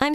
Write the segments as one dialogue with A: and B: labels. A: I'm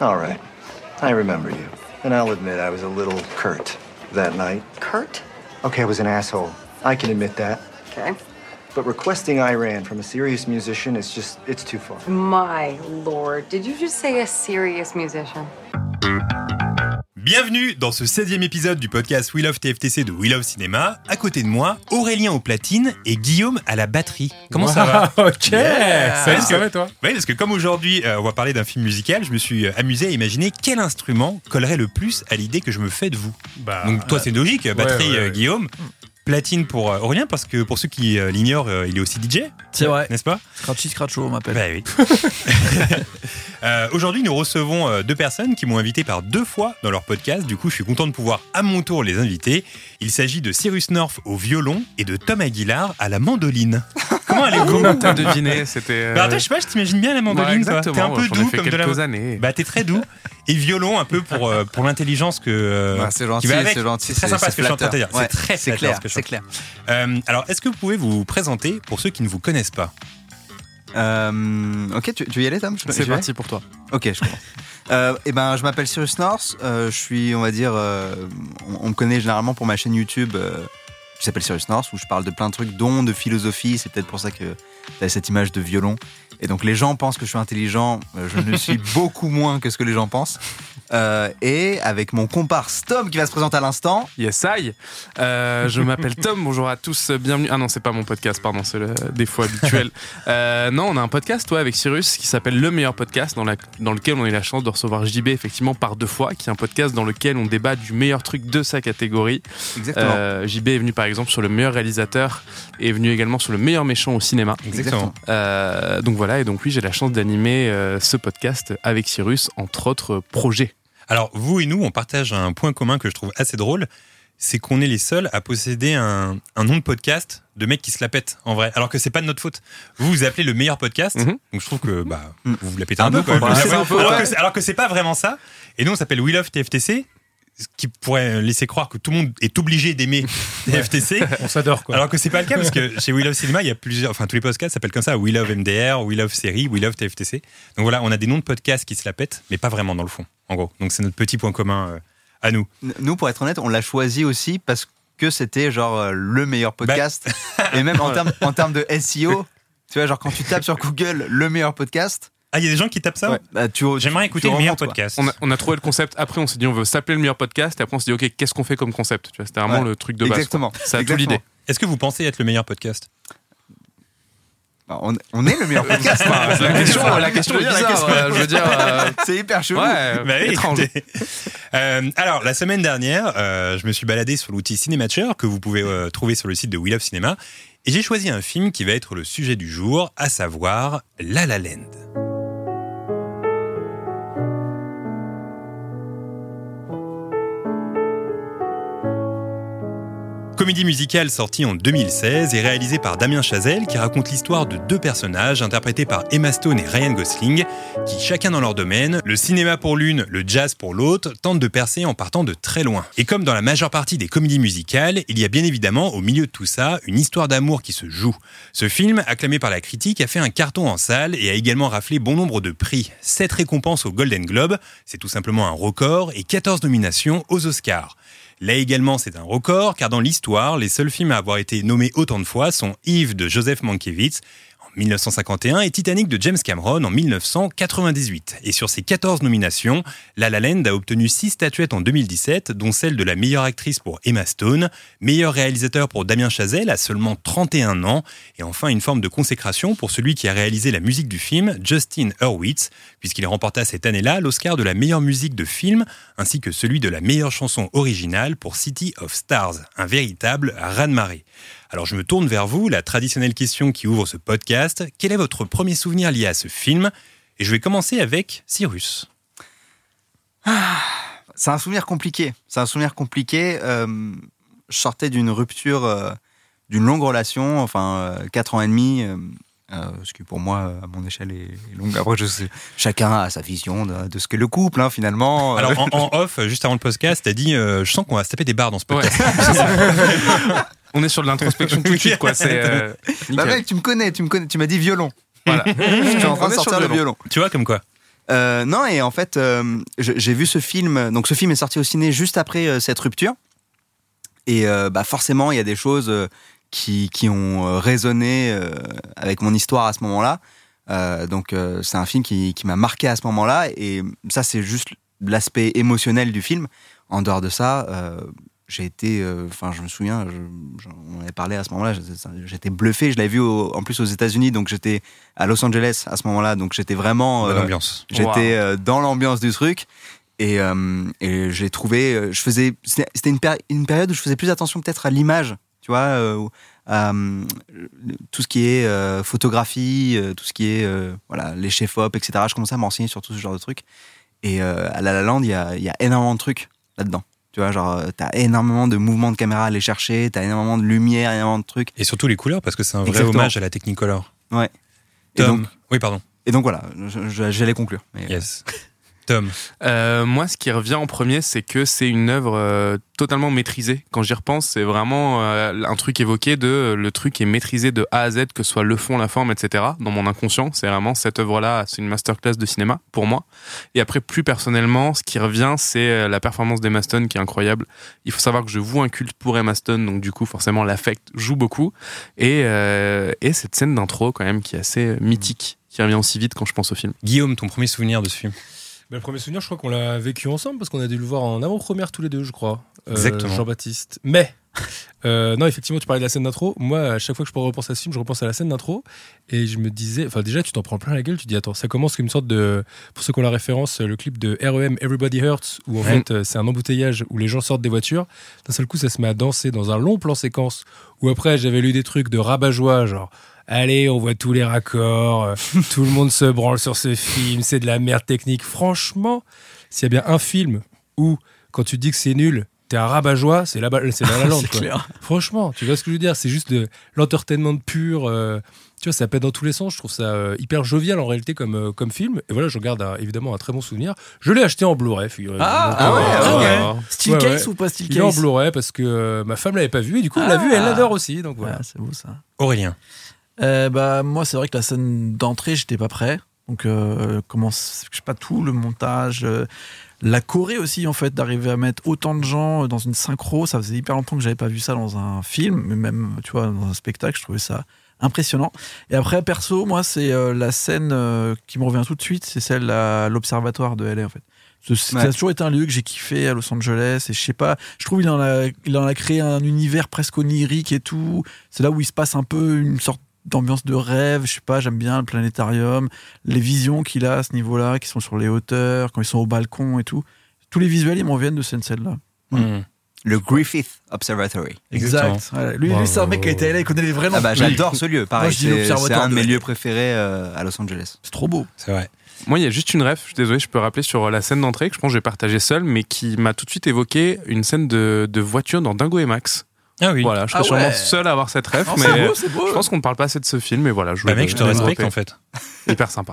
B: All right. I remember you. And I'll admit I was a little curt that night.
C: Kurt?
B: Okay, I was an asshole. I can admit that.
C: Okay.
B: But requesting Iran from a serious musician is just, it's too far.
C: My lord, did you just say a serious musician?
D: Bienvenue dans ce 16e épisode du podcast We Love TFTC de We Love Cinéma. À côté de moi, Aurélien aux platines et Guillaume à la batterie. Comment ça va
E: Ah, Ok
D: Yeah.
E: Salut,
D: Parce
E: ça
D: que-
E: va toi
D: Oui, parce que comme aujourd'hui, euh, on va parler d'un film musical, je me suis euh, amusé à imaginer quel instrument collerait le plus à l'idée que je me fais de vous.
E: bah,
D: Donc toi, c'est logique, batterie
E: ouais,
D: euh,
E: ouais.
D: Guillaume, platine pour euh, Aurélien, parce que pour ceux qui euh, l'ignorent, euh, il est aussi DJ,
F: C'est vrai.
D: n'est-ce pas
F: Scratchy Scratcho, on m'appelle.
D: Bah oui. Euh, Aujourd'hui, nous recevons euh, deux personnes qui m'ont invité par deux fois dans leur podcast. Du coup, je suis content de pouvoir à mon tour les inviter. Il s'agit de Cyrus North au violon et de Tom Aguilar à la mandoline. Comment allez-vous
G: Comment t'as deviné C'était. euh,
D: Bah, toi, je sais pas, je t'imagine bien la
G: ouais,
D: mandoline. toi.
G: exactement.
D: T'es un peu
G: J'en ai
D: doux
G: fait
D: comme de la.
G: quelques années.
D: Bah, t'es très doux et violon un peu pour, euh, pour l'intelligence que. euh,
F: Bah, c'est gentil,
D: qui va avec.
F: c'est gentil.
D: très sympa ce que je suis en train de dire.
F: flatteur.
D: C'est
F: Ouais,
D: très
F: c'est
D: flatteur
F: clair.
D: ce que je suis
F: C'est
D: en train
F: clair.
D: de dire. Euh, alors, est-ce que vous pouvez vous présenter pour ceux qui ne vous connaissent pas
F: Euh, ok, tu, tu veux y aller, Tom Je-
G: c'est
F: je vais
G: parti pour toi.
F: Ok, je comprends. euh, eh ben, je m'appelle Cyrus North. euh, je suis, on va dire, euh, on, on me connaît généralement pour ma chaîne YouTube euh, qui s'appelle Cyrus North, où je parle de plein de trucs, dont de philosophie. C'est peut-être pour ça que t'as cette image de violon. Et donc, les gens pensent que je suis intelligent. euh, Je ne le suis beaucoup moins que ce que les gens pensent. Euh, et avec mon comparse Tom qui va se présenter à l'instant.
G: Yes, I. Euh, je m'appelle Tom. Bonjour à tous. Bienvenue. Ah non, c'est pas mon podcast, pardon, c'est le défaut habituel. Euh, non, on a un podcast, ouais, avec Cyrus qui s'appelle Le Meilleur Podcast, dans, la- dans lequel on a eu la chance de recevoir JB, effectivement, par deux fois, qui est un podcast dans lequel on débat du meilleur truc de sa catégorie.
F: Exactement.
G: Euh, JB est venu, par exemple, sur le meilleur réalisateur et est venu également sur le meilleur méchant au cinéma.
D: Exactement.
G: Euh, donc voilà, et donc oui, j'ai la chance d'animer euh, ce podcast avec Cyrus, entre autres euh, projets.
D: Alors, vous et nous, on partage un point commun que je trouve assez drôle. C'est qu'on est les seuls à posséder un, un nom de podcast de mecs qui se la pètent en vrai, alors que c'est pas de notre faute. Vous vous appelez le meilleur podcast,
G: Mhm.
D: donc je trouve que bah,
F: Mm.
D: vous vous la pétez un,
F: Un
D: peu
F: peu,
D: quand même.
F: ouais, c'est un peu,
D: alors,
F: ouais.
D: que c'est- alors que c'est pas vraiment ça. Et nous on s'appelle We Love TFTC, ce qui pourrait laisser croire que tout le monde est obligé d'aimer TFTC.
E: on s'adore quoi.
D: Alors que c'est pas le cas parce que chez We Love Cinéma, il y a plusieurs, enfin tous les podcasts s'appellent comme ça, We Love MDR, We Love Série, We Love TFTC. Donc voilà, on a des noms de podcasts qui se la pètent, mais pas vraiment dans le fond, en gros. Donc c'est notre petit point commun euh, à nous.
F: N- Nous, pour être honnête, on l'a choisi aussi parce que c'était genre euh, le
G: Bah.
F: meilleur podcast. Et même en termes en termes de SEO, tu vois, genre quand tu tapes sur Google le meilleur podcast,
D: Ah, il y a des gens qui tapent ça
F: ouais, bah, tu tu-
D: J'aimerais
F: tu
D: écouter le meilleur
F: remontes, quoi.
D: podcast.
G: On a, on a trouvé le concept, après on s'est dit on veut s'appeler le meilleur podcast, et après on s'est dit ok, qu'est-ce qu'on fait comme concept Tu vois, C'était vraiment
F: Ouais.
G: le truc de base.
F: Exactement.
G: quoi. Ça a tout
F: Exactement.
G: l'idée.
D: Est-ce que vous pensez être le meilleur podcast
F: Bah, on, on est le meilleur podcast. quoi.
G: La question, la question
F: Je veux
G: est
F: dire, la
G: bizarre,
F: question-
G: euh, je veux dire. euh,
F: C'est hyper chelou.
G: ouais,
D: Bah oui,
G: étrange.
D: écoutez. Euh, alors, la semaine dernière, euh, je me suis baladé sur l'outil Cinématcher que vous pouvez euh, trouver sur le site de We Love Cinéma et j'ai choisi un film qui va être le sujet du jour, à savoir La La Land. Comédie musicale sortie en 2016 et réalisée par Damien Chazelle qui raconte l'histoire de deux personnages interprétés par Emma Stone et Ryan Gosling qui, chacun dans leur domaine, le cinéma pour l'une, le jazz pour l'autre, tentent de percer en partant de très loin. Et comme dans la majeure partie des comédies musicales, il y a bien évidemment au milieu de tout ça une histoire d'amour qui se joue. Ce film, acclamé par la critique, a fait un carton en salle et a également raflé bon nombre de prix. 7 récompenses au Golden Globe, c'est tout simplement un record, et 14 nominations aux Oscars. Là également, c'est un record, car dans l'histoire, les seuls films à avoir été nommés autant de fois sont Yves de Joseph Mankiewicz en 1951 et Titanic de James Cameron en 1998. Et sur ces 14 nominations, La La Land a obtenu 6 statuettes en 2017, dont celle de la meilleure actrice pour Emma Stone, meilleur réalisateur pour Damien Chazelle à seulement 31 ans, et enfin une forme de consécration pour celui qui a réalisé la musique du film, Justin Hurwitz, puisqu'il remporta cette année-là l'Oscar de la meilleure musique de film, ainsi que celui de la meilleure chanson originale pour City of Stars, un véritable raz-de-marée. Alors je me tourne vers vous, la traditionnelle question qui ouvre ce podcast. Quel est votre premier souvenir lié à ce film Et je vais commencer avec Cyrus.
F: C'est un souvenir compliqué. C'est un souvenir compliqué. Euh, je sortais d'une rupture, euh, d'une longue relation, enfin, euh, 4 ans et demi. euh, euh, ce qui pour moi, à mon échelle, est, est long. Après, je sais- chacun a sa vision de, de ce qu'est le couple, hein, finalement.
D: Alors en, en off, juste avant le podcast, t'as dit euh, Je sens qu'on va se taper des barres dans ce
G: Ouais.
D: podcast.
G: On est sur de l'introspection tout de suite, quoi. C'est. euh,
F: bah
G: nickel.
F: mec, tu me connais, tu me connais, tu m'as dit violon.
G: Voilà.
F: Je suis en train
G: On
F: de
G: est sur
F: sortir
G: le
F: le
G: violon.
F: violon.
D: Tu vois, comme quoi
F: Euh, non, et en fait, euh, je- j'ai vu ce film. Donc, ce film est sorti au ciné juste après euh, cette rupture. Et euh, bah, forcément, il y a des choses euh, qui, qui ont euh, résonné euh, avec mon histoire à ce moment-là. Euh, donc, euh, c'est un film qui, qui m'a marqué à ce moment-là. Et ça, c'est juste l'aspect émotionnel du film. En dehors de ça, euh, j'ai été. euh, Enfin, je me souviens, je- je- on en avait parlé à ce moment-là. j'étais- J'étais bluffé. Je l'avais vu au- en plus aux États-Unis. Donc, j'étais à Los Angeles à ce moment-là. Donc, j'étais vraiment.
D: Bonne
F: euh,
D: ambiance.
F: J'étais
G: Wow.
F: euh, dans l'ambiance du truc et, euh, et j'ai trouvé. euh, Je faisais. C'était c'était une, péri- une période où je faisais plus attention peut-être à l'image, tu vois, euh, ou à euh, tout ce qui est euh, photographie, euh, tout ce qui est euh, voilà les chefs op, etc. Je commençais à m'enseigner sur tout ce genre de trucs. Et euh, à La La Land, il y a, il y a énormément de trucs là-dedans. Tu vois, genre, euh, t'as énormément de mouvements de caméra à aller chercher, t'as énormément de lumière, énormément de trucs.
D: Et surtout les couleurs, parce que c'est un vrai
F: Exactement.
D: hommage à la Technicolor.
F: Ouais. Et
D: Tom.
F: donc,
D: Oui, pardon.
F: et donc voilà, je- je- j'allais conclure. Mais,
D: Yes. Tom.
G: Euh, moi, ce qui revient en premier, c'est que c'est une œuvre euh, totalement maîtrisée. Quand j'y repense, c'est vraiment euh, un truc évoqué de euh, le truc est maîtrisé de A à Z, que ce soit le fond, la forme, etc. Dans mon inconscient, c'est vraiment cette œuvre-là, c'est une masterclass de cinéma pour moi. Et après, plus personnellement, ce qui revient, c'est euh, la performance d'Emma Stone qui est incroyable. Il faut savoir que je voue un culte pour Emma Stone, donc du coup, forcément, l'affect joue beaucoup. Et, euh, et cette scène d'intro, quand même, qui est assez euh, mythique, qui revient aussi vite quand je pense au film.
D: Guillaume, ton premier souvenir de ce film
E: Ben, le premier souvenir, je crois qu'on l'a vécu ensemble parce qu'on a dû le voir en avant-première tous les deux, je crois. Euh,
D: Exactement.
E: Jean-Baptiste. Mais euh, non, effectivement, tu parlais de la scène d'intro. Moi, à chaque fois que je repense à ce film, je repense à la scène d'intro et je me disais, enfin déjà, tu t'en prends plein la gueule. Tu dis, attends, ça commence comme une sorte de, pour ceux qui ont la référence, le clip de REM Everybody Hurts où en
G: Mm.
E: fait euh, c'est un embouteillage où les gens sortent des voitures. D'un seul coup, ça se met à danser dans un long plan séquence où après j'avais lu des trucs de rabat-joie, genre. Allez, on voit tous les raccords, euh, tout le monde se branle sur ce film, c'est de la merde technique. Franchement, s'il y a bien un film où, quand tu dis que c'est nul, t'es un rabat-joie, c'est la, ba- c'est la, la Land, quoi. Franchement, tu vois ce que je veux dire C'est juste de l'entertainment pur. euh, tu vois, ça pète dans tous les sens. Je trouve ça euh, hyper jovial en réalité comme, euh, comme film. Et voilà, je garde un- évidemment un très bon souvenir. Je l'ai acheté en Blu-ray, figurez-vous.
H: Ah,
E: Donc,
H: ah
E: euh,
H: ouais,
E: voilà.
H: ah ouais.
E: Voilà.
H: Steel
E: Ouais,
H: case
E: ouais.
H: ou pas steel
E: Il est en
H: case
E: Blu-ray parce que euh, ma femme l'avait pas vu et du coup, elle l'a vu et elle
H: Ah.
E: l'adore aussi. Donc voilà.
H: Voilà, c'est beau ça.
D: Aurélien.
H: Euh, bah, moi, c'est vrai que la scène d'entrée, j'étais pas prêt. Donc, euh, comment, c'est- je sais pas tout, le montage, euh, la Corée aussi, en fait, d'arriver à mettre autant de gens euh, dans une synchro. Ça faisait hyper longtemps que j'avais pas vu ça dans un film, mais même, tu vois, dans un spectacle, je trouvais ça impressionnant. Et après, perso, moi, c'est euh, la scène euh, qui me revient tout de suite, c'est celle à l'observatoire de LA, en fait. C'est- c'est-
F: Ouais.
H: Ça a toujours été un lieu que j'ai kiffé à Los Angeles et je sais pas, je trouve il en a, il en a créé un univers presque onirique et tout. C'est là où il se passe un peu une sorte d'ambiance de rêve, je sais pas, j'aime bien le planétarium, les visions qu'il a à ce niveau-là, qui sont sur les hauteurs, quand ils sont au balcon et tout. Tous les visuels, ils m'en viennent de cette scène-là.
F: Le Griffith Observatory.
D: Exactement.
H: Voilà. Lui, lui, c'est un mec qui a été là, il connaît les vrais noms.
F: Ah bah j'adore ce lieu, pareil.
H: Moi, je dis
F: c'est c'est
H: l'observatoire
F: un de mes
H: de-
F: lieux préférés euh, à Los Angeles.
H: C'est trop beau.
D: C'est vrai.
G: Moi, il y a juste une ref, je suis désolé, je peux rappeler sur la scène d'entrée que je pense que j'ai partagée seule, mais qui m'a tout de suite évoqué une scène de, de voiture dans Dingo et Max.
D: Ah oui.
G: Voilà, je serais
H: Ah ouais.
G: sûrement seul à avoir cette
E: Ah,
G: ref,
H: Non,
G: mais
H: c'est beau, c'est beau.
G: je pense qu'on ne parle pas assez de ce film, mais voilà. Je
D: Bah
G: voulais
D: mec, je te
G: le
D: respecte
G: développer.
D: en fait.
G: Hyper sympa.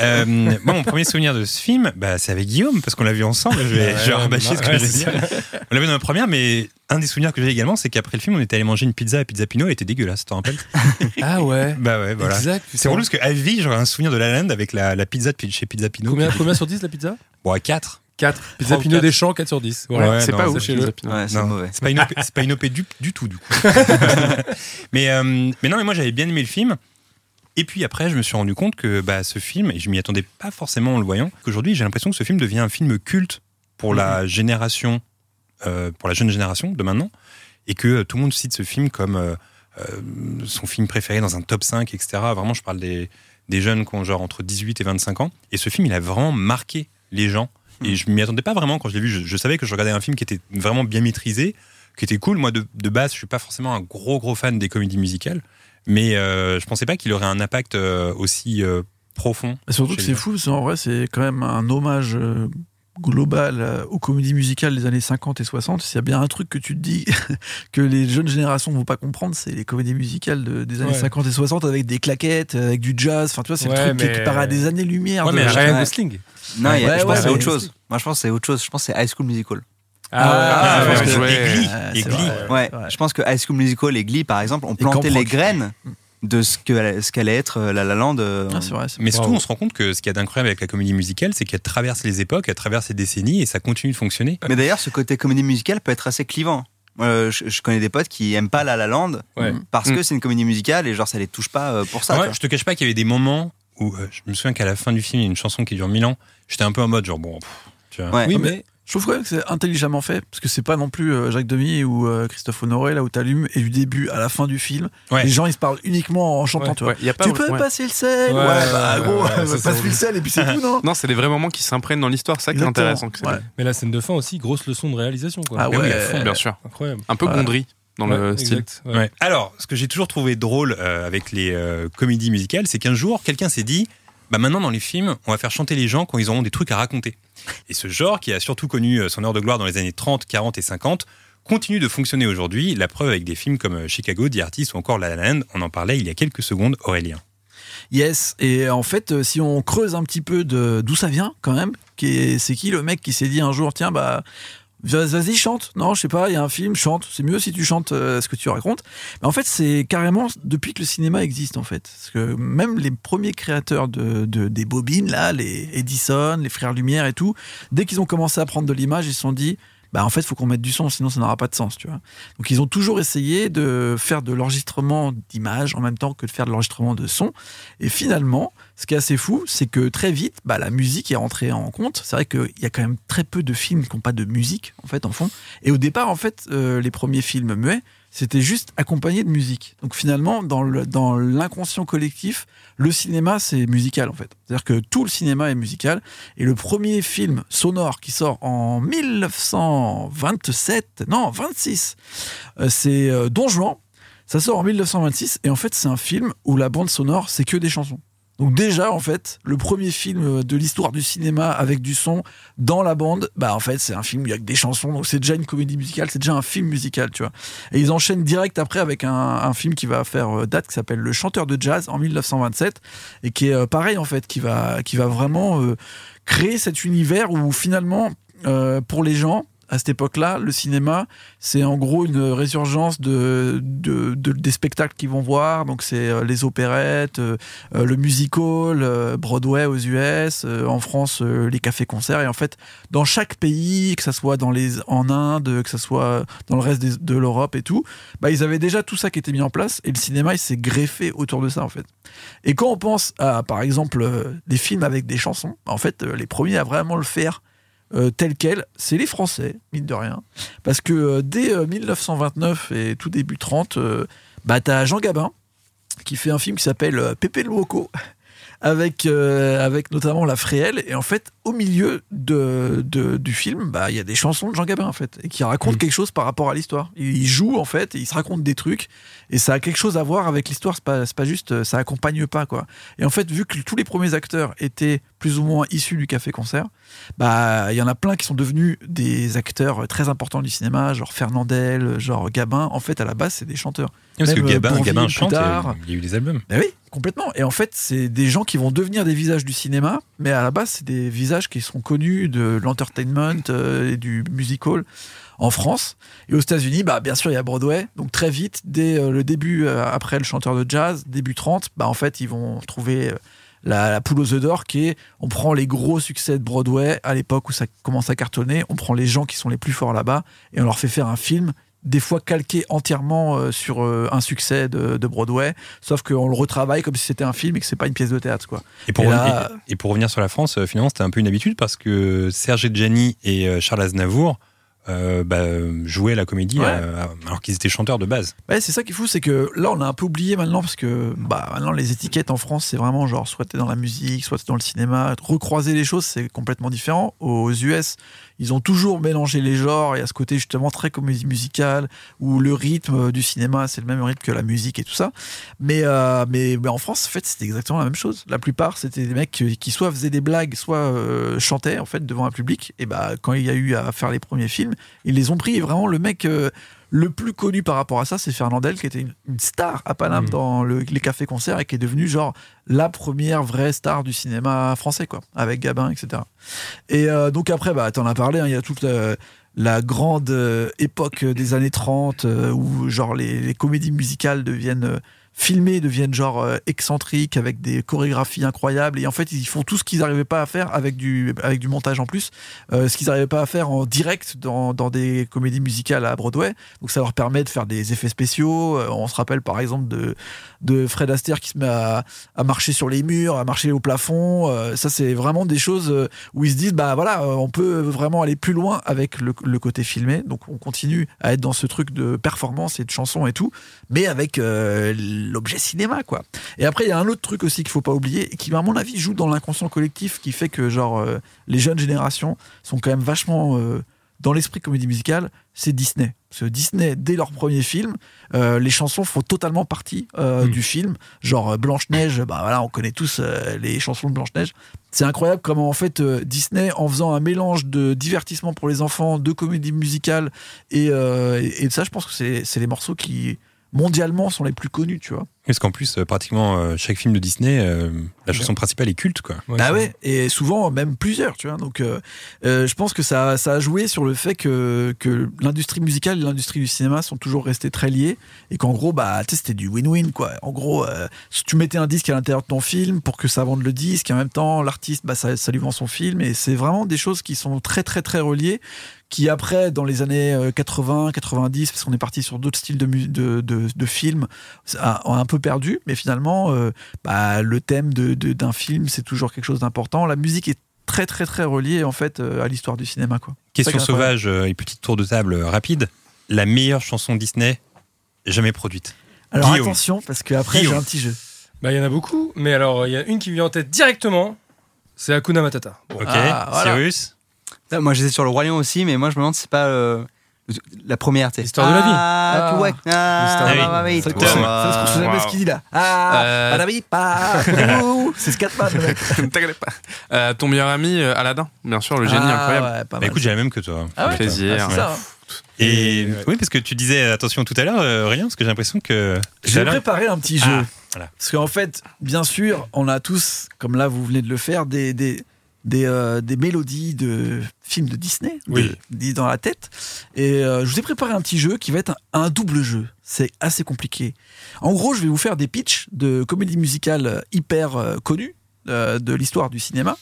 D: Euh, moi, mon premier souvenir de ce film, bah, c'est avec Guillaume, parce qu'on l'a vu ensemble. Je vais, je vais rabâcher ce que
E: ouais,
D: je vais
E: c'est
D: dire. On l'a vu dans la première, mais un des souvenirs que j'ai également, c'est qu'après le film, on était allé manger une pizza à Pizza Pino, elle était dégueulasse, tu t'en rappelles
E: Ah ouais.
D: Bah ouais, voilà.
E: Exact.
D: C'est relou parce que à vie, j'aurais un souvenir de La La Land avec la, la pizza de chez Pizza Pino.
E: Combien,
D: qui était-
E: combien sur 10 la pizza
D: Bon, à 4.
E: 4. Pizza
D: Trois ou
E: Pinot
D: quatre.
E: des Champs, 4 sur 10. Voilà.
D: Ouais,
G: c'est
D: non, Ah,
G: pas ouf.
E: sachez-le.
G: Pizza Pino.
F: Ouais, c'est
D: Non,
F: mauvais.
D: C'est pas une OP, c'est pas une OP du, du tout, du coup. mais, euh, mais non, mais moi j'avais bien aimé le film. Et puis après, je me suis rendu compte que bah, ce film, et je m'y attendais pas forcément en le voyant, qu'aujourd'hui j'ai l'impression que ce film devient un film culte pour la génération, euh, pour la jeune génération de maintenant, et que euh, tout le monde cite ce film comme euh, euh, son film préféré dans un top 5, etc. Vraiment, je parle des, des jeunes qui ont genre entre 18 et 25 ans. Et ce film, il a vraiment marqué les gens. Et je m'y attendais pas vraiment quand je l'ai vu. Je, je savais que je regardais un film qui était vraiment bien maîtrisé, qui était cool. Moi, de, de base, je suis pas forcément un gros, gros fan des comédies musicales, mais euh, je pensais pas qu'il aurait un impact euh, aussi euh, profond.
H: Et surtout que
D: chez
H: c'est
D: les-
H: fou, parce qu'en vrai, c'est quand même un hommage euh, global euh, aux comédies musicales des années 50 et 60. S'il y a bien un truc que tu te dis que les jeunes générations vont pas comprendre, c'est les comédies musicales de- des années
E: Ouais.
H: 50 et 60 avec des claquettes, euh, avec du jazz. Enfin, tu vois, c'est
E: Ouais,
H: le truc qui
E: mais-
H: part à des années-lumière.
E: Ouais,
H: de-
E: mais
F: Ryan
E: Ryan
F: ouais.
E: Gosling.
F: Non, il y a-
H: Ouais,
F: je pense
H: ouais,
F: que c'est
H: ouais.
F: autre chose. Moi, je pense que c'est autre chose. Je pense que c'est High School Musical.
D: Ah,
E: Ah,
D: ouais,
E: ouais,
D: parce que-
G: ouais.
D: et Glee,
H: Ouais,
D: et
H: c'est
D: Glee.
H: vrai.
F: Ouais,
H: ouais.
F: je pense que High School Musical et Glee, par exemple, ont planté
H: Camp
F: les
H: Rock.
F: graines de ce que ce qu'allait être euh, La La Land. euh,
H: Ah, c'est vrai, c'est-
D: Mais surtout,
E: Bravo.
D: on se rend compte que ce qu'il y a d'incroyable avec la comédie musicale, c'est qu'elle traverse les époques, elle traverse les décennies et ça continue de fonctionner.
F: Mais d'ailleurs, ce côté comédie musicale peut être assez clivant. Euh, je, je connais des potes qui aiment pas La La Land
E: Ouais.
F: parce
G: Mm.
F: que c'est une comédie musicale et genre ça les touche pas euh, pour ça.
D: Ah Ouais,
F: tu vois.
D: je te cache pas qu'il y avait des moments où euh, je me souviens qu'à la fin du film, il y a une chanson qui dure mille ans. J'étais un peu en mode genre bon, pff, tu vois.
F: Ouais.
E: Oui,
H: Non,
E: mais
H: Je trouve quand même que c'est intelligemment fait, parce que c'est pas non plus euh, Jacques Demy ou euh, Christophe Honoré, là où t'allumes, et du début à la fin du film,
D: Ouais.
H: les gens ils se parlent uniquement en chantant,
E: Ouais,
H: tu vois.
G: Ouais, y a pas-
H: tu peux
G: ouais.
H: passer le sel
E: Ouais,
H: Ouais, bah
E: ouais, ouais,
H: gros,
E: ouais, ça, ça,
H: passe
E: oui.
H: le sel et puis c'est tout, non
G: Non, c'est les vrais moments qui s'imprègnent dans l'histoire, c'est ça qui est
H: Exactement.
G: intéressant. que c'est
H: Ouais.
G: bien.
E: Mais la scène de fin aussi, grosse leçon de réalisation. Quoi.
H: Ah
D: oui,
H: ouais,
D: à fond,
G: Bien sûr.
E: Incroyable.
G: Un peu
H: Ouais.
G: gondry dans le
E: Ouais,
G: style.
E: exact, ouais.
D: Ouais. Alors, ce que j'ai toujours trouvé drôle euh, avec les euh, comédies musicales, c'est qu'un jour, quelqu'un s'est dit bah maintenant dans les films, on va faire chanter les gens quand ils auront des trucs à raconter. Et ce genre, qui a surtout connu euh, son heure de gloire dans les années 30, 40 et 50, continue de fonctionner aujourd'hui. La preuve avec des films comme euh, Chicago, The Artist ou encore La La Land, on en parlait il y a quelques secondes, Aurélien.
H: Yes, et en fait, euh, si on creuse un petit peu de d'où ça vient, quand même, qui est- c'est qui le mec qui s'est dit un jour, tiens, bah. vas- Vas-y, chante. Non, je sais pas, il y a un film, chante. C'est mieux si tu chantes euh, ce que tu racontes. Mais en fait, c'est carrément depuis que le cinéma existe, en fait. Parce que même les premiers créateurs de, de- des bobines, là, les Edison, les Frères Lumière et tout, dès qu'ils ont commencé à prendre de l'image, ils se sont dit, bah, en fait, faut qu'on mette du son, sinon ça n'aura pas de sens, tu vois. Donc, ils ont toujours essayé de faire de l'enregistrement d'images en même temps que de faire de l'enregistrement de son. Et finalement, ce qui est assez fou, c'est que très vite, bah, la musique est rentrée en compte. C'est vrai qu'il y a quand même très peu de films qui n'ont pas de musique, en fait, en fond. Et au départ, en fait, euh, les premiers films muets, c'était juste accompagné de musique. Donc finalement, dans le- dans l'inconscient collectif, le cinéma, c'est musical, en fait. C'est-à-dire que tout le cinéma est musical. Et le premier film sonore qui sort en 1927, non, 26, euh, c'est euh, Don Juan. Ça sort en 1926 et en fait c'est un film où la bande sonore c'est que des chansons. Donc déjà en fait le premier film euh, de l'histoire du cinéma avec du son dans la bande, bah en fait c'est un film où il y a que des chansons donc c'est déjà une comédie musicale, c'est déjà un film musical tu vois. Et ils enchaînent direct après avec un, un film qui va faire euh, date qui s'appelle Le chanteur de jazz en 1927 et qui est euh, pareil en fait qui va qui va vraiment euh, créer cet univers où finalement euh, pour les gens à cette époque-là, le cinéma, c'est en gros une résurgence de, de- de- des spectacles qu'ils vont voir. Donc c'est euh, les opérettes, euh, euh, le musical, euh, Broadway aux US, euh, en France euh, les cafés-concerts. Et en fait, dans chaque pays, que ça soit dans les, en Inde, que ça soit dans le reste des- de l'Europe et tout, bah, ils avaient déjà tout ça qui était mis en place. Et le cinéma, il s'est greffé autour de ça en fait. Et quand on pense à, par exemple, euh, des films avec des chansons, en fait, euh, les premiers à vraiment le faire euh, tel quel, c'est les Français, mine de rien. Parce que euh, dès euh, 1929 et tout début 30, euh, bah, t'as Jean Gabin qui fait un film qui s'appelle euh, Pépé le Woko. Avec, euh, avec notamment la Fréhelle. Et en fait, au milieu de, de- du film, bah, il y a des chansons de Jean Gabin, en fait, et qui racontent
D: Mm.
H: quelque chose par rapport à l'histoire. Il joue, en fait, et il se raconte des trucs, et ça a quelque chose à voir avec l'histoire. C'est pas, c'est pas juste, euh, ça accompagne pas, quoi. Et en fait, vu que tous les premiers acteurs étaient plus ou moins issus du café-concert, bah, il y en a plein qui sont devenus des acteurs très importants du cinéma, genre Fernandel, genre Gabin. En fait, à la base, c'est des chanteurs.
D: Parce que
H: Même, euh,
D: Gabin,
H: Bourvil,
D: Gabin
H: plus
D: chante, euh, il y a
H: tard.
D: eu- il y a eu des albums.
H: Ben oui, complètement. Et en fait, c'est des gens qui vont devenir des visages du cinéma, mais à la base, c'est des visages qui sont connus de l'entertainment euh, et du musical en France. Et aux États-Unis, bah, bien sûr, il y a Broadway. Donc très vite, dès euh, le début, euh, après le chanteur de jazz, début 30, bah, en fait, ils vont trouver euh, la, la poule aux œufs d'or qui est on prend les gros succès de Broadway à l'époque où ça commence à cartonner, on prend les gens qui sont les plus forts là-bas et on leur fait faire un film des fois calqué entièrement euh, sur euh, un succès de, de Broadway, sauf qu'on le retravaille comme si c'était un film et que c'est pas une pièce de théâtre quoi.
D: Et pour,
H: Et
D: reven-
H: là-
D: et- et pour revenir sur la France, euh, finalement, c'était un peu une habitude parce que Serge Gianni et euh, Charles Aznavour euh, bah, jouer la comédie
H: Ouais.
D: euh, alors qu'ils étaient chanteurs de base.
H: Ouais, c'est ça qui est fou, c'est que là, on a un peu oublié maintenant, parce que bah, maintenant, les étiquettes en France, c'est vraiment genre, soit t'es dans la musique, soit t'es dans le cinéma. Recroiser les choses, c'est complètement différent. Aux US, ils ont toujours mélangé les genres, et à ce côté, justement, très comédie musicale, où le rythme euh, du cinéma, c'est le même rythme que la musique et tout ça. Mais, euh, mais, mais en France, en fait, c'était exactement la même chose. La plupart, c'était des mecs qui, qui soit faisaient des blagues, soit euh, chantaient, en fait, devant un public. Et bah, quand il y a eu à faire les premiers films, ils les ont pris, et vraiment, le mec. euh, le plus connu par rapport à ça, c'est Fernandel, qui était une, une star à Paname
E: Mhm.
H: dans le- les cafés-concerts et qui est devenu genre la première vraie star du cinéma français, quoi, avec Gabin, etc. Et euh, donc après, bah, t'en as parlé, hein, il y a toute la, la grande euh, époque des années 30 euh, où genre les, les comédies musicales deviennent euh, filmées, deviennent genre euh, excentriques avec des chorégraphies incroyables et en fait ils font tout ce qu'ils n'arrivaient pas à faire avec du, avec du montage en plus, euh, ce qu'ils n'arrivaient pas à faire en direct dans, dans des comédies musicales à Broadway. Donc ça leur permet de faire des effets spéciaux. Euh, on se rappelle par exemple de, de Fred Astaire qui se met à, à marcher sur les murs, à marcher au plafond. Euh, ça c'est vraiment des choses euh, où ils se disent bah voilà, euh, on peut vraiment aller plus loin avec le, le côté filmé. Donc on continue à être dans ce truc de performance et de chanson et tout, mais avec euh, l'objet cinéma quoi. Et après il y a un autre truc aussi qu'il faut pas oublier et qui à mon avis joue dans l'inconscient collectif qui fait que genre euh, les jeunes générations sont quand même vachement euh, dans l'esprit comédie musicale, c'est Disney. Parce que Disney, dès leur premier film, euh, les chansons font totalement partie euh,
E: Mm.
H: du film. Genre euh, Blanche-Neige, bah voilà, on connaît tous euh, les chansons de Blanche-Neige. C'est incroyable comment en fait euh, Disney, en faisant un mélange de divertissement pour les enfants, de comédie musicale, et, euh, et- et ça, je pense que c'est c'est les morceaux qui mondialement sont les plus connus, tu vois.
D: Parce qu'en plus, euh, pratiquement euh, chaque film de Disney, euh, la chanson principale est culte, quoi.
H: Bah
E: c'est-
H: ouais, et souvent même plusieurs, tu vois. Donc euh, euh, je pense que ça, ça a joué sur le fait que, que l'industrie musicale et l'industrie du cinéma sont toujours restées très liées et qu'en gros, bah, tu sais, c'était du win-win, quoi. En gros, euh, si tu mettais un disque à l'intérieur de ton film pour que ça vende le disque, et en même temps, l'artiste, bah, ça, ça lui vend son film et c'est vraiment des choses qui sont très, très, très reliées qui après, dans les années euh, 80, 90, parce qu'on est parti sur d'autres styles de, mu- de, de, de films, a, a un peu perdu, mais finalement, euh, bah, le thème de- de- d'un film, c'est toujours quelque chose d'important. La musique est très très très reliée en fait euh, à l'histoire du cinéma quoi.
D: Question
H: C'est ça qui est incroyable.
D: sauvage euh, et petit tour de table euh, rapide. La meilleure chanson Disney jamais produite.
H: Alors
D: Guillaume.
H: attention parce que après j'ai
D: Guillaume.
H: un petit jeu.
E: Bah, il y en a beaucoup, mais alors, il y a une qui me vient en tête directement, c'est Hakuna Matata.
D: Ok,
H: Ah, voilà.
D: Cyrus
F: Putain, Moi, j'étais sur le Roi Lion aussi, mais moi, je me demande si c'est pas euh, la première. t'sais.
E: L'histoire de la vie.
F: Ah,
H: Ah.
F: ouais. Ah,
D: L'histoire de la
F: bah
D: vie.
F: oui,
D: C'est
F: toi.
D: le thème.
H: Ça se trouve, je sais
G: Ah, Wow.
H: jamais ce qu'il dit là. Ah,
G: Euh.
H: Madame, pas. Ouh, c'est Scatman. le mec.
G: T'inquiète pas. Euh, ton meilleur ami, euh, Aladdin, bien sûr, le génie
H: Ah,
G: incroyable.
H: ouais, pas
D: Bah
H: mal.
D: écoute, j'ai la même que toi.
H: Ah ouais
G: Plaisir.
H: Ah, c'est ça, hein.
D: Et oui, parce que tu disais attention tout à l'heure, euh, rien, parce que j'ai l'impression que. tout à
H: J'ai
D: l'heure-
H: préparé un petit jeu.
D: Ah, voilà.
H: Parce qu'en fait, bien sûr, on a tous, comme là vous venez de le faire, des, des, des, euh, des mélodies de films de Disney de-
D: Oui.
H: dit dans la tête. Et euh, je vous ai préparé un petit jeu qui va être un, un double jeu. C'est assez compliqué. En gros, je vais vous faire des pitchs de comédies musicales hyper euh, connues euh, de l'histoire du cinéma.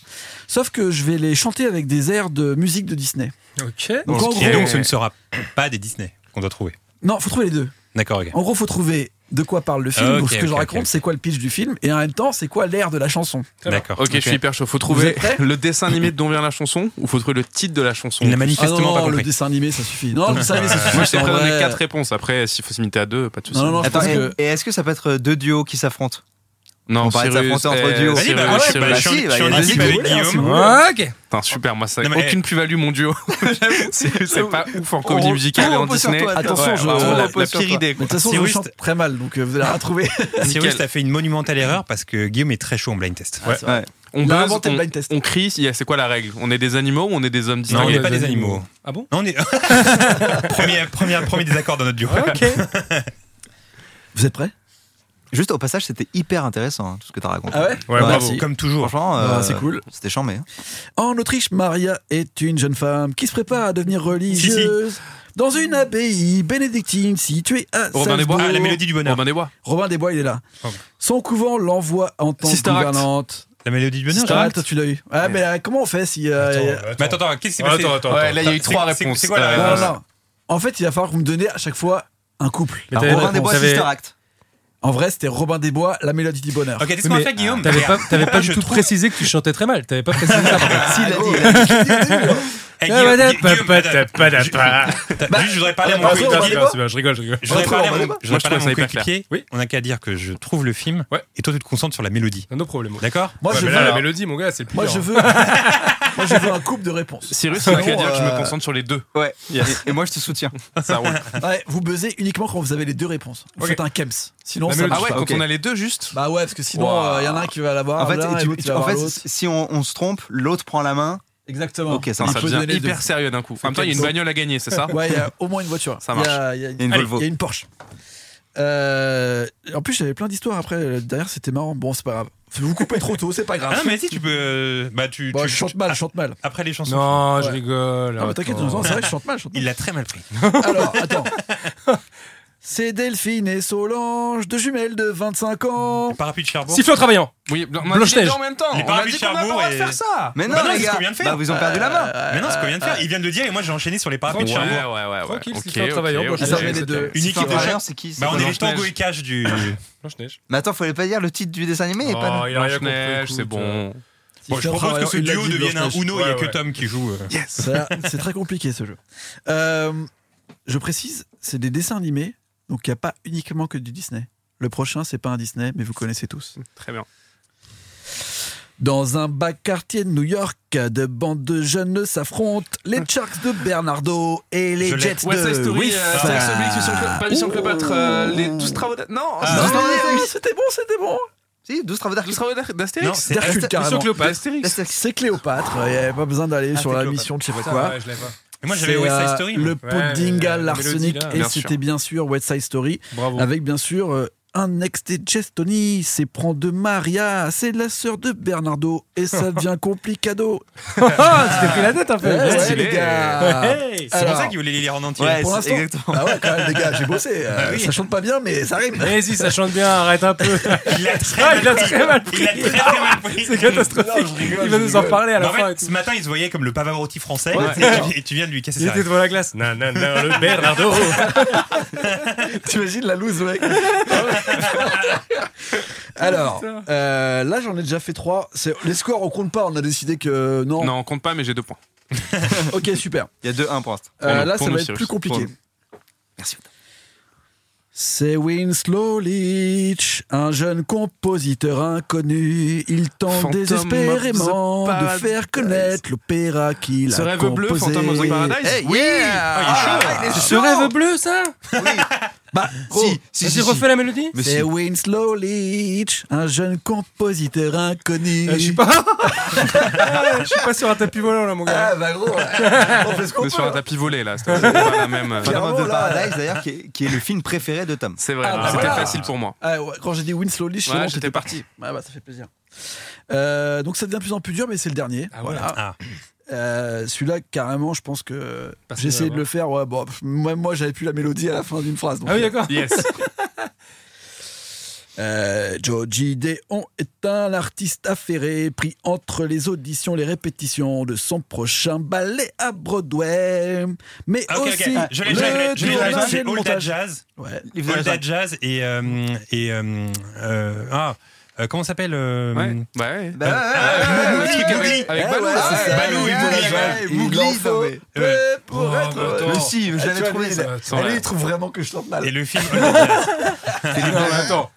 H: Sauf que je vais les chanter avec des airs de musique de Disney.
E: Ok.
H: Donc, en
D: Ce qui est
H: gros-
D: donc, ce ne sera pas des Disney qu'on doit trouver.
H: Non, faut trouver les deux.
D: D'accord, ok.
H: En gros, faut trouver de quoi parle le film.
D: Ah, ok,
H: donc, ce que je
D: ok,
H: raconte,
D: ok.
H: c'est quoi le pitch du film, et en même temps, c'est quoi l'air de la chanson.
E: Très bien.
D: D'accord.
G: Ok, je suis hyper chaud. Faut
H: Vous
G: trouver
H: êtes prêts
G: le dessin animé d'où vient la chanson ou faut trouver le titre de la chanson Euh,
D: Il n'a
H: Ah non,
D: manifestement
H: non,
D: pas
H: le
D: compris.
H: dessin animé, ça suffit. Non, le dessin animé, ça suffit.
G: Moi, je t'ai
H: en
G: présenté
H: vrai.
G: quatre réponses. Après, s'il faut se limiter à deux, pas de soucis.
H: Non, non, non, je
F: Attends,
H: pense
F: et,
H: que.
F: et est-ce que ça peut être deux duos qui s'affrontent
G: Non,
F: On parlait de
G: Cyrus,
F: s'affronter entre
G: eh,
F: duos.
G: Cyrus,
D: Vas-y, bah,
F: Ah
D: moi,
F: ouais,
D: je-
F: bah,
D: bah, je suis en-
F: si,
D: je suis en
F: bah,
D: équipe
F: vas-y,
D: avec
F: go, hein, si vous
D: Guillaume.
F: voulez.
E: Ok.
G: Putain, super, moi, ça
D: Non, mais-
G: aucune plus-value, mon duo. J'avoue, c'est c'est pas ouf en comédie
F: On-
G: musicale et en
F: on repose sur
G: Disney.
F: toi, attends.
H: Attention,
G: Ouais,
H: je-
G: vraiment,
H: on
G: la,
F: repose
G: la
F: sur
G: pire
F: toi.
G: idée.
H: Mais
G: quoi.
H: de toute façon, je
D: Cyrus,
H: chante très mal, donc euh, vous allez la retrouver.
D: Ah, Cyrus
G: Nickel.
D: a fait une monumentale erreur parce que Guillaume est très chaud en blind test.
H: Ah, c'est vrai.
F: Ouais.
G: On
H: Il a
G: buzz,
H: inventé le
G: on-
H: blind test.
G: On crie, il y a- c'est quoi la règle On est des animaux ou on est des hommes
D: Non, on
G: distingués
D: n'est pas des animaux.
E: Ah bon
D: Non, on est. premier, premier, premier désaccord dans notre duo.
E: Ok.
H: Vous êtes prêts
F: Juste au passage, c'était hyper intéressant hein, tout ce que t'as raconté.
H: Ah ouais
D: Ouais,
F: bravo.
D: bravo. Comme toujours.
F: Franchement,
H: Ah,
F: euh,
H: c'est cool.
F: C'était chambé. hein.
H: En Autriche, Maria est une jeune femme qui se prépare à devenir religieuse. Dans une abbaye bénédictine située à
G: Robin des Bois.
H: Salzbourg.
D: Ah, la mélodie du bonheur.
G: Robin des Bois.
H: Robin des Bois, il est là. Son couvent l'envoie en tant que
G: Sister Act.
H: gouvernante.
D: La mélodie du bonheur.
H: Sister Act, toi, tu l'as eu. Ah, mais euh, comment on fait si. euh, y a-
D: Mais attends, attends, qu'est-ce qui s'est
E: Attends,
D: passé
E: attends, attends.
G: Ouais, là, il y a eu
D: C'est-
G: trois
D: c'est-
G: réponses.
D: C'est quoi la
G: Euh,
H: Non,
D: réponse
H: non, non. En fait, il va falloir que vous me donnez à chaque fois un couple.
E: Mais t'avais
F: Alors, Robin
E: pas-
F: des Bois,
E: t'avais-
F: Sister Act.
H: En vrai, c'était Robin des Bois, la mélodie du bonheur.
D: Ok, qu'est-ce
E: Oui,
D: qu'on va
E: mais
D: faire, Guillaume
E: T'avais pas, t'avais pas
D: Là,
E: du
D: je
E: tout
D: trouve-
H: oh,
E: précisé que tu chantais très mal. T'avais pas précisé ça. par contre.
F: Si, il a dit, il a dit.
D: Eh,
E: Ah,
D: Guillaume,
E: madame,
D: Guillaume, madame,
E: papadapadapada.
D: t'as- juste, je voudrais parler à mon
E: Ah, non,
D: coéquipier.
E: non, c'est vrai, Je rigole, je rigole.
D: Je voudrais
F: Retrouve,
D: parler à
F: on va
D: mon-
E: hein.
F: voir.
D: je
G: Moi, je
D: voudrais parler à
G: trouve
D: mon
G: ça hyper clair.
D: coéquipier.
E: Oui.
D: On n'a qu'à dire que je trouve le film
E: Ouais.
D: et toi, tu te concentres sur la mélodie.
E: Un autre problème.
D: D'accord
H: Moi,
E: Ouais,
H: je
E: mais
H: veux,
E: là, la
H: un-
E: mélodie, mon gars, c'est le pire.
H: moi, je veux, moi, je veux un couple de réponses.
G: Cyrus, il m'a qu'à
H: Sinon,
G: dire que je me
H: euh,
G: concentre sur les deux.
F: Ouais.
G: Yes.
F: Et, et moi, je te soutiens.
G: Ça roule.
H: Ouais, vous buzzez uniquement quand vous avez les deux réponses. Vous
E: Ok.
H: faites un kems. Sinon,
E: La
H: ça
E: mélodie.
G: Ah
H: marche
G: ouais,
H: pas.
G: quand
F: ok.
G: on a les deux, juste
H: Bah ouais, parce que sinon, il
G: Ouah.
H: y en a un qui va l'avoir.
F: En fait,
H: Ah, l'un, et
F: tu-
H: l'autre,
F: tu-
H: il va
F: en
H: avoir
F: fait,
H: l'autre.
F: si on, on se trompe, l'autre prend la main.
H: exactement.
F: Ok, ça
G: Non, ça
F: marche.
H: Il peut
G: devient
H: donner les deux.
G: hyper sérieux d'un coup. En même temps, il y a une
H: Donc-
G: bagnole à gagner, c'est ça
D: Ah
H: Ouais, il y a au moins une voiture.
G: Ça
H: Il y a- Il y, a
F: Et une
H: Allez,
F: Volvo.
H: il y a une Porsche. Euh, en plus, j'avais plein d'histoires après. euh, Derrière, c'était marrant. Bon, c'est pas grave. Vous vous coupez trop tôt, c'est pas
D: Ah
H: grave.
D: non, mais si, tu peux. euh, Bah, tu.
H: Bon,
D: tu- Ah,
H: je chante mal, je chante mal.
D: Après les chansons.
E: Non, je
H: Ouais.
E: rigole.
H: Non, mais t'inquiète,
E: bah, attends.
H: non, c'est vrai que je chante mal. Je chante mal.
D: Il l'a très mal pris.
H: Alors, attends. C'est Delphine et Solange, deux jumelles de 25 ans.
D: Le parapluie de Cherbourg.
E: Siffle en travaillant.
G: Oui, on a dit les
E: Blanche-Neige.
G: deux en même temps.
D: Les
G: On a
D: parapluies
G: dit
D: de
G: qu'on avait pas le droit de
D: Cherbourg
G: faire
D: et-
G: ça.
F: Mais non,
D: Bah non,
F: les
D: c'est ce
F: gars,
D: qu'on vient de faire. Euh,
F: bah, vous ont perdu la main.
D: Mais non, c'est qu'on vient de faire. Il vient de le dire et moi j'ai enchaîné sur les parapluies de
G: Ouais, ouais,
D: Cherbourg.
G: ouais.
E: Tranquille,
G: ouais.
E: euh, c'est
G: Ok,
E: un travail,
G: ok,
E: on peut
G: ok,
H: Ils avaient
G: ok.
H: les deux.
D: Une équipe de
F: Florian,
D: chaque.
F: c'est qui c'est
D: Bah, on est les
G: Blanche-Neige.
D: tango et cash du.
E: Blanche-Neige.
F: Mais attends, fallait pas dire le titre du dessin animé. et pas
E: Oh,
F: de-
E: il a rien compris.
G: Blanche-Neige,
E: écoute.
G: c'est bon.
D: Bon, je propose que ce
H: Il l'a
D: duo
H: dit,
D: devienne un
H: Blanche-Neige.
D: Uno, il n'y a
E: Ouais,
D: que
E: ouais.
D: Tom qui joue. euh.
H: Ça, C'est très compliqué ce jeu. Euh, je précise, c'est des dessins animés, donc il n'y a pas uniquement que du Disney. Le prochain, c'est pas un Disney, mais vous connaissez tous.
G: Très bien.
H: Dans un bas quartier de New York, de bandes de jeunes s'affrontent
E: Ah.
H: les Sharks de Bernardo et les
D: Je l'ai.
H: Jets
G: West Side
H: de
G: Story,
H: Riff.
G: euh, Astérix Obélix, Mission Cléopâtre- pas Mission Cléopâtre, euh, les 12 travaux d'A- Non,
E: Ah,
H: Non,
F: Astérix
H: non,
F: Obélix.
H: oui, c'était bon, c'était bon.
F: Si, 12 travaux
G: 12
F: d'Arc.
G: travaux d'A-
D: Non,
G: d'Astérix
D: c'est
H: Hercule, carrément.
G: D'Astérix
H: C'est Cléopâtre, il n'y avait pas besoin d'aller sur la
D: Cléopâtre.
H: mission de je sais pas
E: Ah, Ça,
H: quoi.
E: ouais, je l'avais pas.
D: Mais Moi j'avais
H: C'est,
D: West Side
H: euh,
D: Story.
H: Le
D: moi.
H: pot
E: Ouais, mais
H: de Dingal,
E: la mélodie,
H: l'arsenic,
E: là,
H: et
G: bien
H: c'était bien sûr West Side Story,
E: Bravo.
H: avec bien sûr euh, un ex des Jets, Tony, s'éprend de Maria, c'est la sœur de Bernardo, et ça devient complicado.
E: Ah, tu t'es pris la tête un peu.
H: Ouais, ouais,
G: stylé.
H: les gars.
E: Hey.
D: C'est pour
H: Alors.
D: ça qu'il voulait les lire en entier.
F: Ouais,
H: Pour
F: c'est-
H: l'instant.
F: exactement.
H: Ah ouais, quand même, les gars, j'ai bossé. Euh, Ça chante pas bien, mais ça rime.
E: Eh si, ça chante bien, arrête un peu.
D: Il l'a très
E: Ah,
D: mal
E: il a
D: pris.
E: très mal pris.
D: Il l'a très, très mal pris.
E: C'est catastrophique.
H: Non, je rigole,
E: il va
H: je
E: nous en
H: rigole.
E: parler à la
D: En
E: fin. et
D: fait,
E: tout.
D: ce matin, il se voyait comme le Pavarotti français.
H: Ouais,
D: et tu-
H: c'est
D: et, tu, viens de lui casser
E: Il
D: sa
E: était
D: race.
E: devant la glace. Non, non, non, le Bernardo.
H: T'imagines la loose, mec. Ah Alors, euh, là, j'en ai déjà fait trois. C'est- Les scores, on compte pas. On a décidé que non.
G: Non, on compte pas, mais j'ai deux points.
H: Ok, super.
F: Il y a 2-1 pour l'instant.
H: Euh,
G: Pour nous,
H: là,
G: pour
H: ça
G: nous,
H: va être
G: Cyrus,
H: plus compliqué.
G: pour
F: Merci.
H: C'est Winslow Leach, un jeune compositeur inconnu. Il tente
G: Phantom
H: désespérément
G: of the
H: de
G: Paradise.
H: faire connaître l'opéra qu'il a
G: Ce rêve bleu,
H: composé.
G: Phantom of the Paradise
F: Hey, yeah
D: Ah, il est chaud.
F: il est
E: Ce
F: chaud.
E: rêve bleu, ça
H: Bah, gros,
F: Si,
E: Oh,
F: si,
E: Vas-y,
F: si,
E: refais
F: si.
E: la mélodie.
F: Mais
H: c'est
F: si.
H: Winslow Leach, un jeune compositeur inconnu.
E: Euh, Je suis pas. Ah, Je suis pas sur un tapis volant là, mon gars.
H: Ah bah gros, on fait ce
G: On
H: qu'on
G: est sur un
H: peut.
G: tapis volé là, c'est c'est pas la même. euh,
F: Phantom of
H: Clairement,
F: the
H: là.
F: Paradise, d'ailleurs, qui est, qui est le film préféré de Tom.
G: C'est vrai, hein.
H: Ah, bah
G: c'était
H: voilà.
G: facile pour moi.
H: Ah ouais, quand j'ai dit Winslow Leach, c'est
G: Ouais,
H: bon,
G: j'étais
H: t'étais
G: parti.
H: Ah bah ça fait plaisir. Euh, donc ça devient de plus en plus dur, mais c'est le dernier. voilà.
D: Ah.
H: Euh, Celui-là, carrément, je pense que
E: Parce
H: j'ai
E: que,
H: essayé de
E: ouais.
H: le faire. Ouais, bon, pff, moi, moi j'avais plus la mélodie à la fin d'une phrase. donc,
E: Ah oui,
H: euh,
E: d'accord.
G: Yes.
H: Euh, Joji Deon est un artiste affairé, pris entre les auditions, les répétitions de son prochain ballet à Broadway. Mais
D: Ah, ok, ok.
H: aussi
D: Je l'ai, je l'ai, je l'ai,
H: le
D: je l'ai, je l'ai,
H: tournage et
D: C'est
H: le
D: All That
H: montage.
D: Jazz.
H: Ouais.
D: All That Jazz et. euh, et euh, euh, ah, euh, comment ça s'appelle euh,
H: Mm.
G: Ouais. Bah ouais.
F: Bah, ouais, ouais, ouais, ouais, ouais, ouais, ouais.
G: Avec avec
H: Eh
G: Balou,
H: ouais,
G: là.
F: ouais,
H: c'est ça,
D: Balou,
H: le
D: il faut
H: gars,
D: la
F: jouer.
H: il
F: Mougli,
H: en faut
F: non, mais-
H: peu
D: Euh,
H: pour
E: oh,
H: être
E: bah,
H: heureux.
E: attends.
F: Mais si, je
H: Ah,
F: l'avais
H: tu vois,
F: trouvé
H: lui,
F: ça.
H: il a-
G: Sans
H: lui,
G: la-
H: il trouve vraiment que je chante mal.
D: euh, Et le film bah, All That Jazz.
E: Non, mais attends.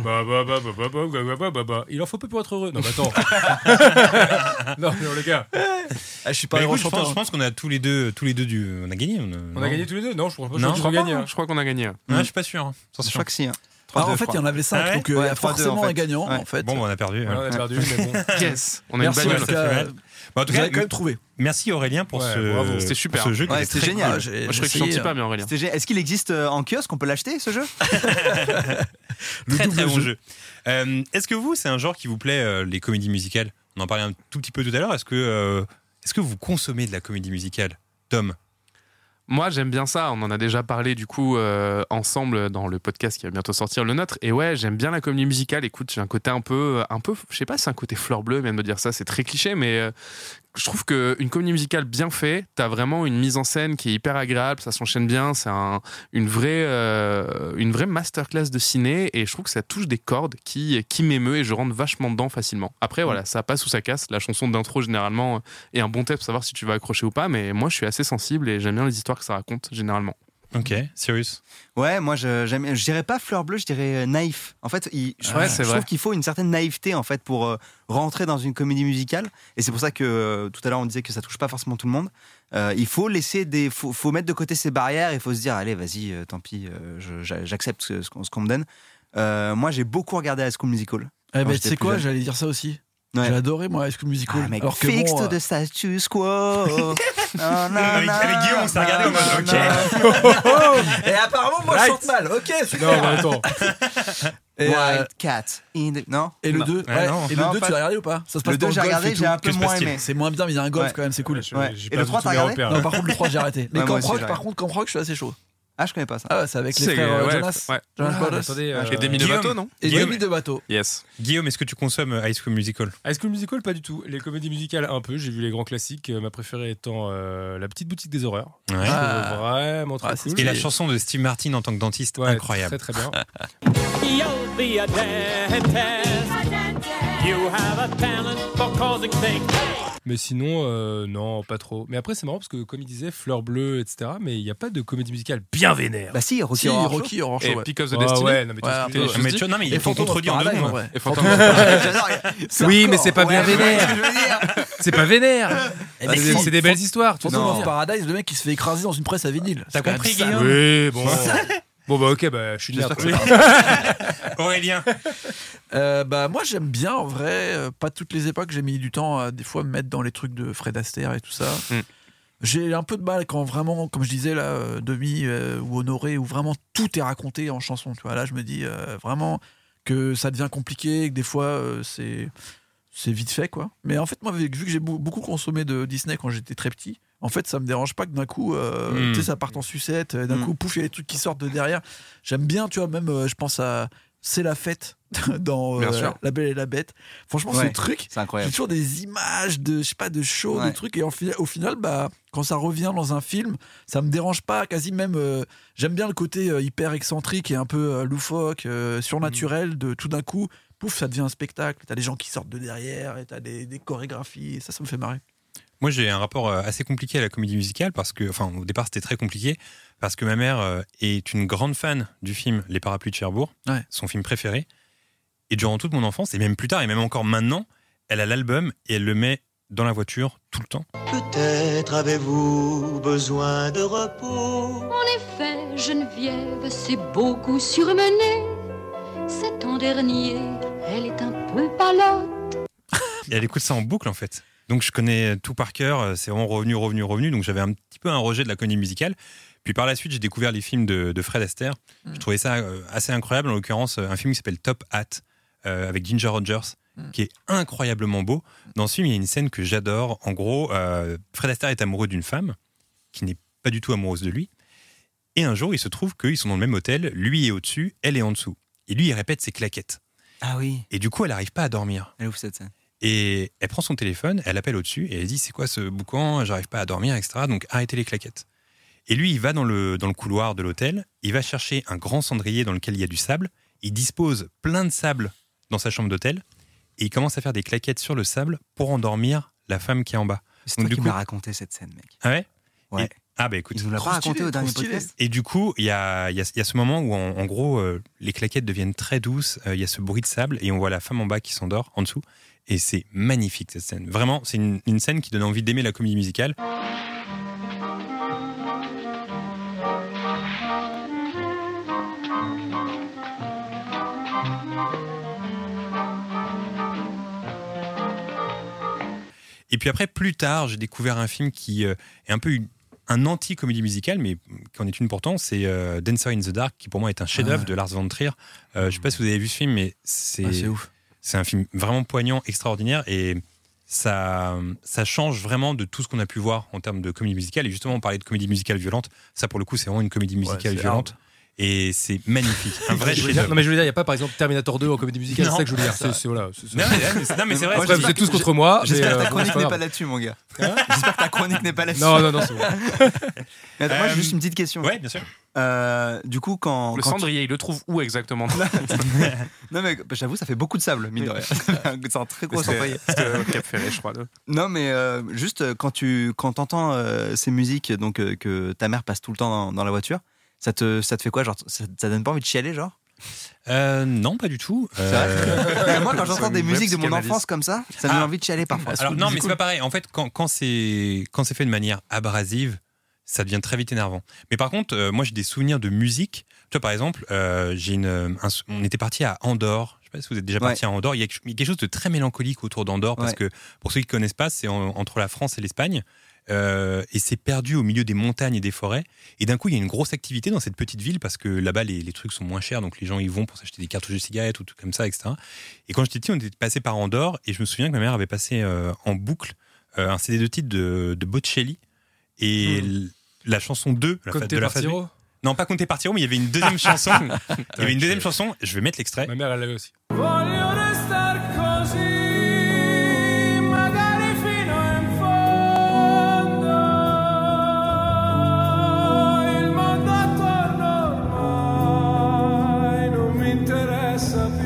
E: Bah, bah, bah, bah, bah, bah, bah, bah, bah, bah, bah. Il en faut peu pour être heureux. Non, mais attends. non, non, les gars.
H: Ah, je suis
D: Bah,
H: pas un grand
D: écoute, je pense,
H: chanteur.
D: je pense qu'on a tous les deux, tous les deux du, on a gagné. On a,
E: On a gagné tous les deux Non, je crois pas.
D: Non,
E: je
D: je
E: crois
D: crois
E: qu'on gagne. hein.
G: Je crois qu'on a gagné. hein.
D: Non, je suis pas sûr. hein.
F: Je crois que si. hein.
H: Ah,
F: 3-2,
H: en fait, il y en avait 5,
D: Ah ouais
H: donc euh, il y
F: Ouais,
H: a
F: 3-2,
H: forcément
F: en fait.
H: un gagnant,
F: Ouais.
H: en fait.
D: Bon, bah, on a perdu.
E: Voilà, Ah, on
D: ouais.
E: a perdu, mais bon.
G: Yes. On a une
H: Merci en
G: bagnole.
H: tout
D: ça fait
H: cas.
D: mal. Bah, en tout
H: Vous
D: cas,
H: avez quand même trouvé.
D: merci Aurélien pour
E: Ouais,
D: ce,
E: bravo.
G: C'était super.
D: pour ce jeu. qui
F: Ouais,
D: était
F: c'était
D: très
F: génial.
D: cool.
H: Ah, j'ai-
G: Moi, je
H: j'ai
G: crois que je
H: essayé,
G: sentis pas bien Aurélien.
F: C'était gé- Est-ce qu'il existe euh, en kiosque On peut l'acheter ce jeu
H: Le
D: Très très
H: double
D: bon
H: jeu.
D: jeu. Euh, Est-ce que vous, c'est un genre qui vous plaît euh, les comédies musicales On en parlait un tout petit peu tout à l'heure. Est-ce que euh, est-ce que vous consommez de la comédie musicale, Tom
G: Moi, j'aime bien ça. On en a déjà parlé du coup euh, ensemble dans le podcast qui va bientôt sortir le nôtre. Et ouais, j'aime bien la comédie musicale. Écoute, j'ai un côté un peu, un peu, je sais pas, c'est un côté fleur bleue, même de dire ça, c'est très cliché, mais euh, je trouve que une comédie musicale bien faite, t'as vraiment une mise en scène qui est hyper agréable, ça s'enchaîne bien, c'est un, une vraie euh, une vraie masterclass de ciné et je trouve que ça touche des cordes qui qui m'émeut et je rentre vachement dedans facilement. Après voilà, ça passe ou ça casse, la chanson d'intro généralement est un bon test pour savoir si tu vas accrocher ou pas, mais moi je suis assez sensible et j'aime bien les histoires que ça raconte généralement.
D: Ok, Cyrus.
F: Ouais, moi je j'aime- je dirais pas fleur bleue, je dirais euh, naïf. En fait, il- je,
G: Ouais,
F: je
G: c'est vrai.
F: trouve qu'il faut une certaine naïveté en fait pour euh, rentrer dans une comédie musicale, et c'est pour ça que euh, tout à l'heure on disait que ça touche pas forcément tout le monde. Euh, il faut laisser des, faut, faut mettre de côté ses barrières, il faut se dire allez vas-y, euh, tant pis, euh, je- j'a- j'accepte ce, ce qu'on ce qu'on me donne. Euh, moi j'ai beaucoup regardé High School Musical.
H: Eh
F: Quand
H: ben,
F: j'étais
H: tu sais
F: plus
H: quoi,
F: jeune.
H: j'allais dire ça aussi.
F: Ouais.
H: J'ai adoré, moi, High School Musical.
F: Ah, mec,
H: Alors que
F: fixed
H: bon, euh,
F: de status quo. Non, non,
D: Avec-
F: non,
D: avec Guillaume, on s'est
F: non,
D: regardé en mode,
F: non,
D: ok.
F: non.
H: Et apparemment, moi,
E: Right.
H: je chante mal. Ok, super.
E: Non, mais attends.
H: Et, euh,
F: Wild Cat. in the- Non
H: et le
G: Non.
H: 2,
D: Ouais, non.
H: et
F: Non,
H: le 2
F: pas-
H: tu l'as regardé ou pas Ça se passe
F: Le 2,
H: dans
F: j'ai
H: golf et
F: regardé,
H: tout.
F: j'ai un peu
D: Que se
F: moins
D: passe-t-il
F: aimé.
H: C'est moins bien, mais il y a un golf
F: Ouais.
H: quand même, c'est cool.
E: Je-
F: Ouais.
E: j'ai
F: Et
E: pas
F: le
E: du
F: trois,
E: tout
F: t'as
E: mes
F: regardé
E: repères,
H: Ah Non,
E: là.
H: par contre, le 3, j'ai arrêté. Mais
F: Ouais, moi
H: Camp
F: aussi,
H: Rock,
F: j'ai
H: par
F: arrêté.
H: contre, Camp Rock, je suis assez chaud.
F: Ah, je connais pas ça.
H: Ah, ouais, c'est avec les
G: C'est-
H: frères
G: ouais,
H: Jonas.
G: ouais.
H: Jonas
E: Ah,
H: Brothers.
E: attendez,
G: Et
E: euh,
G: Demi Lovato,
D: Guillaume.
G: non
H: Et
D: Guillaume.
H: Demi de bateau.
G: Yes.
D: Guillaume, est-ce que tu consommes euh, High School Musical
E: High School Musical, pas du tout. Les comédies musicales, un peu. J'ai vu les grands classiques. Euh, Ma préférée étant euh, La Petite Boutique des Horreurs.
D: Ouais.
E: Je trouve
H: Ah.
E: Vraiment trop
H: Ah, c'est
E: cool.
D: Et la
H: Oui.
D: chanson de Steve Martin en tant que dentiste,
E: Ouais,
D: incroyable.
E: Très, très bien.
I: You'll be a dentist. You have a talent for causing things.
E: Mais sinon, euh, non, pas trop. Mais après, c'est marrant parce que, comme il disait, Fleur Bleue, etc. Mais il n'y a pas de comédie musicale bien vénère.
F: Bah si, Rocky
H: Si,
F: Horror
H: Rocky Horror Show.
G: Et
H: ouais.
G: Pick of the
E: Ah
G: Destiny.
E: ouais, non, mais tu
H: Ouais,
E: vois ce que
H: un
E: je
H: peu,
E: veux
D: mais
E: dire.
D: tu vois, non, mais il
H: Et
D: est
H: Phantom of
D: contredit en deux
H: Paradise, en
D: secondes.
H: vrai.
G: Et Phantom
H: Phantom
G: of
H: of
F: Show.
H: Paradise.
F: J'adore. C'est
E: Oui,
F: hardcore.
E: mais c'est pas bien
F: Ouais, ouais,
E: vénère.
F: je veux dire.
E: C'est pas
G: Ah,
E: vénère.
H: mais
E: C'est-
H: si.
E: c'est des belles histoires. Tu
H: Phantom
E: vois.
H: of Paradise, le mec qui se fait écraser dans une presse à vinyle.
D: T'as
H: C'est quand même
D: compris,
H: ça.
D: Guillaume
E: Oui, bon. bon, bah, ok, bah, je suis de merde.
F: J'espère que
D: Aurélien.
H: Euh, bah moi j'aime bien en vrai, euh, pas toutes les époques, j'ai mis du temps à des fois me mettre dans les trucs de Fred Astaire et tout ça.
G: Mm.
H: J'ai un peu de mal quand vraiment, comme je disais là, euh, demi euh, ou honoré, où vraiment tout est raconté en chanson. Tu vois, là je me dis euh, vraiment que ça devient compliqué, que des fois euh, c'est c'est vite fait quoi. Mais en fait moi vu vu que j'ai beau- beaucoup consommé de Disney quand j'étais très petit, en fait ça me dérange pas que d'un coup euh,
D: Mm.
H: tu sais ça parte en sucette, euh, d'un
F: Mm.
H: coup pouf il y a des trucs qui sortent de derrière. J'aime bien tu vois même euh, je pense à c'est la fête dans euh,
G: Bien sûr.
H: La Belle et la Bête. Franchement,
F: Ouais.
H: ce truc,
F: C'est
H: j'ai
F: incroyable.
H: toujours des images de, je sais pas, de show, de
F: Ouais.
H: trucs. Et en fi- au final, bah, quand ça revient dans un film, ça me dérange pas, quasi même. euh, J'aime bien le côté euh, hyper excentrique et un peu euh, loufoque, euh, surnaturel, de tout d'un coup, pouf, ça devient un spectacle. T'as des gens qui sortent de derrière et t'as des, des chorégraphies. Et ça, ça me fait marrer.
D: Moi, j'ai un rapport euh, assez compliqué à la comédie musicale parce que, enfin, au départ, c'était très compliqué parce que ma mère euh, est une grande fan du film Les Parapluies de Cherbourg,
H: Ouais.
D: son film préféré. Et durant toute mon enfance, et même plus tard, et même encore maintenant, elle a l'album et elle le met dans la voiture tout le temps.
J: Peut-être avez-vous besoin de repos
K: En effet, Geneviève s'est beaucoup surmenée. Cet an dernier, elle est un peu palote.
D: Et elle écoute ça en boucle, en fait. Donc, je connais tout par cœur. euh, C'est vraiment revenu, revenu, revenu. Donc, j'avais un petit peu un rejet de la comédie musicale. Puis par la suite, j'ai découvert les films de, de Fred Astaire. Je trouvais ça euh, assez incroyable. En l'occurrence, euh, un film qui s'appelle Top Hat euh, avec Ginger Rogers, qui est incroyablement beau. Dans ce film, il y a une scène que j'adore. En gros, euh, Fred Astaire est amoureux d'une femme qui n'est pas du tout amoureuse de lui. Et un jour, il se trouve qu'ils sont dans le même hôtel. Lui est au-dessus, elle est en dessous. Et lui, il répète ses claquettes.
F: Ah oui,
D: Et du coup, elle n'arrive pas à dormir.
F: elle est ouf cette scène.
D: Et elle prend son téléphone, elle appelle au-dessus et elle dit C'est quoi ce boucan J'arrive pas à dormir, etc. Donc arrêtez les claquettes. Et lui, il va dans le, dans le couloir de l'hôtel, il va chercher un grand cendrier dans lequel il y a du sable, il dispose plein de sable dans sa chambre d'hôtel et il commence à faire des claquettes sur le sable pour endormir la femme qui est en bas.
F: C'est
D: Donc,
F: toi
D: du
F: qui
D: coup-
F: m'as raconté cette scène, mec.
D: Ah ouais
F: Ouais.
D: Et- Ah bah écoute.
F: Il nous l'a
H: Trop
F: pas
H: stylé,
F: raconté au
H: trop
F: dernier
H: stylé.
F: podcast.
D: Et du coup, il y a, il y a- il y a ce moment où, en, en gros, euh, les claquettes deviennent très douces, euh, il y a ce bruit de sable, et on voit la femme en bas qui s'endort en dessous. Et c'est magnifique cette scène. Vraiment, c'est une, une scène qui donne envie d'aimer la comédie musicale. Et puis après, plus tard, j'ai découvert un film qui euh, est un peu une- un anti-comédie musicale, mais qui en est une pourtant, c'est euh, Dancer in the Dark, qui pour moi est un chef-d'œuvre de Lars von Trier. Euh, je sais pas si vous avez vu ce film, mais c'est
H: Ah, c'est ouf.
D: c'est un film vraiment poignant, extraordinaire et ça, ça change vraiment de tout ce qu'on a pu voir en termes de comédie musicale. Et justement, on parlait de comédie musicale violente. Ça, pour le coup, c'est vraiment une comédie musicale
H: c'est
D: violente. Et c'est magnifique. Un vrai
E: Je veux
D: chef
E: dire- Non, mais je veux dire, il n'y a pas par exemple Terminator 2 en comédie musicale, c'est
D: Non,
E: ça que je veux dire.
D: ça-
E: C'est- c'est- voilà, c'est-
D: Non, mais- non, mais c'est vrai,
E: Bref,
D: c'est-
E: vous êtes tous contre
H: Ah,
E: moi. mais,
F: J'espère que
E: euh,
F: ta
E: bon, c'est
F: chronique
E: pas
F: n'est
E: grave.
F: pas là-dessus, mon gars. J'espère que ta chronique n'est pas là-dessus.
E: Non, non, non, c'est bon.
F: Mais attends, moi, j'ai
G: Euh,
F: juste une petite question.
G: ouais, bien sûr.
F: Euh, du coup, quand.
G: Le
F: quand tu-
G: cendrier, il le trouve où exactement
F: non, mais j'avoue, ça fait beaucoup de sable, mine de rien. C'est un très gros
G: C'était
F: cendrier.
G: c'était
D: euh,
G: au Cap Ferré, je crois. là.
F: Non, mais euh, juste euh, quand tu quand t'entends euh, ces musiques donc euh, que ta mère passe tout le temps dans, dans la voiture, ça te ça te fait quoi genre ça, ça donne pas envie de chialer genre
D: Euh, non, pas du tout. Euh,
F: Parce que Moi quand j'entends des
D: Web
F: musiques de mon
D: psychanalyste.
F: enfance comme ça, ça me donne
D: Ah.
F: envie de chialer parfois.
D: Alors non, mais c'est pas pareil. En fait, quand, quand c'est quand c'est fait de manière abrasive, ça devient très vite énervant. Mais par contre, euh, moi j'ai des souvenirs de musique. Toi, par exemple, euh, j'ai une. un sou- on était parti à Andorre. Je sais pas si vous êtes déjà parti à Andorre. Il y a quelque- il y a quelque chose de très mélancolique autour d'Andorre parce que
F: Ouais.
D: pour ceux qui connaissent pas, c'est en- entre la France et l'Espagne. Euh, et c'est perdu au milieu des montagnes et des forêts. Et d'un coup, il y a une grosse activité dans cette petite ville parce que là-bas, les, les trucs sont moins chers, donc les gens y vont pour s'acheter des cartouches de cigarettes ou tout comme ça, etc. Et quand j'étais petit, on était passé par Andorre et je me souviens que ma mère avait passé euh, en boucle euh, un CD de titre de, de Bocelli
F: Hmm.
D: et l- la chanson 2 la fa-
E: Conte
D: de la phase B.
E: Partiro
D: Non, pas Conte Partiro, mais il y avait une deuxième chanson. Il y avait une deuxième chanson, je vais mettre l'extrait.
E: Ma mère, elle l'avait aussi.
I: Voglio restar così, magari fino in fondo. Il mondo attorno ormai non mi interessa più.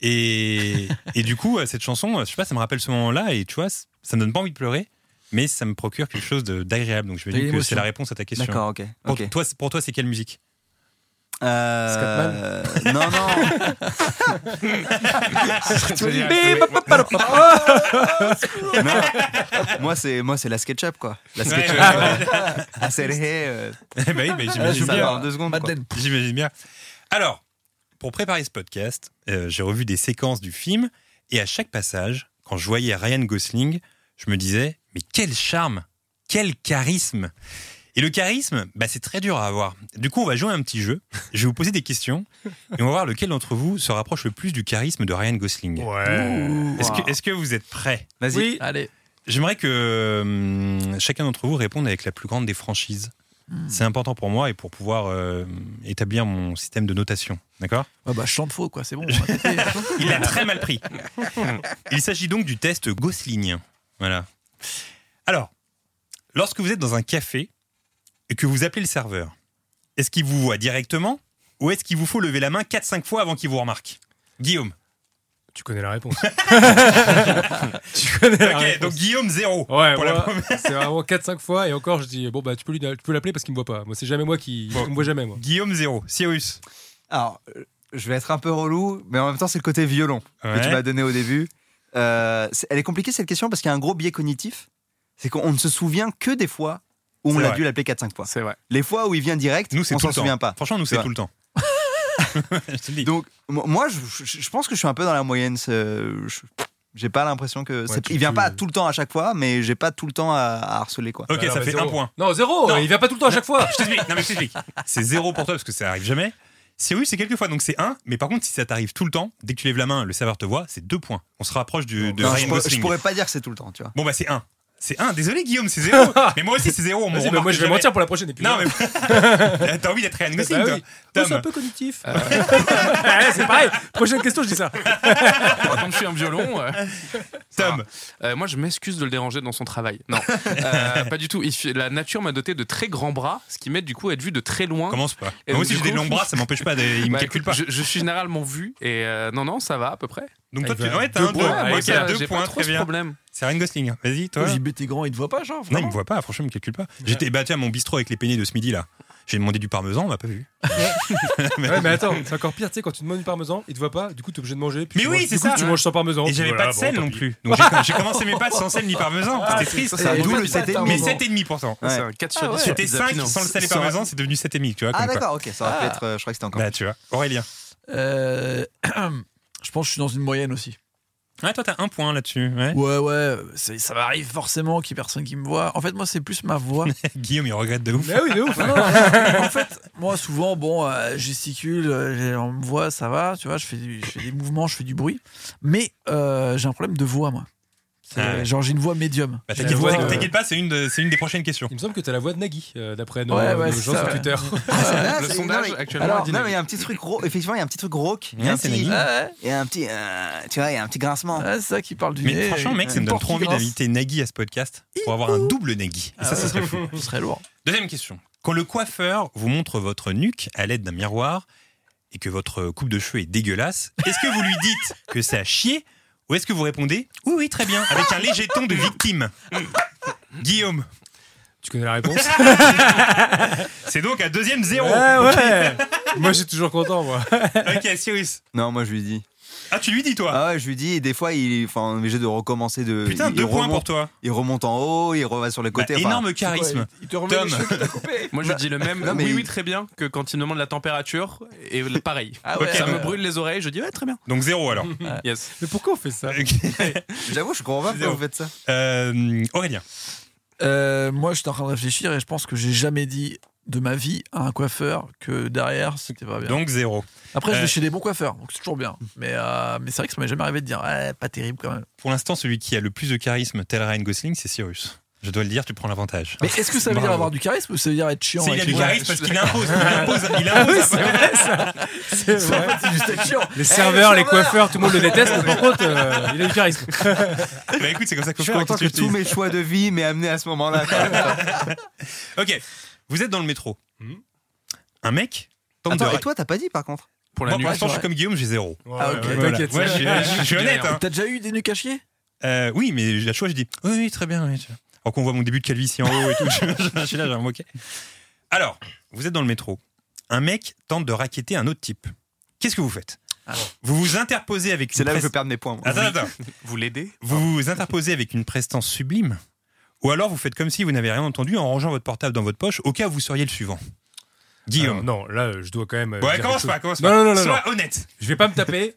D: Et, et du coup, euh, cette chanson, euh, je sais pas, ça me rappelle ce moment-là et tu vois, c- ça me donne pas envie de pleurer, mais ça me procure quelque chose de- d'agréable. Donc je me
F: T'as eu
D: dis que
F: l'émotion.
D: c'est la réponse à ta question.
F: D'accord, ok,
D: Pour
F: ok.
D: toi, c'est- pour toi, c'est quelle musique
F: Euh, non non. Non. Moi c'est moi c'est la SketchUp quoi. La
D: Ouais,
F: SketchUp.
D: ouais,
F: euh, à serrer, euh,
D: Eh ben oui, mais j'imagine
F: Ça
D: bien.
F: va en deux secondes, quoi.
D: J'imagine bien. Alors, pour préparer ce podcast, euh, j'ai revu des séquences du film et à chaque passage, quand je voyais Ryan Gosling, je me disais mais quel charme, quel charisme. Et le charisme, bah, c'est très dur à avoir. Du coup, on va jouer à un petit jeu. Je vais vous poser des questions et on va voir lequel d'entre vous se rapproche le plus du charisme de Ryan Gosling.
H: Ouh.
D: Est-ce que, est-ce que vous êtes prêts
F: Vas-y.
H: Oui. Allez.
D: J'aimerais que euh, chacun d'entre vous réponde avec la plus grande des franchises. C'est important pour moi et pour pouvoir euh, établir mon système de notation. D'accord
H: Ah bah, je chante faux, quoi, c'est bon. on va péter.
D: Il l'a très mal pris. Il s'agit donc du test Gosling. Voilà. Alors, lorsque vous êtes dans un café et que vous appelez le serveur, est-ce qu'il vous voit directement ou est-ce qu'il vous faut lever la main 4-5 fois avant qu'il vous remarque Guillaume.
E: Tu connais la réponse.
D: tu
E: connais la réponse. Oh.
D: donc Guillaume, zéro.
E: Ouais,
D: pour
E: moi,
D: la première.
E: c'est vraiment 4-5 fois et encore je dis bon bah tu peux lui tu peux l'appeler parce qu'il me voit pas. Moi c'est jamais moi qui on me voit jamais moi.
D: Guillaume zéro, Cyrus.
F: Alors, euh, je vais être un peu relou, mais en même temps, c'est le côté violon
D: Ouais.
F: que tu m'as donné au début. Euh, c'est- elle est compliquée cette question parce qu'il y a un gros biais cognitif. C'est qu'on ne se souvient que des fois où on
D: C'est
F: l'a
D: vrai.
F: dû l'appeler 4-5 fois.
G: C'est vrai.
F: Les fois où il vient direct,
D: Nous, c'est
F: on
D: tout
F: s'en
D: le temps.
F: souvient pas.
D: Franchement, nous,
F: Tu
D: c'est
F: vois.
D: tout le temps. Je te le dis.
F: Donc, mo- moi, je, je- je pense que je suis un peu dans la moyenne. c'est- je- J'ai pas l'impression que. c'est-
E: tu-
F: il vient
E: tu-
F: pas tout le temps à chaque fois, mais j'ai pas tout le temps à, à harceler. quoi.
D: Ok,
E: Alors,
D: ça
E: bah,
D: fait
E: zéro.
D: un point.
E: Non, zéro,
D: Non.
E: il vient pas tout le temps à chaque fois.
D: Je t'explique, non mais je t'explique. C'est zéro pour toi parce que ça arrive jamais. Cyrus, c'est quelques fois, donc c'est un. Mais par contre, si ça t'arrive tout le temps, dès que tu lèves la main, le serveur te voit, c'est deux points. On se rapproche du, de
E: bah,
F: Non, je,
D: Ryan
F: pourrais, je
D: Gosling.
F: pourrais pas dire que c'est tout le temps, tu vois.
D: Bon bah c'est un. C'est un. Désolé Guillaume, c'est zéro. mais moi aussi c'est zéro. on me
E: Vas-y, bah,
D: remarque
E: moi je vais
D: jamais.
E: mentir pour la prochaine et puis.
D: Non
E: voilà.
D: mais t'as envie d'être Ryan Gosling,
E: Bah
D: toi.
E: oui.
D: Tom. Euh.
E: Oh, C'est un peu cognitif. Ah, ouais, c'est pareil. Prochaine question, je dis ça.
G: Quand je suis un violon. euh,
D: Tom.
G: Euh, moi, je m'excuse de le déranger dans son travail. Non, Euh, pas du tout. Il fait- la nature m'a doté de très grands bras, ce qui m'aide du coup à être vu de très loin.
D: Commence pas.
G: Et
D: moi
G: donc,
D: aussi
G: du
D: j'ai des
G: coup-
D: longs bras, ça m'empêche pas. De... Il me
G: Bah,
D: calcule
G: écoute,
D: pas.
G: Je, je suis généralement vu et euh, non, non, ça va à peu près.
D: Donc toi
E: bah, Il
D: tu
E: va-
D: ouais, t'as
E: deux
D: un deux.
E: points.
D: Ok,
G: moi, ça,
D: deux
G: j'ai
D: points,
G: pas trop
D: très
G: ce
D: bien.
G: problème.
D: C'est Ryan Gosling. Vas-y toi.
H: JBT grand, il te voit pas, genre
D: Non, il
H: vraiment
D: me voit pas, franchement, il me calcule pas. J'étais battu à mon bistrot avec les peignets de ce midi là. J'ai demandé du parmesan, on m'a pas vu.
E: Ouais, mais attends, c'est encore pire, tu sais, quand tu demandes du parmesan, il te voit pas, du coup, t'es obligé de manger. Puis
D: Mais
E: tu
D: oui,
E: manges-
D: c'est
E: du coup,
D: ça.
E: Tu manges sans parmesan.
D: Et
E: puis
D: j'avais
E: voilà,
D: pas de
E: bon,
D: sel
E: tant
D: non
E: pis.
D: plus. Ah, Donc j'ai- j'ai commencé mes pâtes sans sel ni parmesan. C'était triste.
F: Ça,
H: Et
F: d'où
H: en
F: le
H: fait, t'as
F: 7,5.
H: un
D: Mais
H: moment.
D: 7,5 pourtant.
F: Ouais.
G: C'est un 4 Euh, sur 10
H: Ah ouais.
G: sur
D: C'était
G: Pizza
D: 5
G: Pino.
D: sans le sel et parmesan, c'est devenu 7,5, tu vois.
F: Ah,
D: comme quoi.
F: d'accord, ok, ça aurait pu
H: Ah.
F: être. euh, je crois que c'était encore.
D: Bah, tu vois. Aurélien.
H: Euh, Je pense que je suis dans une moyenne aussi.
D: Ouais, toi, t'as un point là-dessus. Ouais.
H: Ouais, ouais, c'est- ça m'arrive forcément qu'il y ait personne qui me voit. En fait, moi, c'est plus ma voix.
D: Guillaume, il regrette de ouf.
E: Mais oui, de ouf.
H: Non, non, non. en fait, moi, souvent, bon, euh, gesticule, euh, j'ai- on me voit, ça va, tu vois, je fais, du- je fais des mouvements, je fais du bruit. Mais euh, j'ai un problème de voix, moi. C'est
D: Ah ouais.
H: genre j'ai une voix médium.
D: Bah,
H: J'ai
D: t'inquiète
H: la
D: pas,
H: voix, euh,
D: t'inquiète pas, c'est une, de- c'est une des prochaines questions.
E: Il me semble que t'as la voix de Nagui, euh, d'après nos,
H: Ouais, ouais,
E: nos
H: c'est
E: gens
H: ça,
E: sur
H: ouais.
E: Twitter.
F: Ah,
E: Euh,
G: le
F: c'est-
G: sondage
F: non, mais-
G: actuellement
F: alors,
G: est dynamique.
F: non, mais euh, il y a un petit truc ro- effectivement, il y a un petit truc rauque. Il y
D: Ouais,
F: a un
D: c'est
F: petit,
D: Nagui.
H: Ah ouais,
F: il y a un petit, euh, tu vois, il y a un petit grincement.
H: ouais, c'est ça qui parle du
D: Mais
H: nez. euh,
D: franchement, mec, ça me donne trop envie d'inviter Nagui à ce podcast pour avoir un double Nagui. Et ça, ça serait fou.
H: Ah Ce serait lourd.
D: Deuxième question. Quand le coiffeur vous montre votre nuque à l'aide d'un miroir et que votre coupe de cheveux est dégueulasse, est-ce que vous lui dites que ça a chier ou est-ce que vous répondez oui, oui, très bien, avec un léger ton de victime Guillaume,
E: Tu connais la réponse
D: c'est donc un deuxième zéro.
E: Ouais, ouais. Moi, j'ai toujours content, moi.
D: Ok, Cyrus.
F: Non, moi je lui dis.
D: Ah, tu lui dis toi
F: Ah ouais, je lui dis. Et des fois, il, enfin, on est obligé de recommencer de.
D: Putain,
F: il
D: deux points
F: remonte-
D: pour toi.
F: Il remonte en haut, il revient sur les côtés.
D: Bah,
F: enfin,
D: énorme charisme.
H: Il te remet
D: Tom.
H: les cheveux que t'as coupés.
G: Moi, je dis le même.
F: non, mais-
G: Oui, oui, très bien. Que quand il me demande la température, et pareil.
H: Ah ouais,
G: ça
H: ouais.
G: me brûle les oreilles. Je dis ouais, très bien.
D: Donc zéro alors.
G: Yes.
E: Mais pourquoi on fait ça
F: J'avoue, je comprends pas pourquoi vous faites ça.
D: Euh, Aurélien.
H: Euh, moi, je suis en train de réfléchir et je pense que j'ai jamais dit de ma vie à un coiffeur que derrière c'était pas bien.
D: Donc zéro.
H: Après, je
D: euh,
H: vais chez des bons coiffeurs, donc c'est toujours bien. Mais, euh, mais c'est vrai que ça m'est jamais arrivé de dire Ouais, pas terrible quand même.
D: Pour l'instant, celui qui a le plus de charisme, tel Ryan Gosling, c'est Cyrus. Je dois le dire, tu prends l'avantage.
H: Mais est-ce que ça veut
D: Bravo.
H: dire avoir du charisme ou ça veut dire être chiant
D: C'est il
H: et
D: a
H: tout
D: du
H: Ouais,
D: charisme parce
H: je-
D: qu'il impose, il impose, il
F: Ah
D: impose.
E: C'est vrai.
H: C'est juste être chiant. Eh,
E: Les serveurs, les coiffeurs, tout le monde le déteste. mais Par contre, euh, il a du charisme.
D: Bah écoute, c'est comme ça qu'on
F: Je
D: fait.
F: suis content que tous mes choix de vie m'aient amené à ce moment-là. quand même.
D: Ok, vous êtes dans le métro.
E: Mhm.
D: Un mec tente
F: Hmm Attends,
D: de.
F: et toi, t'as pas dit par contre
G: Pour la
D: Moi,
G: nuit.
D: pour l'instant, je
H: ouais.
D: suis comme Guillaume, j'ai zéro.
H: Ah, ok,
D: Voilà.
E: t'inquiète.
D: Ouais, je suis- je suis honnête. hein.
H: T'as déjà eu des nuques à chier
D: Euh, oui, mais la choix, je dis oui, oui, très bien. oui, tu vois. Alors qu'on voit mon début de calvitie en haut et tout, je je suis là, j'ai un moquet. Alors, vous êtes dans le métro. Un mec tente de raqueter un autre type. Qu'est-ce que vous faites Vous vous interposez avec
F: C'est
D: une
F: là où je
D: presse-
F: perds mes points. moi.
D: Attends, attends.
G: Vous l'aidez
D: Vous vous interposez avec une prestance sublime Ou alors vous faites comme si vous n'avez rien entendu en rangeant votre portable dans votre poche au cas où vous seriez le suivant Guillaume.
E: Alors, non, là, euh, je dois quand même. euh,
D: ouais,
E: dire
D: commence
E: quelque
D: pas, commence
E: chose.
D: pas.
E: Non, non, non, non.
D: Sois honnête.
E: Je vais pas me taper.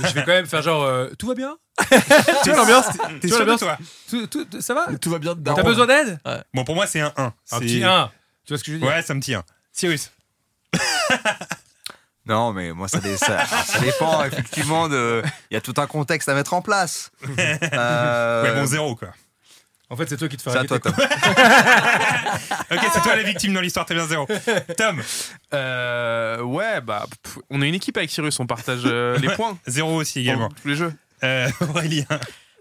E: mais Je vais quand même faire genre euh, tout va bien. tu vois l'ambiance
D: T'es
E: Tu
D: sûr
E: vois
D: de
E: l'ambiance
D: toi
E: Tout- tout- tout- Ça va
H: Tout va bien dedans.
E: T'as besoin d'aide
G: Ah,
D: Bon, pour moi, c'est un 1.
E: Un petit 1. Tu vois ce que je veux dire
D: Ouais, c'est un petit 1. Cyrus.
F: Non, mais moi, ça, dé- ça- ça dépend effectivement de. Il y a tout un contexte à mettre en place. Euh,
D: Ouais, bon, zéro, quoi.
E: En fait, c'est toi qui te fais
F: c'est à
E: raqueter.
F: toi, Tom.
D: Ok, c'est toi la victime dans l'histoire, t'es bien zéro. Tom,
G: Euh, ouais, bah, pff, on est une équipe avec Cyrus, on partage euh, les points.
D: zéro aussi
F: Ah,
D: également.
G: Pour tous les jeux.
D: Euh, Aurélien.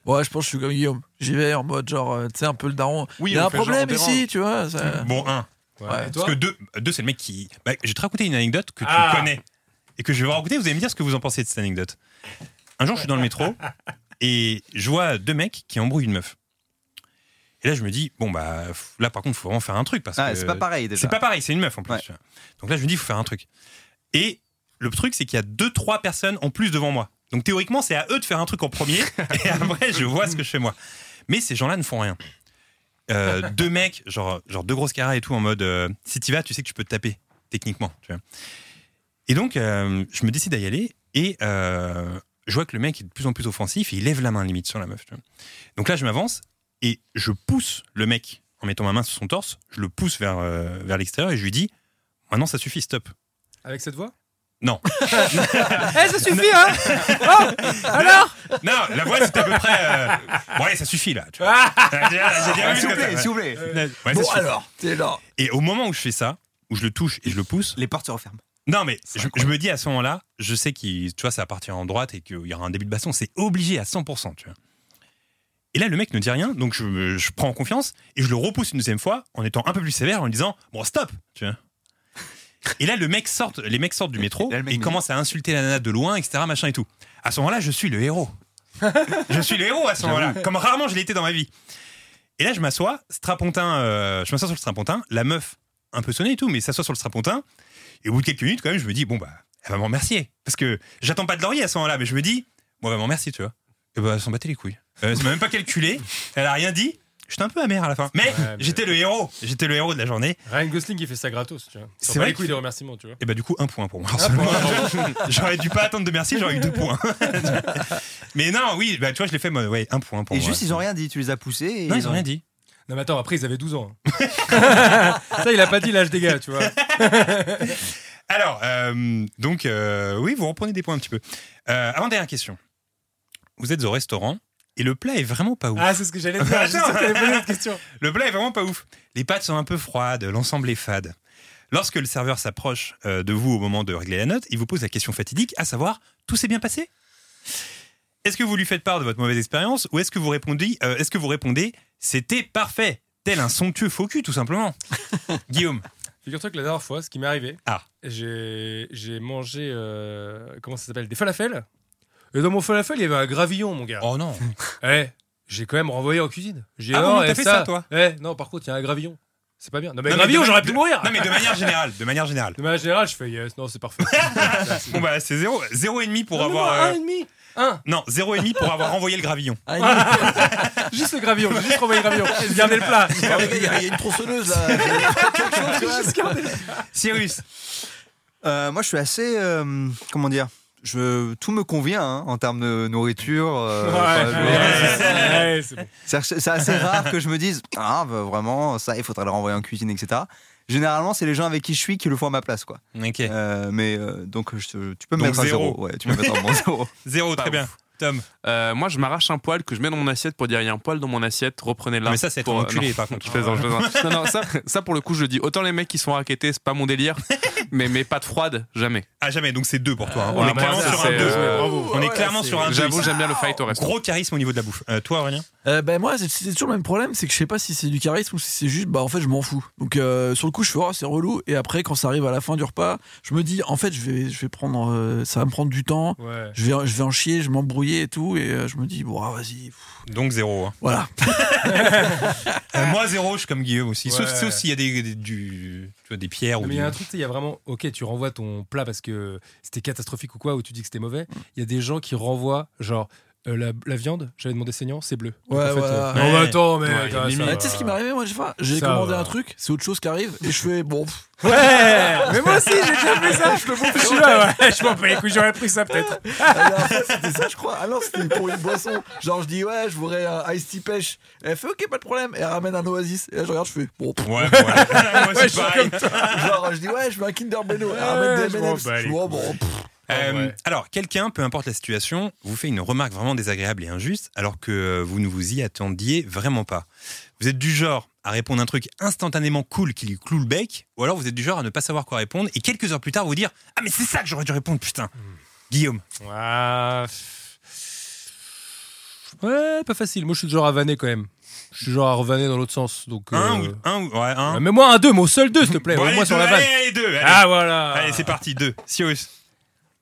H: Ouais, je pense que je suis comme Guillaume. J'y vais en mode genre, euh, tu sais, un peu le daron.
G: Oui,
H: il y a
G: on
H: un
G: fait genre,
H: problème
G: on
H: ici, tu vois. ça-
D: Bon, 1.
E: Ouais, et
D: Parce
E: toi
D: que 2, c'est le mec qui. Bah, je vais te raconter une anecdote que tu
E: Ah.
D: connais et que je vais vous raconter. Vous allez me dire ce que vous en pensez de cette anecdote. Un jour, je suis dans le métro et je vois deux mecs qui embrouillent une meuf. Et là, je me dis, bon, bah, f- là, par contre, faut vraiment faire un truc. Parce
F: Ah,
D: que
F: c'est pas pareil déjà.
D: C'est pas pareil, c'est une meuf en plus.
F: Ouais.
D: tu vois. Donc là, je me dis, il faut faire un truc. Et le truc, c'est qu'il y a deux, trois personnes en plus devant moi. Donc théoriquement, c'est à eux de faire un truc en premier. et après, je vois ce que je fais moi. Mais ces gens-là ne font rien. Euh, deux mecs, genre, genre deux grosses caras et tout, en mode euh, si t'y vas, tu sais que tu peux te taper, techniquement. Tu vois. Et donc, euh, je me décide à y aller et euh, je vois que le mec est de plus en plus offensif et il lève la main limite sur la meuf. tu vois. Donc là, je m'avance et je pousse le mec en mettant ma main sur son torse, je le pousse vers, euh, vers l'extérieur et je lui dis maintenant ça suffit, stop.
E: Avec cette voix
D: Non.
E: Eh, ça suffit, hein Alors
D: Non, la voix c'est à peu près. euh, Bon, allez, ça suffit là. tu vois. J'ai- j'ai bien
F: Ah,
D: vu
F: S'il vous
D: que
F: plaît,
D: t'as-
F: s'il vous plaît.
D: Ouais, ça
H: Bon,
D: suffit.
H: alors, t'es là.
D: Et au moment où je fais ça, où je le touche et je le pousse,
F: Les portes se referment.
D: non mais je, je me dis à ce moment-là, je sais qu'il, tu vois, ça va partir en droite et qu'il y aura un début de baston, c'est obligé à 100%, tu vois. Et là, le mec ne dit rien, donc je, je prends en confiance et je le repousse une deuxième fois en étant un peu plus sévère, en lui disant bon stop, tu vois. Et là, le mec sort, les mecs sortent du métro
F: Et là, le mec
D: et
F: me
D: commencent à insulter la nana de loin, etc., machin et tout. À ce moment-là, je suis le héros. je suis le héros à ce moment-là, comme rarement je l'ai été dans ma vie. Et là, je m'assois, strapontin, euh, je m'assois sur le strapontin, la meuf un peu sonnée et tout, mais s'assoit sur le strapontin. Et au bout de quelques minutes, quand même, je me dis bon bah, elle va m'en remercier parce que j'attends pas de laurier à ce moment-là, mais je me dis bon, elle va m'en remercier, tu vois. Et bah, elle s'en battait les couilles. Euh, elle m'a même pas calculé, elle a rien dit. J'étais un peu amer à la fin, mais,
E: mais-
D: j'étais le héros, j'étais le héros de la journée.
E: Ryan Gosling, il fait ça gratos, tu vois.
D: C'est
E: C'est
D: vrai
E: vrai. les
D: que-
E: couilles des remerciements, tu vois.
D: Et bah du coup, un point pour moi. j'aurais dû pas attendre de merci, j'aurais eu deux points. mais non, oui, bah tu vois, je l'ai fait, moi, ouais, un point pour
F: Et
D: moi.
F: juste, ils ont rien dit. Tu les as poussés. et
D: Non, ils ont rien dit.
E: Non, mais attends, après, ils avaient 12 ans. hein. ça, il a pas dit l'âge des gars, tu vois.
D: Alors, euh, donc, euh, oui, vous reprenez des points un petit peu. Euh, avant dernière question. Vous êtes au restaurant Et le plat est vraiment pas ouf.
E: Ah, c'est ce que j'allais dire.
D: Attends.
E: juste, t'avais posé cette question.
D: Le plat est vraiment pas ouf. Les pâtes sont un peu froides, l'ensemble est fade. Lorsque le serveur s'approche euh, de vous au moment de régler la note, il vous pose la question fatidique, à savoir, tout s'est bien passé Est-ce que vous lui faites part de votre mauvaise expérience ou est-ce que vous répondez, euh, est-ce que vous répondez, c'était parfait, tel un somptueux faux cul tout simplement Guillaume,
E: Figure-toi que la dernière fois, ce qui m'est arrivé,
D: Ah.
E: j'ai j'ai mangé, euh, comment ça s'appelle, des falafels. Et dans mon falafel, il y avait un gravillon, mon gars.
D: oh non,
E: Eh, j'ai quand même renvoyé en cuisine. J'ai
D: Ah
E: oh,
D: bon, t'as
E: eh,
D: fait ça, toi
E: Eh, non, par contre, il y a un gravillon. C'est pas bien. Non, mais
D: Non, mais
E: gravillon,
D: de-
E: j'aurais pu mourir.
D: non mais de manière générale, de manière générale.
E: De manière générale, je fais yes, non, c'est parfait.
D: Bon bah c'est zéro, zéro et demi pour
E: Non, mais
D: avoir...
E: non,
D: euh,
E: un et demi. Un.
D: non, zéro et demi pour avoir renvoyé le gravillon.
E: Juste le gravillon. J'ai juste renvoyé le gravillon. J'ai gardé le plat.
H: Ah, mais Il y a il y a une tronçonneuse là.
D: Cyrus,
F: Euh, moi, je suis assez. euh, comment dire je, tout me convient hein, en termes de nourriture. euh,
E: Ouais,
F: enfin, je-
E: ouais, ouais, c'est bon.
F: C'est c'est assez rare que je me dise ah bah, vraiment ça il faudrait le renvoyer en cuisine etc. Généralement c'est les gens avec qui je suis qui le font à ma place quoi.
D: ok,
F: Euh, mais euh, donc je te- tu peux me
D: Donc
F: mettre un
D: zéro.
F: zéro. Ouais, tu peux me mettre un bon zéro.
D: zéro,
G: Pas
D: très bien. Tom,
G: Euh, moi, je m'arrache un poil que je mets dans mon assiette pour dire il y a un poil dans mon assiette, reprenez-le.
D: mais ça c'est être
G: Pour-
D: enculé
G: non,
D: par contre.
G: je plaisante, je plaisante. Non, non, ça, ça, pour le coup, je le dis. Autant les mecs qui sont raquettés, c'est pas mon délire, mais mes pâtes froides, jamais.
D: Ah jamais, donc c'est deux pour toi. hein. On
G: Ouais,
D: est
G: bah,
D: clairement
G: ça,
D: sur un
G: c'est,
D: deux.
G: euh,
D: On est clairement sur un deux
G: J'avoue,
D: ici.
G: j'aime bien le fight au restaurant.
D: Gros charisme au niveau de la bouffe. Euh, toi Aurélien
H: Euh, ben moi, c'est- c'est toujours le même problème, c'est que je sais pas si c'est du charisme ou si c'est juste, bah en fait, je m'en fous. Donc euh, sur le coup, je fais, oh, c'est relou. Et après, quand ça arrive à la fin du repas, je me dis, en fait, je vais, je vais prendre, euh, ça va me prendre du temps.
E: Ouais.
H: Je vais, je vais en chier, je vais m'embrouiller et tout. Et euh, je me dis, bon, ah, vas-y. pff,
D: Donc zéro. hein.
H: Voilà.
D: Euh, moi zéro, je suis comme Guillaume aussi. Sauf,
E: Ah. Ouais.
D: sauf s'il y a des, des- du, tu vois, des pierres
E: Non,
D: ou
E: mais il
D: des-
E: y a un truc, tu sais, il y a vraiment, ok, tu renvoies ton plat parce que c'était catastrophique ou quoi, ou tu dis que c'était mauvais. Il y a des gens qui renvoient, genre, euh, la, la viande, j'avais demandé saignant, c'est bleu. Donc,
H: Ouais,
E: en fait,
H: voilà.
E: euh, Non, mais
D: Ouais.
E: attends, mais.
G: Ouais,
E: attends,
G: il y a une
E: ça
G: limite.
H: Ah,
E: va.
H: tu sais ce qui m'est arrivé, moi, j'ai fait- j'ai
E: Ça
H: commandé
E: va.
H: un truc, c'est autre chose qui arrive. Et je fais, bon, pff,
E: Ouais, mais moi aussi, j'ai déjà fait ça. Je te montre, je suis là, ouais. Je m'en fais les couilles, j'aurais pris ça peut-être.
H: la dernière fois, c'était ça, je crois. Ah non, c'était pour une boisson. Genre, je dis, ouais, je voudrais un iced tea pêche. Elle fait, ok, pas de problème. Et elle ramène un oasis. Et là, je regarde, je fais, bon, pff.
D: Ouais, bon, ouais. moi c'est pareil.
H: Genre, je dis, ouais, je veux un Kinder Bueno. Elle ramène
E: je
H: des
E: m'en
H: M&M's.
E: bats les
H: Je vois, bon, pff.
D: Euh,
E: Ouais.
D: Alors, quelqu'un, peu importe la situation, vous fait une remarque vraiment désagréable et injuste, alors que euh, vous ne vous y attendiez vraiment pas. Vous êtes du genre à répondre un truc instantanément cool qui lui cloue le bec, ou alors vous êtes du genre à ne pas savoir quoi répondre, et quelques heures plus tard vous dire Ah, mais c'est ça que j'aurais dû répondre, putain
E: Hmm.
D: Guillaume,
E: Ouais. Ouais, pas facile. Moi, je suis du genre à vanner quand même. Je suis du genre à revanner dans l'autre sens. Donc,
D: un
E: euh,
D: ou, un ou- ouais, un.
E: Mais moi, un deux, mais au seul deux, s'il te plaît.
D: Bon,
E: au
D: allez,
E: moins sur
D: deux,
E: la vanne.
D: allez, allez, deux, allez.
E: Ah, voilà.
D: Allez, c'est parti, deux. Cyrus.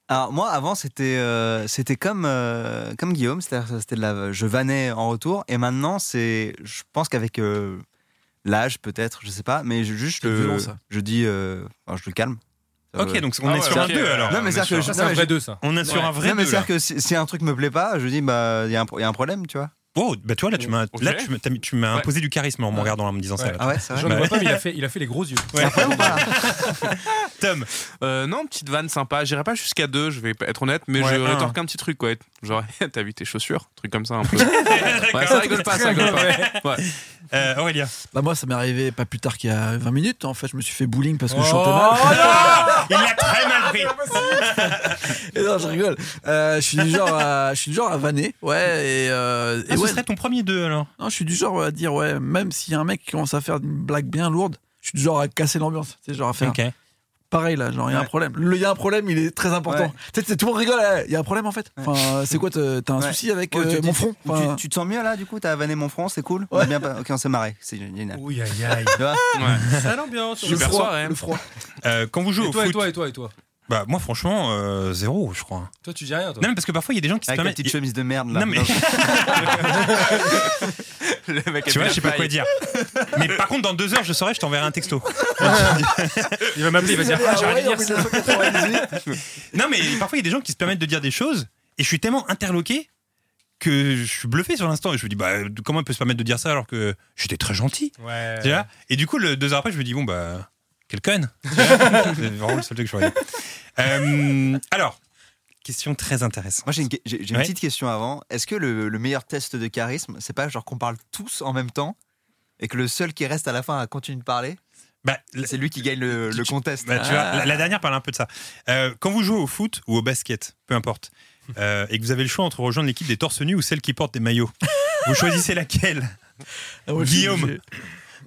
F: Alors moi avant c'était euh, c'était comme euh, comme Guillaume c'est-à-dire que c'était de la je vannais en retour et maintenant c'est je pense qu'avec euh, l'âge peut-être je sais pas mais je, juste
H: C'est
F: le-
H: violent, ça.
F: je dis euh, enfin, je le calme.
D: Ok,
F: Euh,
D: donc on
G: Ah
D: est
G: ouais,
D: sur un
G: ok.
D: deux alors.
F: Non, mais
D: On est
F: c'est-à-dire
D: sur
F: que
D: un-
E: Ça, c'est
F: Non,
E: un
F: mais
E: vrai
F: je-
E: deux, ça.
D: On est sur un vrai
F: non, mais
D: deux, là.
F: c'est-à-dire que si, si un truc me plaît pas, je dis bah il y, a un pro- il y a un problème, tu vois.
D: Wow, bah toi là tu m'as
G: Ok.
D: là tu m'as- t'as mis- tu m'as
G: Ouais.
D: imposé du charisme en me
E: Ouais.
D: regardant en me disant ça.
E: Ouais.
D: là.
F: Ah ouais, c'est vrai.
E: J'en
D: Bah,
E: vois pas, mais il a fait, il a fait les gros yeux.
D: Ouais.
F: Problème ou pas
D: Tom,
G: Euh, non, petite vanne sympa. J'irai pas jusqu'à deux, je vais être honnête, mais
D: Ouais,
G: je
E: Ah.
D: un.
G: rétorque un petit truc, quoi. Genre, t'as vu tes chaussures Truc comme ça, un peu.
D: D'accord.
G: Ouais, ça rigole pas, ça rigole pas.
D: Euh, Aurélia.
H: Bah moi ça m'est arrivé pas plus tard qu'il y a 20 minutes en fait je me suis fait bowling parce que je
E: Oh
H: chantais mal
D: Il l'a très mal pris. Ah,
H: et non je rigole Euh, je suis du genre à, je suis du genre à vanner ouais et, euh, et
D: Ah, ce
H: ouais
D: serait ton premier deux alors.
H: non je suis du genre à dire ouais même s'il y a un mec qui commence à faire une blague bien lourde je suis du genre à casser l'ambiance c'est genre à faire
D: Ok.
H: pareil là genre il y a un
F: Ouais.
H: problème le il y a un problème il est très important
F: Ouais.
H: tu sais c'est- tout le monde rigole ouais, il y a un problème en fait enfin euh, c'est quoi t'as t'as un
F: Ouais.
H: souci avec
F: Ouais,
H: euh,
F: tu te
H: mon
F: dis-
H: front
F: tu-
H: Enfin,
F: Tu, te sens mieux là, du coup T'as vanné mon front, c'est cool On a bien pas- Ok, on s'est marré, c'est génial.
E: Ouh, aïe, aïe.
F: Tu vois
G: Ouais.
E: Ça Ah, l'ambiance.
H: le
G: super
H: froid
G: soirée. hein.
H: le froid
D: Euh, quand vous jouez
E: Et
D: au
E: toi, et
D: foot,
E: toi, et toi, et toi.
D: bah moi franchement euh, zéro, je crois.
E: Toi, tu dis rien, toi.
D: Non mais parce que parfois il y a des gens qui se
F: Avec la
D: permettent.
F: petite chemise de merde là.
D: Non mais
G: Le mec a
D: tu vois,
G: mis
D: je sais
G: la
D: pas quoi
G: paille.
D: dire. Mais par contre, dans deux heures, je saurai, je t'enverrai un texto.
E: Il va m'appeler, il va dire Ah, j'aurais dû
H: en
E: dire ça.
H: 1998.
D: Non mais parfois il y a des gens qui se permettent de dire des choses et je suis tellement interloqué que je suis bluffé sur l'instant et je me dis bah comment elle peut se permettre de dire ça alors que j'étais très gentil.
E: Ouais.
D: Tu vois Et du coup, le, deux heures après, je me dis, bon, bah, quel conne C'est vraiment le seul truc que je voyais. Euh, alors, question très intéressante.
F: Moi j'ai une, que- j'ai- j'ai une
D: Ouais.
F: petite question avant. Est-ce que le, le meilleur test de charisme, c'est pas genre qu'on parle tous en même temps et que le seul qui reste à la fin continue de parler,
D: Bah, la,
F: c'est lui qui gagne le,
D: Tu- Bah,
F: le
D: tu-
F: contest Ah.
D: bah, tu vois, la, la dernière parle un peu de ça. Euh, quand vous jouez au foot ou au basket, peu importe, euh, et que vous avez le choix entre rejoindre l'équipe des torse nus ou celle qui porte des maillots, vous choisissez laquelle
H: Ah
D: Guillaume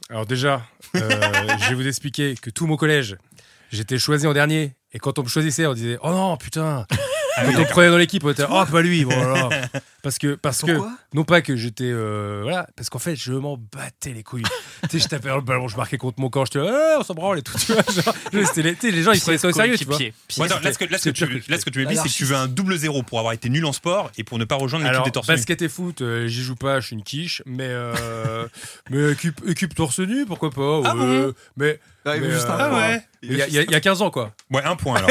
E: Alors déjà, euh, je vais vous expliquer que tout mon collège, j'étais choisi en dernier. Et quand on me choisissait, on disait Oh non, putain
D: Ah
E: Quand
D: oui,
E: on me
D: d'accord.
E: prenait dans l'équipe, on était Oh, pas lui bon, alors. Parce que, parce que
D: Pourquoi
E: non pas que j'étais. euh, voilà, parce qu'en fait, je m'en battais les couilles. tu sais, je tapais dans le ballon, je marquais contre mon camp, je te on s'en branle et tout. Tu vois, genre, je- c'était les, tu sais, les gens, ils prenaient ça au sérieux. Tu vois.
D: Bon, attends, là, ce que, là, ce que
E: C'est pire
D: tu,
E: que-
D: là, ce que tu m'as dit, c'est que tu veux un double zéro pour avoir été nul en sport et pour ne pas rejoindre l'équipe
E: Alors,
D: des torse nus.
E: basket et foot, euh, j'y joue pas, je suis une quiche, mais, euh, mais équipe, équipe torse nu, pourquoi pas
D: Ah
E: ouais.
D: bon
E: Mais.
D: Ah, il veut
E: mais, euh,
D: juste un point.
E: Il y, a- il y a- il y a 15 ans, quoi.
D: Ouais, un point alors.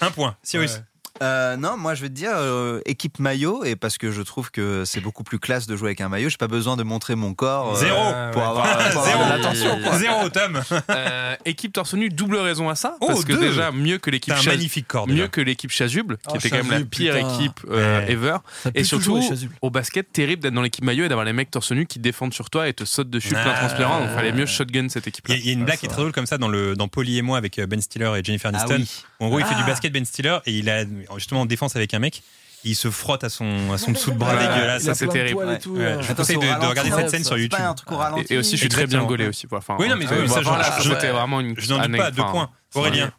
D: un point, Cyrus.
F: Euh, non, moi je vais te dire euh, équipe maillot et parce que je trouve que c'est beaucoup plus classe de jouer avec un maillot. J'ai pas besoin de montrer mon corps euh,
D: Zéro.
F: pour avoir, pour avoir de l'attention. quoi.
D: Zéro, Tom.
G: Euh, équipe torse nu, double raison à ça.
D: Oh,
G: parce que
D: deux.
G: déjà, mieux que l'équipe
D: T'as un
G: Chas-
D: magnifique corps, déjà.
G: Mieux que l'équipe Chasuble, qui
D: Oh,
G: était quand même la
D: Chasuble,
G: pire
D: putain.
G: équipe euh,
D: Ouais.
G: ever.
D: Ça pue
G: Et
D: toujours,
G: surtout,
D: les Chasubles.
G: au basket, terrible d'être dans l'équipe maillot et d'avoir les mecs torse nu qui défendent sur toi et te sautent dessus plein
D: Ah.
G: transpirant. Donc, fallait mieux shotgun cette équipe-là.
D: Il y, a- il y a une blague qui est très drôle comme ça dans, le, dans Polly et moi avec euh, Ben Stiller et Jennifer
G: Ah
D: Aniston.
G: oui.
D: En gros, il fait
G: Ah.
D: du basket Ben Stiller et il a justement en défense avec un mec. Il se frotte à son, à son dessous de bras
G: Ouais,
D: Oh, dégueulasse.
G: il a plein de poils et tout,
D: Ouais.
G: euh.
D: Je vous
G: Attends,
D: conseille de,
G: c'est au
D: de regarder
G: ralenti,
D: cette scène
G: ça,
D: sur
G: c'est
D: YouTube.
G: pas un truc au ralenti. Ah, Et- et aussi, je suis très bien gaulé aussi, quoi. Enfin,
D: oui, non, mais
G: euh,
D: oui, ça,
G: voilà, ça,
D: j'en-
G: c'était vraiment une-
D: Je n'en doute
G: un
D: pas, deux
G: Ah, enfin,
D: points. Aurélien.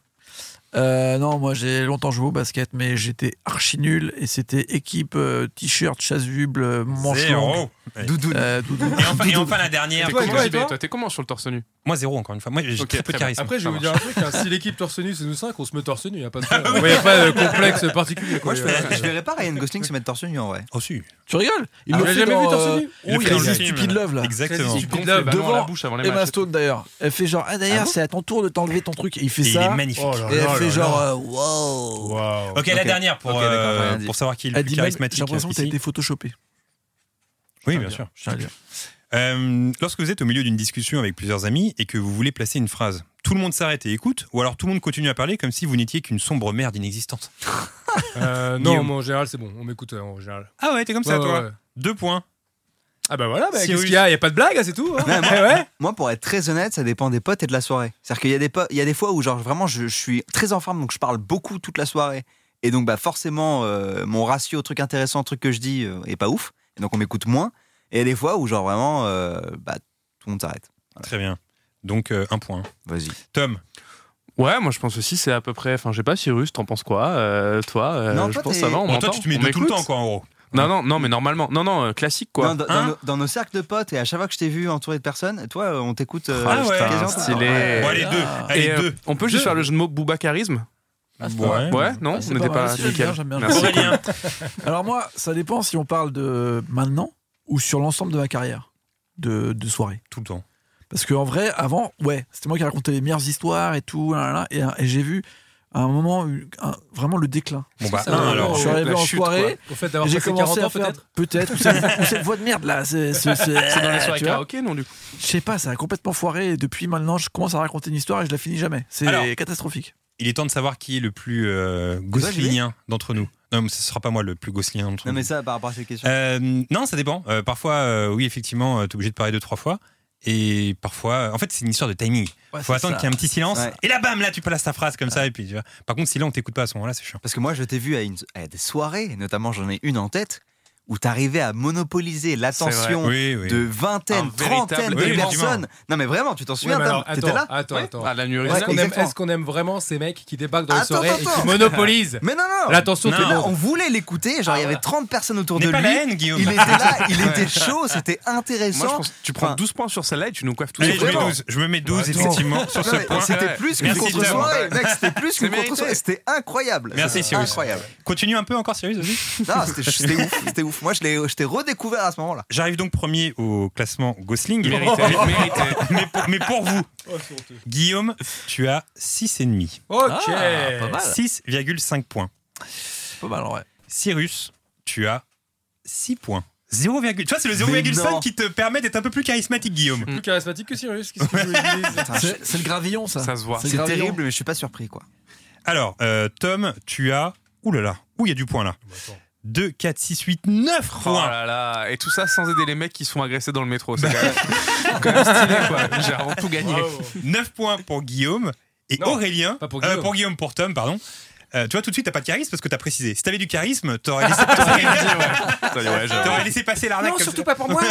H: Euh, non, moi j'ai longtemps joué au basket, mais j'étais archi nul et c'était équipe euh, t-shirt chasuble euh, manche
D: Zéro.
H: longue.
D: Ouais.
H: Doudoune. Euh, doudoune.
D: Et enfin, et enfin, la dernière.
G: T'es comment, JB, toi, t'es comment sur le torse nu
D: Moi, zéro, encore une fois. Moi, j'ai
G: Ok,
D: très
G: très
D: peu
G: bien.
D: de charisme.
E: Après, je vais
D: Ça
E: vous dire un
D: marche.
E: truc hein, si l'équipe torse nu, c'est nous cinq, on se met torse nu. Il n'y a pas de, Ouais, y a pas de complexe particulier. quoi. Ah,
F: Moi je
G: euh,
F: verrais, je verrais pas Ryan Gosling se mettre torse nu en vrai.
D: Oh si.
H: Tu rigoles
F: Ah,
H: le
F: vous
H: fait
F: l'avez jamais
H: dans,
F: vu torse
E: Oh,
H: euh,
F: nu
H: où
F: Il le
H: Il
F: fait
H: fait
F: dans le
H: une
F: film.
H: stupide love là.
F: Exactement.
H: Crazy
F: Il
H: Stupid
F: gonfle les
H: love
F: ballons à la
H: devant
F: bouche avant les
H: Emma
F: matchs.
H: Stone d'ailleurs. Elle fait genre ah
F: Ah
H: d'ailleurs
F: bon
H: c'est à ton tour de t'enlever ton truc. Et il fait
F: Et il
H: ça.
F: est magnifique.
H: Oh là là Et elle fait
F: là
H: genre
F: là.
H: euh, wow.
D: Ok, la dernière pour,
F: Ok,
D: euh,
F: d'accord, rien dit.
D: pour savoir qui est le
H: Elle
D: plus
H: dit même,
D: charismatique.
H: J'ai l'impression que t'as
D: ici.
H: été photoshopé.
D: Oui,
H: Je
D: bien
H: tiens à
D: sûr.
H: le dire, je tiens à le dire.
D: Euh, lorsque vous êtes au milieu d'une discussion avec plusieurs amis et que vous voulez placer une phrase, tout le monde s'arrête et écoute, ou alors tout le monde continue à parler comme si vous n'étiez qu'une sombre merde inexistante.
E: Euh, non,
D: Guillaume.
E: moi en général, c'est bon. On m'écoute euh, en général.
D: Ah ouais, t'es comme ça,
E: Ouais,
D: toi
E: ouais, ouais.
D: Deux points.
E: Ah bah voilà, bah,
D: Cyrus.
E: qu'est-ce qu'il y a Il n'y a pas de blague, hein, c'est tout. hein.
F: Non,
E: Ouais,
G: Eh
F: moi,
E: ouais.
F: moi, pour être très honnête, ça dépend des potes et de la soirée. C'est-à-dire qu'il y, a des po- il y a des fois où, genre, vraiment, je, je suis très en forme, donc je parle beaucoup toute la soirée. Et donc, bah, forcément, euh, mon ratio truc intéressant, truc que je dis, euh, est pas ouf. Et donc, on m'écoute moins. Et il y a des fois où, genre, vraiment, euh, bah, tout le monde s'arrête.
D: Très bien. Donc, euh, un point.
F: Vas-y.
D: Tom.
G: Ouais, moi je pense aussi, c'est à peu près. Enfin, je sais pas, Cyrus, t'en penses quoi euh, Toi, euh,
F: Non,
G: je
F: toi,
G: pense
F: t'es-
G: ça va, on
F: Bon, toi,
G: m'entend.
F: tu te mets
G: on
F: deux tout le
G: m'écoute.
F: temps, quoi, en gros.
G: Non, non, non, mais normalement. Non, non, euh, classique, quoi.
F: Dans, dans
G: Hein
F: nos, dans nos cercles de potes et à chaque fois que je t'ai vu entouré de personnes, toi, euh, on t'écoute. euh,
G: Ah
F: jusqu'à
G: ouais,
F: 15 heures, tout le temps.
G: stylé.
H: Eh
F: Ouais.
G: Et, euh, On peut juste faire le jeu de mots boubacarisme
H: Ah, c'est
G: ouais.
H: pas mal.
G: ouais, non,
H: Ah, c'est
G: on n'était
H: mal.
G: pas,
H: Si, j'aime
G: nickel.
H: bien, j'aime bien.
G: Merci.
H: Alors moi, ça dépend si on parle de maintenant ou sur l'ensemble de ma carrière de, de soirée.
D: Tout le temps.
H: Parce qu'en vrai, avant, ouais, c'était moi qui racontais les meilleures histoires et tout, là, là, là, et, et j'ai vu à un moment un- vraiment le déclin.
D: Bon, bah,
H: Ça,
D: un,
H: euh,
D: alors.
H: je suis arrivé
D: La
H: en
D: chute,
H: soirée,
D: quoi. Au fait d'avoir
H: et j'ai
D: passé 40
H: commencé à
D: ans,
H: faire-
D: peut-être
H: Peut-être, ou cette- ou cette voix de merde là. C'est
G: C'est dans les soirées
H: tu vois.
G: karaoké, non, du coup
H: Je sais pas, ça a complètement foiré. Et depuis maintenant, je commence à raconter une histoire et je la finis jamais. C'est
D: Alors.
H: catastrophique.
D: Il est temps de savoir qui est le plus euh, gosselinien d'entre nous. Non, mais ce sera pas moi le plus gosselin d'entre
F: Non,
D: nous.
F: mais ça, par rapport à cette question.
D: Euh, non, ça dépend. Euh, parfois, euh, oui, effectivement, euh, t'es obligé de parler deux, trois fois. Et parfois, en fait, c'est une histoire de timing.
F: Ouais,
D: Faut
F: c'est
D: attendre
F: ça.
D: qu'il y ait un petit silence.
F: Ouais.
D: Et là, bam, là, tu places ta phrase comme ça. Et puis, tu vois. Par contre, si là, on t'écoute pas à ce moment-là, c'est chiant.
F: Parce que moi, je t'ai vu à, une, à des soirées, notamment j'en ai une en tête, où t'arrivais à monopoliser l'attention
D: Oui, oui.
F: de vingtaines,
G: Un véritable
F: trentaines de
G: élément.
F: personnes. Non, mais vraiment, tu t'en
E: Ouais,
F: souviens,
E: mais
F: Tom
E: alors,
F: T'étais
E: attends,
F: là
E: Attends,
F: Ouais.
E: attends.
F: Ah,
G: l'anévrisme.
E: Est-ce qu'on aime,
F: Exactement.
E: est-ce qu'on aime vraiment ces mecs qui débarquent dans les
F: Attends,
E: soirées et
F: attends.
E: qui monopolisent
F: Mais non, non
E: L'attention de tout
F: Non,
E: le monde.
F: On voulait l'écouter, genre il y avait 30 personnes autour
D: N'est
F: de
D: pas
F: lui.
D: la haine, Guillaume.
F: Il était là, il
D: Ouais.
F: était chaud, c'était intéressant.
G: Moi, je pense que tu prends
F: Enfin,
G: 12 points sur celle-là et tu nous coiffes tous
D: Allez,
G: les
D: je mets
G: points.
D: 12. Je me mets 12,
G: Attends.
D: effectivement, sur
F: non,
D: ce
F: mais
D: point.
F: C'était plus qu'une
D: Merci, Tom.
F: contre-soirée, mec, c'était plus
D: C'est
F: qu'une
D: mérité.
F: contre-soirée, c'était incroyable.
D: Merci,
F: C'était
D: Cyrus.
F: Incroyable.
D: Continue un peu encore, Cyrus, vas-y.
F: Non, c'était- c'était ouf, c'était ouf. Moi, je l'ai- je t'ai redécouvert à ce moment-là.
D: J'arrive donc premier au classement Gosling.
G: Mérité, mérité.
D: mais, pour, mais pour vous, Guillaume, tu as 6,5.
E: Ok.
H: Ah, pas mal.
D: 6,5 points.
H: Pas mal, ouais.
D: Cyrus, tu as 6 points. 0, tu vois, c'est le
H: Mais non.
D: 0,5 qui te permet d'être un peu plus charismatique, Guillaume.
E: Plus charismatique que Cyrus. Qu'est-ce que je voulais dire
H: C'est c'est le gravillon, ça.
G: Ça se voit.
H: C'est
F: C'est
H: gravillon.
F: terrible, mais je suis pas surpris, quoi.
D: Alors, euh, Tom, tu as. Ouh là là, où il y a du point là 2, 4, 6, 8, 9
G: Oh
D: points.
G: là là, et tout ça sans aider les mecs qui se font agresser dans le métro. C'est quand même- quand même stylé, quoi. J'ai vraiment tout gagné.
E: Bravo.
D: 9 points pour Guillaume et
E: Non,
D: Aurélien.
E: pas pour
D: euh,
E: Guillaume.
D: pour Tom, pardon. Euh, tu vois, tout de suite, t'as pas de charisme parce que t'as précisé. Si t'avais du charisme, t'aurais laissé passer, T'aurais laissé passer l'arnaque.
L: Non,
D: comme
L: surtout pas
D: ça.
L: pour moi.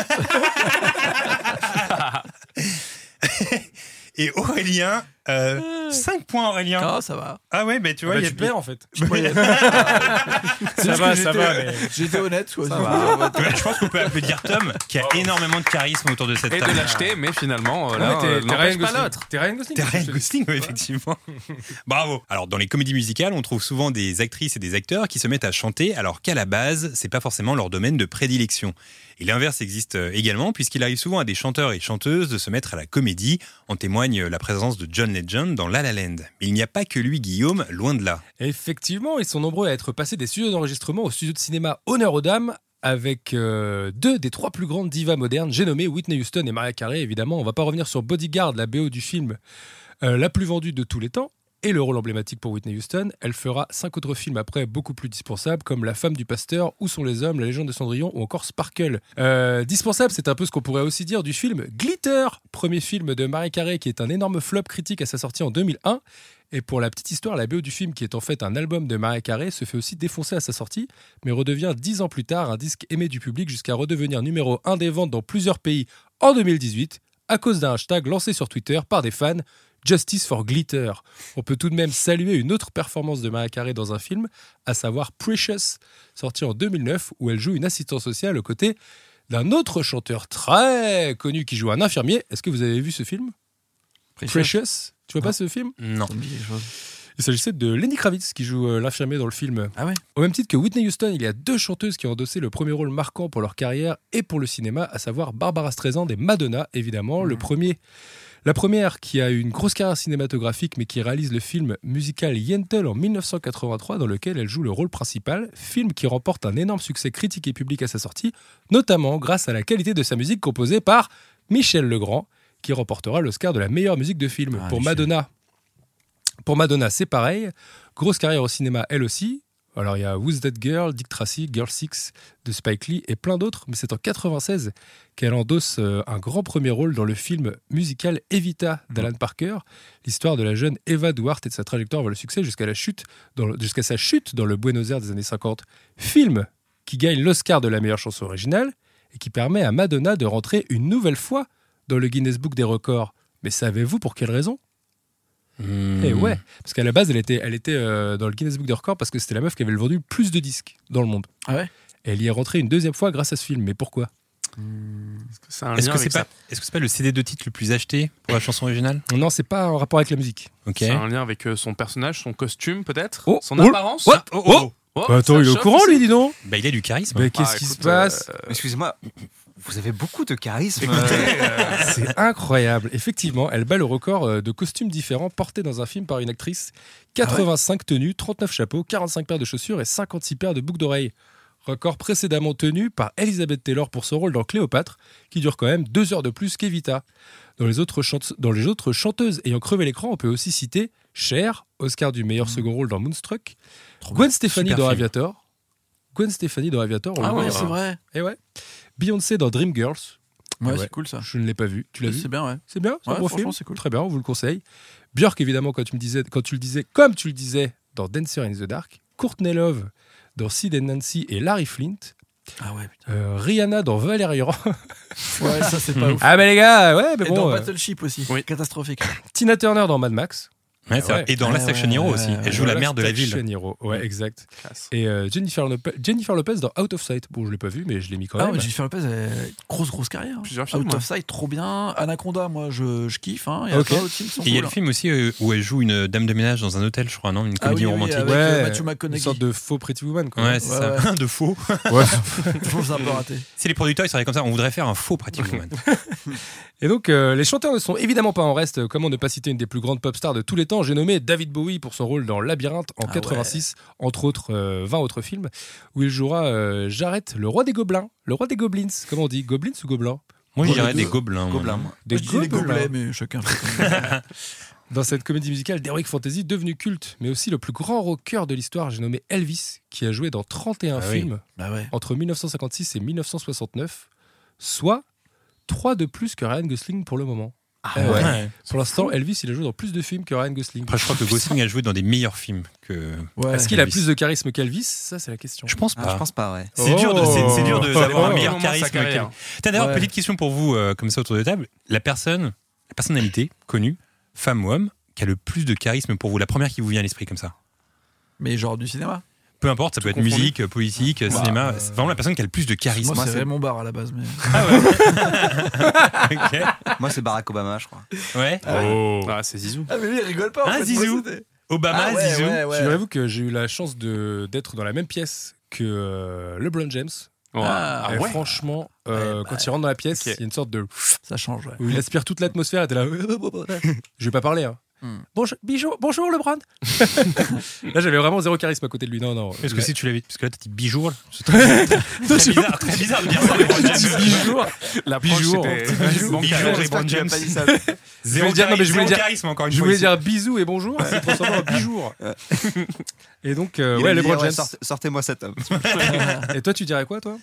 D: Et Aurélien, 5 points Aurélien.
H: Ah, ça va.
D: Ah ouais, mais tu vois,
E: Bah,
D: il y a-
E: tu perds, en fait.
D: Bah, oui.
H: C'est juste
E: va,
H: que
E: ça
H: j'étais-
E: va, mais-
H: J'étais honnête, quoi.
E: Ça
H: Je
E: va.
H: veux dire, en fait,
D: Ouais, Je pense qu'on peut applaudir Tom, qui a énormément de charisme autour de cette
G: Et
D: table.
G: de l'acheter, mais finalement, euh, là,
E: Ouais, t'es-
G: euh,
E: t'es
G: n'empêche
E: Ryan
G: pas
E: Gosling.
G: l'autre.
E: T'es Ryan Gosling.
D: T'es Ryan Gosling, oui, effectivement. Bravo. Alors, dans les comédies musicales, on trouve souvent des actrices et des acteurs qui se mettent à chanter, alors qu'à la base, c'est pas forcément leur domaine de prédilection. Et l'inverse existe euh, également, puisqu'il arrive souvent à des chanteurs et chanteuses de se mettre à la comédie. En témoigne la présence de John Legend dans La La Land. Mais il n'y a pas que lui, Guillaume, loin de là.
E: Effectivement, ils sont nombreux à être passés des studios d'enregistrement aux studios de cinéma Honneur aux Dames avec euh, deux des trois plus grandes divas modernes, j'ai nommé Whitney Houston et Mariah Carey, évidemment. On va pas revenir sur Bodyguard, la BO du film euh, la plus vendue de tous les temps. Et le rôle emblématique pour Whitney Houston, elle fera cinq autres films après beaucoup plus dispensables, comme La femme du pasteur, Où sont les hommes, La légende de Cendrillon ou encore Sparkle. Euh, dispensable, c'est un peu ce qu'on pourrait aussi dire du film Glitter, premier film de Mariah Carey qui est un énorme flop critique à sa sortie en 2001. Et pour la petite histoire, la BO du film, qui est en fait un album de Mariah Carey, se fait aussi défoncer à sa sortie, mais redevient dix ans plus tard un disque aimé du public jusqu'à redevenir numéro un des ventes dans plusieurs pays en 2018 à cause d'un hashtag lancé sur Twitter par des fans. Justice for Glitter. On peut tout de même saluer une autre performance de Mariah Carey dans un film, à savoir Precious, sorti en 2009, où elle joue une assistante sociale aux côtés d'un autre chanteur très connu qui joue un infirmier. Est-ce que vous avez vu ce film Precious Tu vois pas ce film
D: Non.
H: ça me dit quelque chose.
E: il s'agissait de Lenny Kravitz qui joue euh, l'infirmier dans le film.
H: Ah ouais
E: Au même titre que Whitney Houston, il y a deux chanteuses qui ont endossé le premier rôle marquant pour leur carrière et pour le cinéma, à savoir Barbara Streisand et Madonna, évidemment.
H: Mm.
E: Le premier, la première qui a eu une grosse carrière cinématographique mais qui réalise le film musical Yentl en 1983 dans lequel elle joue le rôle principal, film qui remporte un énorme succès critique et public à sa sortie, notamment grâce à la qualité de sa musique composée par Michel Legrand, qui remportera l'Oscar de la meilleure musique de film.
H: Ah,
E: pour
H: Michel.
E: Madonna, pour Madonna, c'est pareil. Grosse carrière au cinéma, elle aussi. Alors, il y a Who's That Girl, Dick Tracy, Girl Six de Spike Lee et plein d'autres, mais c'est en 96 qu'elle endosse euh, un grand premier rôle dans le film musical Evita d'Alan Parker. L'histoire de la jeune Eva Duarte et de sa trajectoire vers le succès jusqu'à la chute, dans le- jusqu'à sa chute dans le Buenos Aires des années 50. Film qui gagne l'Oscar de la meilleure chanson originale et qui permet à Madonna de rentrer une nouvelle fois dans le Guinness Book des records. Mais savez-vous pour quelle raison
H: Mm.
E: et
D: Mhm.
E: ouais, parce qu'à la base, elle était, elle était euh, dans le Guinness Book des records parce que c'était la meuf qui avait le vendu le plus de disques dans le monde.
H: Ah ouais
E: Et elle y est rentrée une deuxième fois grâce à ce film. Mais pourquoi
G: Hmm. C'est un
D: Est-ce
G: lien
D: que
G: avec
D: c'est
G: ça.
D: pas, est-ce que c'est pas le CD de titre le plus acheté pour la chanson originale
E: Non, c'est pas en rapport avec la musique.
D: Ok.
G: C'est un lien avec euh, son personnage, son costume peut-être,
E: Oh,
G: son
E: oh,
G: apparence.
E: what
D: Oh, oh,
G: Oh,
E: attends,
G: ça
E: il est au
G: chauffe,
E: courant,
G: ça.
E: lui, dis donc
D: Bah, il a du charisme.
E: Mais
G: Bah,
E: qu'est-ce qui se
G: écoute,
E: passe
G: euh,
F: Excusez-moi, vous avez beaucoup de charisme.
G: Écoutez, euh,
E: C'est incroyable. Effectivement, elle bat le record euh, de costumes différents portés dans un film par une actrice.
H: Ah
E: 85 tenues, 39 chapeaux, 45 paires de chaussures et 56 paires de boucles d'oreilles. Record précédemment tenu par Elizabeth Taylor pour son rôle dans Cléopâtre, qui dure quand même deux heures de plus qu'Evita. Dans les, autres chante- dans les autres chanteuses ayant crevé l'écran, on peut aussi citer Cher, Oscar du meilleur
H: Mmh.
E: second rôle dans Moonstruck, Gwen Stefani
D: Super
E: dans
D: film.
E: Aviator. Gwen Stefani dans Aviator, on
H: Ah
E: le
H: ouais,
E: voit.
H: c'est vrai.
E: Eh ouais. Beyoncé dans Dreamgirls,
H: Ouais,
E: ouais.
H: c'est cool ça.
E: je ne l'ai pas vu. Tu l'as vu
H: Ah. C'est bien, ouais.
E: c'est bien, c'est
H: Ouais,
E: un bon
H: franchement,
E: film.
H: c'est cool.
E: Très bien, on vous le conseille. Björk, évidemment, quand tu, me disais, quand tu le disais, comme tu le disais dans Dancer in the Dark. Courtney Love dans Sid and Nancy et Larry Flint.
H: Ah ouais, putain.
E: Euh, Rihanna dans Valérian.
H: Ouais, ça c'est pas ouf.
E: ah, mais les gars, ouais, mais
H: Et dans
E: bon. euh,
H: Battleship aussi.
G: oui.
H: Catastrophique.
E: Tina Turner dans Mad Max.
D: Ouais, c'est
E: Ah
D: vrai.
E: ouais.
D: Et dans
H: Ah
D: Last Action
H: ouais,
D: Hero
H: ouais,
D: aussi.
H: ouais,
D: Elle joue
E: Dans
D: la mère de la ville.
E: Action Hero.
H: Mm.
E: Ouais, exact.
G: classe.
E: Et euh, Jennifer, Lope- Jennifer Lopez dans Out of Sight. Bon, je l'ai pas vu, mais je l'ai mis quand
H: Ah,
E: même.
H: ouais, Jennifer Lopez, elle- grosse, grosse carrière. hein.
G: Plusieurs films,
H: Out
G: ouais.
H: of Sight, trop bien. Anaconda, moi, je, je kiffe. Hein. Il y a
E: Ok.
H: plein d'autres films qui sont
D: Et il y a
H: cool,
D: le
H: hein.
D: film aussi euh, où elle joue une dame de ménage dans un hôtel, je crois, non Une
H: Ah oui,
D: comédie
H: oui,
D: romantique.
H: avec, euh, Matthew
E: une
H: McConaughey.
E: sorte de faux Pretty Woman, quoi.
D: Ouais, c'est
H: Ouais,
D: ça. de faux.
H: hein. Je trouve ça un peu raté.
D: Si les producteurs ils seraient comme ça, on voudrait faire un faux Pretty Woman.
E: Et donc, euh, les chanteurs ne sont évidemment pas en reste. euh, Comment ne pas citer une des plus grandes pop stars de tous les temps J'ai nommé David Bowie pour son rôle dans Labyrinthe en
H: Ah
E: 86, entre autres euh, 20 autres films, où il jouera euh, Jarrett, le roi des gobelins, le roi des goblins. Comment on dit Goblins ou gobelins
D: Moi, je
H: Bon,
D: dirais
H: les
D: des
H: deux.
D: gobelins. moi.
F: Gobelin, moi.
E: Des
H: je dis les
E: gobelins.
H: gobelets, mais chacun.
E: Dans cette comédie musicale d'Heroic Fantasy devenue culte, mais aussi le plus grand rocker de l'histoire, j'ai nommé Elvis, qui a joué dans 31
D: Ah oui.
E: films
H: bah ouais.
E: entre 1956 et 1969, soit 3 de plus que Ryan Gosling pour le moment.
H: Ah
E: Euh,
D: ouais. Ouais.
E: Pour l'instant, Elvis, il a joué dans plus de films que Ryan Gosling.
D: Après, je crois que Gosling a joué dans des meilleurs films que.
E: Ouais. Est-ce qu'il a
D: Elvis.
E: plus de charisme qu'Elvis Ça, c'est la question.
D: Je
F: Ah,
D: pense pas.
F: pas, ouais.
D: C'est dur de, c'est, c'est dur de,
E: Oh.
D: d'avoir un
E: Oh.
D: meilleur
E: Moment de sa
D: charisme. que-
E: carrière.
D: Tiens, d'ailleurs,
E: Ouais.
D: petite question pour vous, euh, comme ça autour de la table. La personne, la personnalité connue, femme ou homme, qui a le plus de charisme pour vous, la première qui vous vient à l'esprit comme ça
H: Mais genre du cinéma.
D: Peu importe, ça peut être
H: confondu.
D: musique, euh, politique, euh,
H: Bah,
D: cinéma. C'est vraiment la personne qui a le plus de charisme.
H: Moi, c'est Raymond Barre à la base. Mais...
F: Moi, c'est Barack Obama, je crois.
D: Ouais.
G: Ah, c'est Zizou.
H: Ah, mais lui, il rigole pas. en
D: Ah,
H: fait.
D: Zizou.
H: Moi, c'était-
D: Obama,
H: Ah, ouais,
D: Zizou.
H: ouais, ouais.
E: J'avoue que j'ai eu la chance de, d'être dans la même pièce que euh, LeBron James.
G: Ah,
E: Et
G: ouais.
E: Franchement, euh,
D: bah
E: quand il rentre dans la pièce, il y a une sorte de.
H: Ça change, ouais.
E: où il aspire toute l'atmosphère et t'es là. Je vais pas parler. Hein.
D: Hmm.
E: Bonjour, bijou- bonjour LeBron. là, j'avais vraiment zéro charisme à côté de lui. Non, non.
D: Est-ce que si tu l'avais Parce que là, t'as dit bijoux. là. C'est
E: Non,
D: très
E: je-
D: bizarre, très bizarre de dire ça. les Brown James.
E: Bijou.
G: La
D: Bijou, hein. Bijou,
G: Bijou,
D: Ray Brown James.
G: Euh,
E: Je
D: Zéro
E: voulais dire- non, mais je voulais
D: zéro
E: dire-
D: charisme, encore une
E: Je
D: fois.
E: voulais
D: ici.
E: dire bisous et bonjour, c'est transformé en bijour. Et donc, euh,
F: Il
E: ouais,
F: a dit,
E: LeBron
F: ouais,
E: James.
F: sortez- Sortez-moi cet homme.
E: Et toi, tu dirais quoi, toi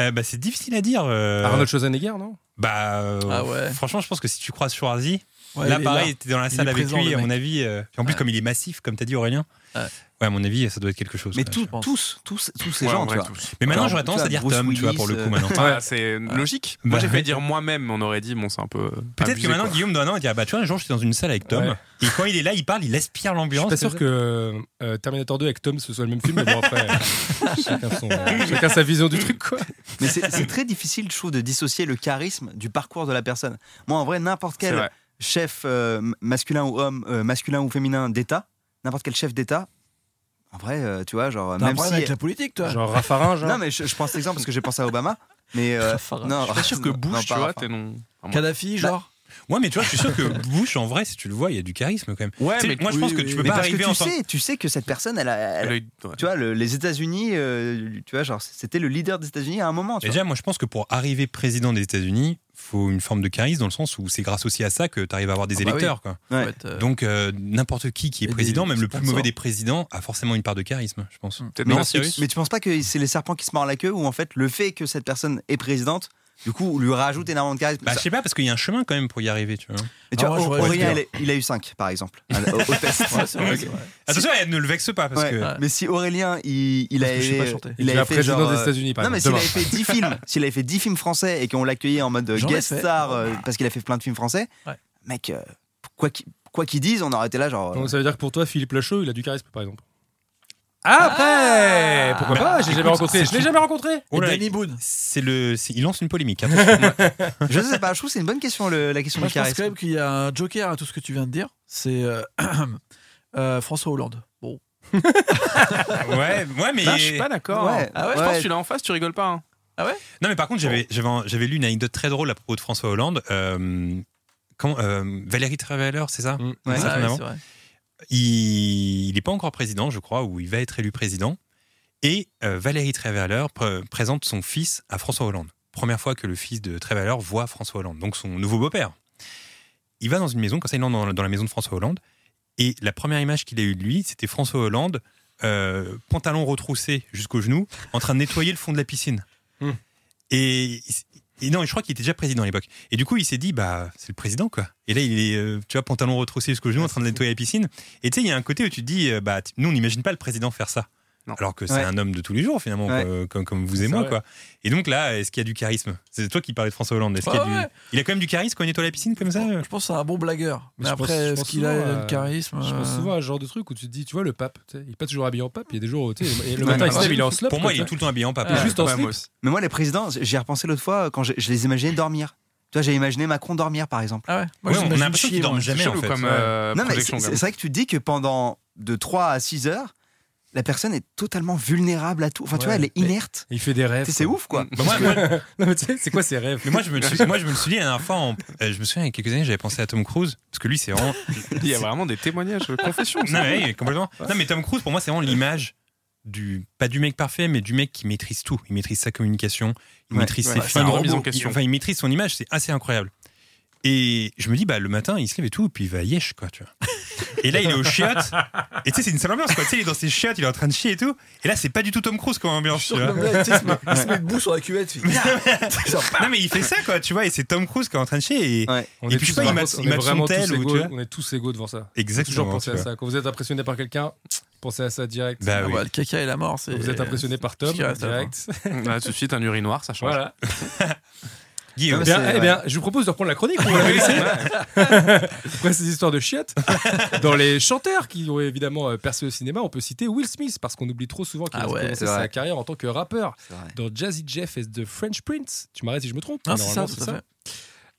D: Euh, bah, c'est difficile à dire. euh,
E: Arnold Schwarzenegger, non
D: Bah, euh,
H: Ah ouais.
D: franchement, je pense que si tu croises Schwarzy,
H: Ouais,
D: là,
H: il est
D: pareil,
H: là.
D: t'es dans la
H: Il
D: salle
H: est
D: avec
H: présent,
D: lui,
H: le
D: à
H: mec.
D: mon avis. euh, en plus,
H: Ouais.
D: comme il est massif, comme t'as dit, Aurélien.
H: Ouais.
D: Ouais. à mon avis, ça doit être quelque chose.
F: Mais
D: ouais.
F: tous,
H: pense.
F: tous, tous, tous ces
G: Ouais, en
F: gens,
G: vrai,
F: tu vois.
G: tous.
D: Mais maintenant,
F: Alors,
D: j'aurais tendance
F: tu
D: à
F: vois,
D: dire
F: Bruce
D: Tom, tu vois, pour le
F: Willis,
D: coup,
F: euh,
D: maintenant.
G: Voilà, c'est logique. Moi,
D: Bah,
G: j'ai
D: ouais.
G: failli dire moi-même, on aurait dit, bon, c'est un peu.
D: Peut-être
G: abusé,
D: que maintenant,
G: quoi.
D: Guillaume Donan, il dit, ah bah, tu vois, un jour, j'étais dans une salle avec Tom.
E: Ouais.
D: Et quand il est là, il parle, il aspire
E: Je suis
D: l'ambiance.
E: pas sûr que euh, Terminator 2 avec Tom ce soit le même film, mais bon, après, euh, chacun, son- euh, chacun sa vision du truc, quoi.
F: Mais c'est c'est très difficile, je trouve, de dissocier le charisme du parcours de la personne. Moi, en vrai, n'importe
G: C'est
F: quel
G: vrai.
F: chef euh, masculin ou homme, euh, masculin ou féminin d'État, n'importe quel chef d'État, en vrai, euh, tu vois, genre,
H: T'as un
F: même
H: problème
F: si.
H: avec la politique, toi.
E: Genre Raffarin, genre.
F: Non, mais je, je prends cet exemple parce que j'ai pensé à Obama. Mais. euh,
H: Raffarin.
F: non,
G: Je suis pas sûr que
F: non,
G: Bush,
F: pas
G: tu vois,
F: Raffarin.
G: t'es non. Enfin, moi-
H: Kadhafi, genre.
D: Ouais, mais tu vois, je suis sûr que Bush, en vrai, si tu le vois, il y a du charisme quand même.
G: Ouais,
D: Tu sais,
G: mais
D: moi, je
G: oui,
D: pense que
G: oui,
D: tu peux
F: Mais
D: pas
F: parce que
D: arriver
F: tu
D: en tant
F: sais, tu sais que cette personne, elle a- elle a-
G: Elle a eu- ouais.
F: tu vois, le- les États-Unis, euh, tu vois, genre, c'était le leader des États-Unis à un moment. Tu vois.
D: Déjà, moi, je pense que pour arriver président des États-Unis, faut une forme de charisme dans le sens où c'est grâce aussi à ça que tu arrives à avoir des
H: Ah bah oui.
D: électeurs. quoi.
F: Ouais.
H: Ouais, t'as-
D: Donc euh, n'importe qui qui est
H: Et des
D: président, même le plus
H: sponsors.
D: mauvais des présidents, a forcément une part de charisme, je pense.
G: Peut-être
D: Non,
G: pas
D: sérieux
G: Cyrus.
F: Mais tu penses pas que c'est les serpents qui se mordent la queue ou en fait le fait que cette personne est présidente, du coup, lui rajoute énormément de charisme
D: Bah,
F: Ça-
D: je sais pas, parce qu'il y a un chemin quand même pour y arriver, tu vois.
F: Mais tu
H: Ah,
F: vois,
H: moi, j'aurais
F: Aurélien,
H: dit,
F: elle est- il a eu 5 par exemple à la- au, au test.
H: Ouais, c'est vrai, c'est vrai.
D: Attention, elle ne le vexe pas, parce
F: Ouais,
D: que.
H: ouais.
F: Mais si Aurélien, il, il
H: Parce
F: avait,
H: que je sais pas chanter.
F: il
E: Il
F: avait
E: est
F: fait
E: président
F: genre,
E: des
F: euh,
E: États-Unis, par
F: Non, mais s'il
E: exemple.
F: avait fait 10 films, s'il avait fait 10 films français et qu'on l'accueillait en mode euh,
H: J'en ai
F: guest
H: fait.
F: star euh, parce qu'il a fait plein de films français,
H: Ouais.
F: mec, euh, quoi qu'il quoi qu'ils disent, on aurait été là genre. euh,
E: Donc, ça veut dire que pour toi, Philippe Lachaud, il a du charisme, par exemple. Ah, Après Pourquoi pas J'ai jamais rencontré. Je l'ai jamais rencontré
D: Oh
H: Et
D: là,
H: Danny
D: il-
H: Boone.
D: c'est le, c'est- il lance une polémique. attention.
F: euh, je sais pas, je trouve que c'est une bonne question le- la question
H: Moi,
F: du
H: je pense quand
F: charisme.
H: même qu'il y a un joker à tout ce que tu viens de dire. C'est euh, euh, François Hollande. Bon.
D: ouais, ouais, mais
G: Ah, je suis pas d'accord.
F: Ouais,
H: Ah
G: hein. Je
F: ouais.
G: pense que tu l'as en face, tu rigoles pas. hein.
D: non, mais par contre, j'avais, j'avais, un- j'avais lu une anecdote très drôle à propos de François Hollande. Euh, quand, euh, Valérie Traveller, c'est ça
E: Mm.
D: C'est
F: Ouais.
D: ça
H: Ah
D: qu'on
H: ouais,
D: avance
H: c'est vrai.
D: il n'est pas encore président, je crois, ou il va être élu président. Et euh, Valérie Treveller pr- présente son fils à François Hollande. Première fois que le fils de Treveller voit François Hollande, donc son nouveau beau-père. Il va dans une maison, comme ça il entre dans, dans la maison de François Hollande. Et la première image qu'il a eue de lui, c'était François Hollande, euh, pantalon retroussé jusqu'au genou, en train de nettoyer le fond de la piscine.
E: Hmm.
D: Et, et non, je crois qu'il était déjà président à l'époque. Et du coup, il s'est dit, bah, c'est le président, quoi. Et là, il est, euh, tu vois, pantalon retroussé jusqu'au genou, en train de nettoyer la piscine. Et tu sais, il y a un côté où tu te dis, euh, bah, t- nous, on n'imagine pas le président faire ça.
G: Non.
D: Alors que c'est
F: Ouais.
D: un homme de tous les jours, finalement,
F: Ouais.
D: quoi, comme, comme vous et
E: C'est
D: moi,
E: vrai.
D: quoi. Et donc là, est-ce qu'il y a du charisme C'est toi qui parlais de François Hollande. Est-ce qu'il y a
H: Ah
D: du-
H: ouais.
D: Il a quand même du charisme quand il nettoie la piscine, comme ça euh
H: Je pense que c'est un bon blagueur.
E: Mais
H: Mais
E: je pense- je
H: après, ce
E: pense
H: qu'il a,
E: souvent,
H: le
E: euh,
H: charisme.
E: Je pense
H: euh,
E: souvent à ce genre de truc où tu te dis, tu vois, le pape, tu sais, il est pas toujours habillé en pape, il y a des jours où tu sais, et le
F: Ouais,
E: matin,
F: mais
E: il se lève,
F: moi,
E: il est en slop.
D: Pour moi, il
E: comme
D: est
E: ça. Ah,
D: tout le temps habillé en
E: Et
D: papa.
E: juste en
G: Ouais, moi
E: slip.
G: aussi.
F: Mais moi les présidents, j'y ai repensé l'autre fois quand je, je les imaginais dormir. Tu vois, j'ai imaginé Macron dormir par exemple.
H: Ah ouais.
D: Ouais,
H: Moi, je
D: on a
H: m'imagine
D: l'impression
H: chier,
D: qu'il dorme
H: moi.
D: jamais,
G: C'est
D: en
G: chelou
D: fait.
G: comme
D: Ouais.
G: euh,
F: Non, mais
G: projection, quand
F: c'est c'est
G: même.
F: vrai que tu te dis que pendant de 3 à 6 heures, la personne est totalement vulnérable à tout. Enfin, tu
E: Ouais,
F: vois, elle est
E: mais-
F: inerte.
E: Il fait des rêves.
F: C'est
E: quoi.
F: ouf, quoi.
D: Bah, moi, moi,
E: Non, mais tu sais, c'est quoi ses rêves
D: Mais moi, je me le suis, moi, je me le suis dit la dernière fois. en- euh, je me souviens, il y a quelques années, j'avais pensé à Tom Cruise. Parce que lui, c'est vraiment.
G: Il y a vraiment des témoignages, euh, confessions.
D: non, mais, oui, complètement. Non, mais Tom Cruise, pour moi, c'est vraiment l'image du. Pas du mec parfait, mais du mec qui maîtrise tout. Il maîtrise sa communication, il
F: Ouais,
D: maîtrise
F: ouais,
D: ses
F: ouais,
G: c'est
D: films.
G: une remise en
D: il-
G: question.
D: enfin, il maîtrise son image, c'est assez incroyable. Et je me dis, bah, le matin, il se lève et tout, et puis il va à Yesh, quoi, tu vois. Et là, il est aux chiottes. Et tu sais, c'est une sale ambiance, quoi. Tu sais, il est dans ses chiottes, il est en train de chier et tout. Et là, c'est pas du tout Tom Cruise, comme ambiance, tu
H: Sur
D: vois.
H: le mec, tu sais, il se met- il se met debout sur la cuvette. il fait,
D: non, mais il fait ça, quoi, tu vois. Et c'est Tom Cruise qui est en train de chier. Et,
E: On
D: et
E: est
D: puis, je sais
E: tous-
D: pas, il
E: par
D: mate
E: contre,
D: il
E: on est
D: mate son
E: vraiment
D: tel,
E: tous
D: ou tu
E: égaux-
D: vois.
E: On est tous égaux devant ça.
D: Exactement,
E: Faut Toujours penser
D: tu
E: à
D: vois.
E: ça. Quand vous êtes impressionné par quelqu'un, pensez à ça direct.
D: Bah
H: Ah
D: oui.
H: bah, le caca et la mort, c'est.
E: Vous êtes impressionné par Tom
H: ce qui reste à la fin.
E: direct.
G: Là, Ah, tout de suite, un urinoir, ça change.
E: Voilà.
D: Guy,
E: Eh
D: euh,
F: mais
E: bien,
F: c'est-
E: eh bien, je vous propose de reprendre la chronique. on va la laisser. Après ces histoires de chiottes, dans les chanteurs qui ont évidemment euh, percé au cinéma, on peut citer Will Smith parce qu'on oublie trop souvent qu'il
H: Ah
E: a
H: ouais,
E: commencé
F: c'est
E: sa
F: vrai.
E: carrière en tant que rappeur
F: C'est vrai.
E: dans Jazzy Jeff et The French Prince. Tu m'arrêtes si je me trompe
H: Ah, c'est ça,
E: Normalement,
H: tout à fait.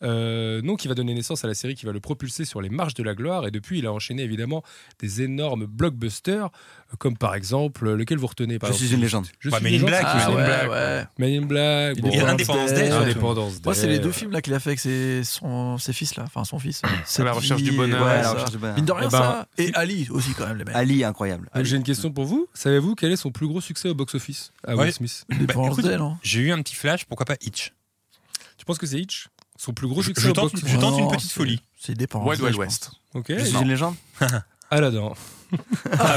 E: Euh, non, qui va donner naissance à la série qui va le propulser sur les marches de la gloire. Et depuis, il a enchaîné évidemment des énormes blockbusters, euh, comme par exemple, euh, lequel vous retenez par
F: Je
E: exemple
F: suis une légende.
E: Je
D: Ouais,
E: suis
D: Men in
E: légende,
D: Black,
E: c'est
H: Ah
E: Men in
H: ouais,
E: Black.
H: ouais.
E: Men in Black,
H: Il
E: bon,
H: est
D: Et Independence Day,
H: ouais.
E: Independence Day.
H: Moi, c'est les deux films là qu'il a fait avec ses, son, ses fils là, enfin son fils. Cette
G: la recherche
H: vie,
G: du bonheur,
H: ouais,
F: la
H: ça.
F: recherche du bonheur.
H: Mine de rien,
E: Eh ben,
H: ça. Et Ali aussi quand même les mecs.
F: Ali, incroyable.
D: Ah
E: Donc, J'ai une question pour vous. Savez-vous quel est son plus gros succès au box-office à
D: Ouais.
E: Will Smith
H: Independence
D: Bah, écoute,
H: Day,
E: hein.
H: non
D: J'ai eu un petit flash, pourquoi pas Hitch
E: Tu penses que c'est Hitch Son plus gros
D: Je-
E: succès
D: je
E: au
D: tente-
E: box-office
D: je tente une
H: Non,
D: petite
H: c'est-
D: folie. Eh,
H: C'est Independence
G: Wild
H: Day,
G: Wild
H: je pense.
G: West.
E: Ok.
F: Je suis une légende
E: Aladdin.
G: Ah, bah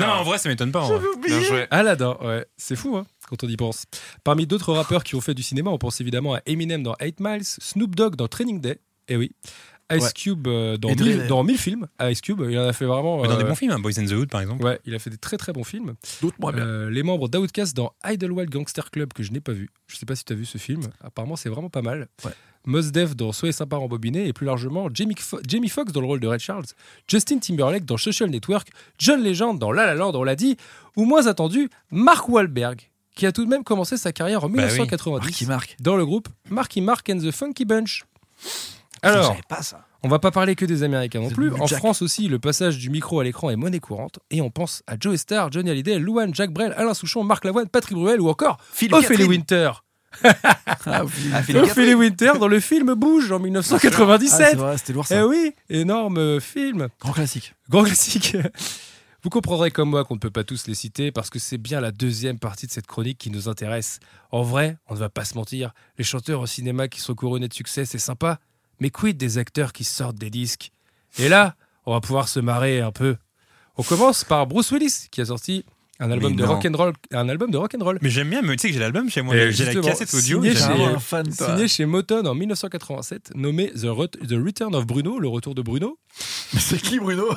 D: Non, en vrai, ça m'étonne pas. en vrai.
G: Bien joué.
E: Aladdin, ouais. C'est fou, hein, quand on y pense. Parmi d'autres rappeurs qui ont fait du cinéma, on pense évidemment à Eminem dans 8 Miles, Snoop Dogg dans Training Day. Eh oui. Ice
H: Ouais.
E: Cube euh, dans
H: Et Dre.
E: 1000 dans 1000 films. Ice Cube, il en a fait vraiment.
D: Mais dans des
E: euh,
D: bons films, hein, Boys and the Hood, par exemple.
E: Ouais, il a fait des très très bons films.
H: D'autres moins bien.
E: Euh, les membres d'Outcast dans Idlewild Gangster Club que je n'ai pas vu. Je sais pas si tu as vu ce film. Apparemment, c'est vraiment pas mal.
H: Ouais.
E: Mos Def dans Soyez sympa en bobiné et plus largement Jamie, Fo- Jamie Foxx dans le rôle de Red Charles, Justin Timberlake dans Social Network, John Legend dans La La Land, on l'a dit, ou moins attendu, Mark Wahlberg qui a tout de même commencé sa carrière en
D: Bah oui.
E: 1990
H: Marc ah, qui marque.
E: dans le groupe Marky Mark and the Funky Bunch.
H: Ça, je
E: Alors,
H: savais pas ça.
E: on va pas parler que des Américains non
H: The
E: plus.
H: Blue
E: En
H: Jack.
E: France aussi, le passage du micro à l'écran est monnaie courante. Et on pense à Joe Star, Johnny Hallyday, Louane, Jacques Brel, Alain Souchon, Marc Lavoine, Patrick Bruel ou encore
F: Philippe
E: Ophélie
F: Catherine.
E: Winter.
F: Ah,
H: Ah, oui.
F: Philippe Catherine.
E: Ophélie Winter dans le film Bouge en
H: Ah, c'est
E: 1997.
H: vrai, c'était lourd
E: eh
H: ça.
E: oui, énorme euh, film.
H: Grand classique.
E: Grand classique. Vous comprendrez comme moi qu'on ne peut pas tous les citer parce que c'est bien la deuxième partie de cette chronique qui nous intéresse. En vrai, on ne va pas se mentir, les chanteurs au cinéma qui sont couronnés de succès, c'est sympa, mais quid des acteurs qui sortent des disques Et là, on va pouvoir se marrer un peu. On commence par Bruce Willis qui a sorti un album
F: Mais
E: de
F: non.
E: rock'n'roll, un album de rock'n'roll
D: Mais j'aime bien, mais tu sais que j'ai l'album chez moi.
E: Et
D: J'ai la
E: justement,
D: cassette audio.
E: signé
D: j'ai-
E: chez-
H: Vraiment un fan, toi.
E: signé chez Motown en 1987 nommé The, Ret- The Return of Bruno, le retour de Bruno.
H: Mais c'est qui Bruno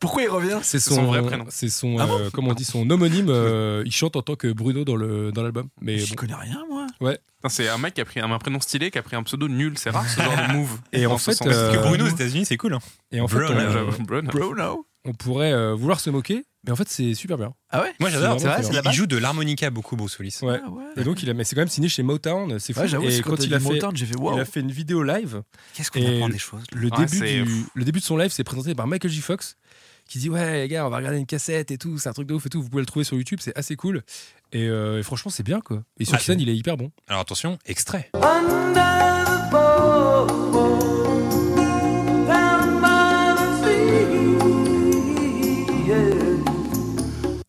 H: Pourquoi il revient
E: C'est
G: son vrai prénom.
E: C'est son, euh, comment on dit, son homonyme. euh, il chante en tant que Bruno dans le dans l'album. Mais
H: J'y
E: bon.
H: connais rien moi.
G: Putain, C'est un mec qui a pris un, un prénom stylé, qui a pris un pseudo nul. C'est rare ce genre de move.
E: Et en
G: Dans ce
E: fait,
G: sens.
E: euh,
D: Parce que Bruno aux États-Unis, c'est cool. hein.
E: et en fait,
D: Bro,
E: on,
D: là,
G: J'avoue, Brown.
H: Bruno.
E: on pourrait euh, vouloir se moquer, mais en fait, c'est super bien.
H: Ah ouais
D: Moi, j'adore.
E: C'est vrai, c'est
D: Il joue de l'harmonica beaucoup, Bruce Willis.
E: Ouais.
H: Ah ouais.
E: Et donc, il a, mais c'est quand même signé chez Motown. C'est fou.
H: Ouais, j'avoue,
E: et
H: c'est quand, il a fait Motown, j'ai fait
E: il
H: waouh.
E: a fait une vidéo live.
F: Qu'est-ce qu'on
E: Et-
F: apprend des choses là
E: Le,
G: Ouais, c'est-
E: début du, le début de son live, c'est présenté par Michael J. Fox qui dit Ouais, les gars, on va regarder une cassette et tout, c'est un truc de ouf et tout. Vous pouvez le trouver sur YouTube, c'est assez cool. Et, euh, et franchement, c'est bien quoi. Et sur
D: Ah,
E: scène, il est hyper bon.
D: Alors attention, extrait.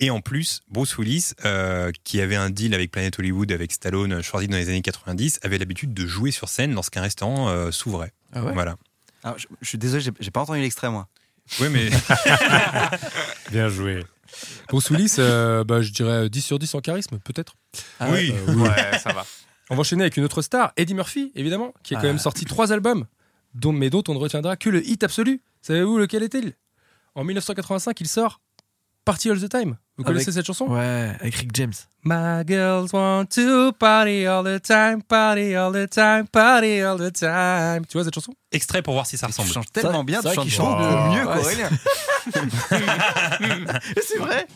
D: Et en plus, Bruce Willis, euh, qui avait un deal avec Planet Hollywood, avec Stallone, Schwarzy dans les années 90, avait l'habitude de jouer sur scène lorsqu'un restaurant euh, s'ouvrait.
H: Ah ouais
D: Voilà.
F: Alors, je, je suis désolé, j'ai- j'ai pas entendu l'extrait moi.
D: Oui, mais
E: Bien joué. Bruce Willis, euh, bah, je dirais 10 sur 10 en charisme, peut-être.
H: Ah
D: oui.
E: Euh,
G: Ouais, ça va.
E: On va enchaîner avec une autre star, Eddie Murphy, évidemment, qui a quand
H: Ah.
E: même sorti trois albums, dont, mais dont on ne retiendra que le hit absolu. Savez-vous lequel est-il En 1985, il sort Party All the Time. Vous
H: Avec-
E: connaissez cette chanson
H: Ouais, avec Rick James.
E: My girls want to party all the time, party all the time, party all the time. Tu vois cette chanson
D: extrait pour voir si ça ressemble.
F: Tu changes tellement bien,
H: c'est
F: tu chantes
H: vrai qu'il
F: chante
H: chante
F: mieux
H: mieux. Ouais,
F: qu'Aurélien.
H: C'est vrai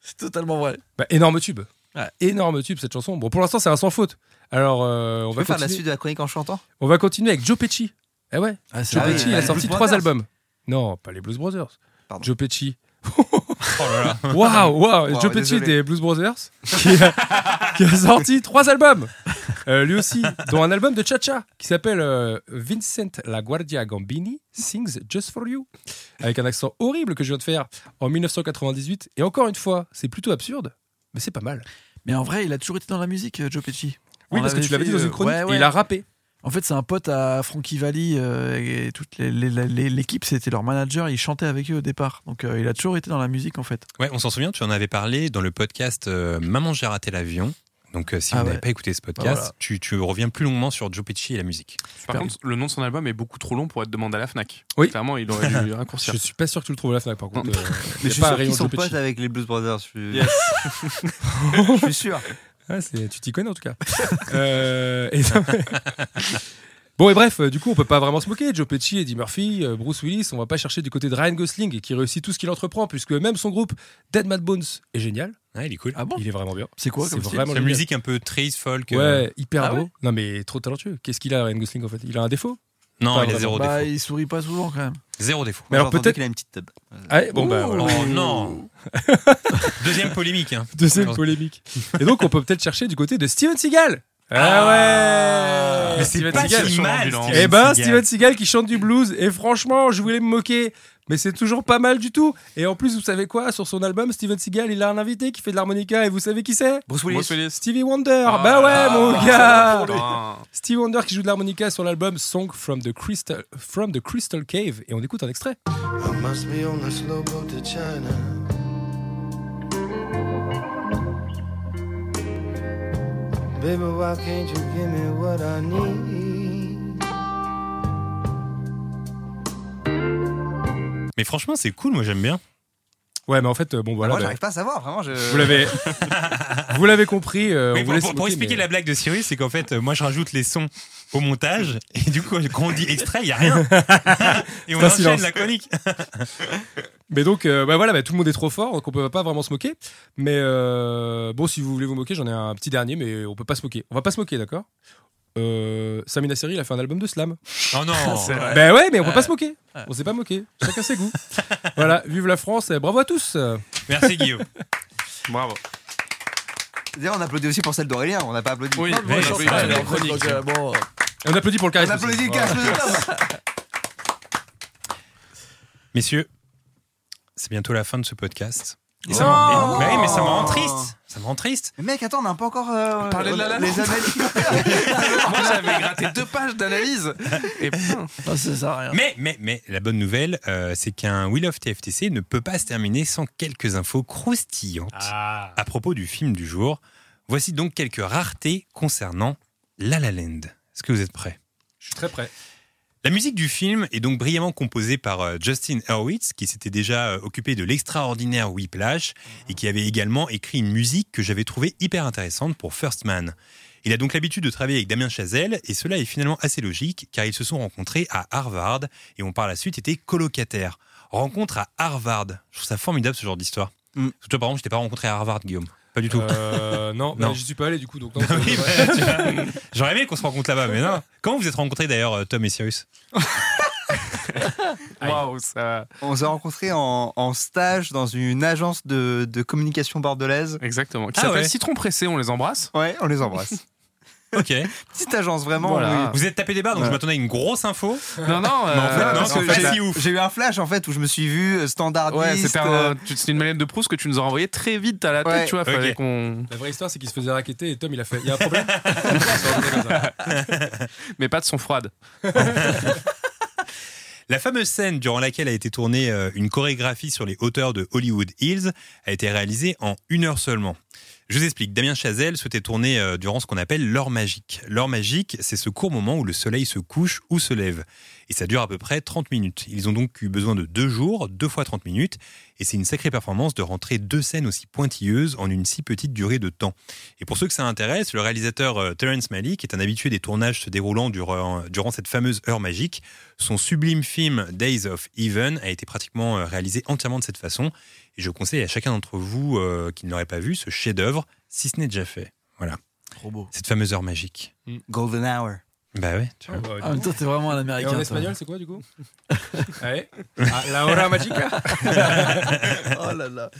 H: C'est totalement vrai.
E: Bah, Énorme tube.
H: Ouais.
E: Énorme tube cette chanson. Bon, pour l'instant, c'est un sans faute. Alors, euh, on,
F: Tu
E: va
F: peux faire la
E: continuer.
F: suite de la chronique en chantant
E: on va continuer avec Joe Pesci. Eh ouais,
H: Ah, c'est
E: Joe
F: Ah oui,
E: Pesci,
F: bah,
E: il a
F: les
E: sorti
F: Blues
E: trois
F: Brothers.
E: albums. Non, pas les Blues Brothers.
F: Pardon.
E: Joe Pesci.
D: Oh là là.
E: Waouh, waouh,
F: Wow,
E: Joe Pesci
F: désolé.
E: des Blues Brothers qui a, qui a sorti trois albums. Euh, lui aussi, dont un album de cha-cha qui s'appelle euh, Vincent La Guardia Gambini Sings Just For You, avec un accent horrible que je viens de faire en 1998. Et encore une fois, c'est plutôt absurde. Mais c'est pas mal.
H: Mais en vrai, il a toujours été dans la musique, euh, Joe Pesci.
E: Oui,
H: On
E: parce que tu l'avais dit
H: fait,
E: dans une
H: euh,
E: chronique,
H: ouais,
E: et
H: ouais.
E: il a rappé.
H: En fait, c'est un pote à Frankie Valli euh, et toute les- les- les- l'équipe, c'était leur manager. Il chantait avec eux au départ. Donc, euh, il a toujours été dans la musique, en fait.
D: Ouais, on s'en souvient, tu en avais parlé dans le podcast euh, Maman, j'ai raté l'avion. Donc, euh, si
H: Ah
D: vous n'avez
H: ouais.
D: pas écouté ce podcast,
H: Bah voilà.
D: tu, tu reviens plus longuement sur Joe Pesci et la musique.
G: Par contre, le nom de son album est beaucoup trop long pour être demandé à la Fnac.
E: Oui.
G: Clairement, il aurait dû raccourcir.
E: Je suis pas sûr que tu le trouves à la Fnac, par contre.
G: Non.
E: Euh, y
F: Mais
E: a
F: je suis
E: pas un
F: sûr
E: rayon
F: qu'ils sont
E: Joe Pesci.
F: potes avec les Blues Brothers. Je suis,
G: Yes.
F: je suis sûr.
E: Ouais, c'est- tu t'y connais en tout cas. Euh, et ça- bon et bref, euh, du coup on peut pas vraiment se moquer. Joe Pesci, Eddie Murphy, euh, Bruce Willis, on va pas chercher du côté de Ryan Gosling et qui réussit tout ce qu'il entreprend puisque même son groupe Dead Mad Bones est génial.
D: Ouais, il est cool.
H: Ah bon
E: Il est vraiment bien.
H: C'est quoi
E: C'est
H: comme style
E: vraiment
D: la
E: génial.
D: musique un peu triste, folk. euh,
E: Ouais, hyper
H: Ah
E: beau.
H: ouais
E: Non mais trop talentueux. Qu'est-ce qu'il a Ryan Gosling en fait Il a un défaut.
D: Non,
E: Pas
D: il a
E: vraiment.
D: zéro
H: Bah,
D: défaut.
H: il sourit pas souvent, quand même.
D: Zéro défaut.
E: Mais alors
F: J'entendais
E: peut-être.
F: qu'il a une petite tub.
E: Ah, bon bah voilà.
D: Oh non Deuxième polémique. hein.
E: Deuxième polémique. Et donc on peut peut-être chercher du côté de Steven Seagal. Ah ouais.
D: Mais c'est
G: Steven
D: pas
G: Seagal
D: si
G: sur
D: mal.
G: l'ambulance.
E: Ah. Eh ben,
D: Steven Seagal.
E: Steven Seagal qui chante du blues. Et franchement, je voulais me moquer, mais c'est toujours pas mal du tout. Et en plus, vous savez quoi Sur son album, Steven Seagal, il a un invité qui fait de l'harmonica. Et vous savez qui c'est
F: Bruce Willis.
G: Bruce Willis.
E: Stevie Wonder.
G: Ah,
E: bah ouais,
G: ah,
E: mon
G: ah,
E: gars.
G: putain.
E: Stevie Wonder qui joue de l'harmonica sur l'album Song from the Crystal from the Crystal Cave. Et on écoute un extrait.
J: I must be on a slow boat to China. Baby, why can't you give me what I need?
D: Mais franchement, c'est cool, moi j'aime bien.
E: Ouais, mais en fait, euh, bon voilà.
F: Ah, Moi,
E: bah,
F: j'arrive pas à savoir, vraiment. Je...
E: vous l'avez, vous l'avez compris. euh,
D: Mais
E: on
D: pour,
E: voulait
D: pour-
E: se
D: pour
E: moquer,
D: expliquer
E: mais-
D: la blague de Cyrus, c'est qu'en fait, euh, moi je rajoute les sons au montage, et du coup, quand on dit extrait, il n'y a rien. et on
E: C'est un
D: enchaîne
E: silence.
D: la chronique.
E: Mais donc, euh, bah voilà, bah, tout le monde est trop fort, donc on peut pas vraiment se moquer. Mais euh, bon, si vous voulez vous moquer, j'en ai un petit dernier, mais on peut pas se moquer. On va pas se moquer, d'accord euh, Samina Seri, il a fait un album de slam.
D: Oh non
G: C'est vrai.
E: Ben ouais, mais on peut pas se moquer. On s'est pas moqué. Chacun ses goûts. voilà, vive la France et bravo à tous.
D: Merci Guillaume.
G: Bravo.
F: D'ailleurs, on applaudit aussi pour celle d'Aurélien. On n'a pas applaudi.
G: Oui,
H: Moi,
D: Ouais,
H: je chante
D: oui,
H: pas,
D: ouais,
H: mais
D: la
H: en fait, donc, euh, bon, euh,
E: Et on applaudit pour le
F: On
E: charisme.
F: applaudit
E: aussi.
F: le casque de Tom.
D: Messieurs, c'est bientôt la fin de ce podcast. Et ça
E: Oh.
D: me rend- mais, mais ça me rend triste. Ça me rend triste.
F: Mais Mec, attends, on n'a pas encore euh,
G: Parler de la La
F: les
G: Land.
F: analyses.
G: Moi, j'avais gratté deux pages d'analyse. Et putain.
H: ah, ça sert à rien.
D: Mais, mais, mais la bonne nouvelle, euh, c'est qu'un Wheel of TFTC ne peut pas se terminer sans quelques infos croustillantes
E: Ah.
D: à propos du film du jour. Voici donc quelques raretés concernant La La Land. Est-ce que vous êtes prêts
E: Je suis très prêt.
D: La musique du film est donc brillamment composée par euh, Justin Hurwitz, qui s'était déjà euh, occupé de l'extraordinaire Whiplash et qui avait également écrit une musique que j'avais trouvée hyper intéressante pour First Man. Il a donc l'habitude de travailler avec Damien Chazelle et cela est finalement assez logique car ils se sont rencontrés à Harvard et ont par la suite été colocataires. Rencontre à Harvard. Je trouve ça formidable ce genre d'histoire.
F: Mm.
D: Parce que Toi, par exemple, je t'ai pas rencontré à Harvard, Guillaume. Pas du tout.
E: Euh, non,
D: Non.
E: bah, j'y suis pas allé du coup. Donc, non,
D: Bah
E: c'est-
D: oui,
E: ouais.
D: bah, tu vois, J'aurais aimé qu'on se rencontre là-bas, mais non. Comment vous êtes rencontrés d'ailleurs, euh, Tom et Cyrus
G: Waouh, ça.
F: On s'est rencontrés en, en stage dans une agence de, de communication bordelaise.
G: Exactement. Qui
D: Ah
G: s'appelle
D: ouais.
G: Citron Pressé, on les embrasse.
F: Ouais, on les embrasse.
D: Ok.
F: Petite agence, vraiment.
G: Voilà.
F: oui.
D: Vous êtes tapé des barres, donc je m'attendais à une grosse info.
G: Non, non. euh,
D: Mais en fait,
F: Ah,
D: non,
F: parce
D: c'est
F: que
D: pas
F: j'ai-
D: si ouf.
F: J'ai eu un flash en fait où je me suis vu euh, standardiste.
G: Ouais, c'était
F: euh,
G: un- tu- c'était une mallette de Proust que tu nous as envoyée très vite à la tête,
F: Ouais.
G: tu vois.
D: Ok.
G: Fallait qu'on.
E: La vraie histoire, c'est qu'il se faisait raqueter et Tom, il a fait. Il y a un problème Il s'est rencontré comme ça.
G: Mais pas de son froide.
D: La fameuse scène durant laquelle a été tournée euh, une chorégraphie sur les hauteurs de Hollywood Hills a été réalisée en une heure seulement. Je vous explique, Damien Chazelle souhaitait tourner euh, durant ce qu'on appelle l'heure magique. L'heure magique, c'est ce court moment où le soleil se couche ou se lève. Et ça dure à peu près 30 minutes. Ils ont donc eu besoin de deux jours, deux fois 30 minutes. Et c'est une sacrée performance de rentrer deux scènes aussi pointilleuses en une si petite durée de temps. Et pour ceux que ça intéresse, le réalisateur euh, Terrence Malick est un habitué des tournages se déroulant durant, euh, durant cette fameuse heure magique. Son sublime film Days of Even a été pratiquement euh, réalisé entièrement de cette façon. Et je conseille à chacun d'entre vous euh, qui ne l'aurait pas vu ce chef-d'œuvre, si ce n'est déjà fait.
H: Trop beau.
D: Cette fameuse heure magique.
F: Golden Hour.
D: Bah ouais,
E: Ah,
D: tu vois.
H: En même temps, t'es vraiment un
G: Ah,
E: Et
H: américain.
E: en
H: Ah, toi.
E: espagnol, c'est quoi du coup Ouais. Ah, La hora magica.
H: Oh là là.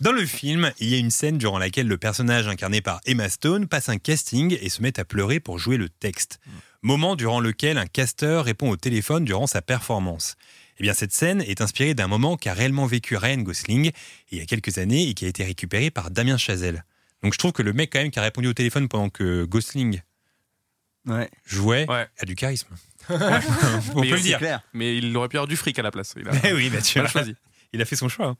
D: Dans le film, il y a une scène durant laquelle le personnage incarné par Emma Stone passe un casting et se met à pleurer pour jouer le texte. moment durant lequel un casteur répond au téléphone durant sa performance. Eh bien, cette scène est inspirée d'un moment qu'a réellement vécu Ryan Gosling il y a quelques années et qui a été récupéré par Damien Chazelle. Donc je trouve que le mec quand même qui a répondu au téléphone pendant que Gosling jouait a du charisme. On peut le dire.
G: Mais il aurait pu avoir du fric à la place. Il a,
D: Eh oui, bah, tu
G: Voilà,
D: vois, Il a fait son choix. hein.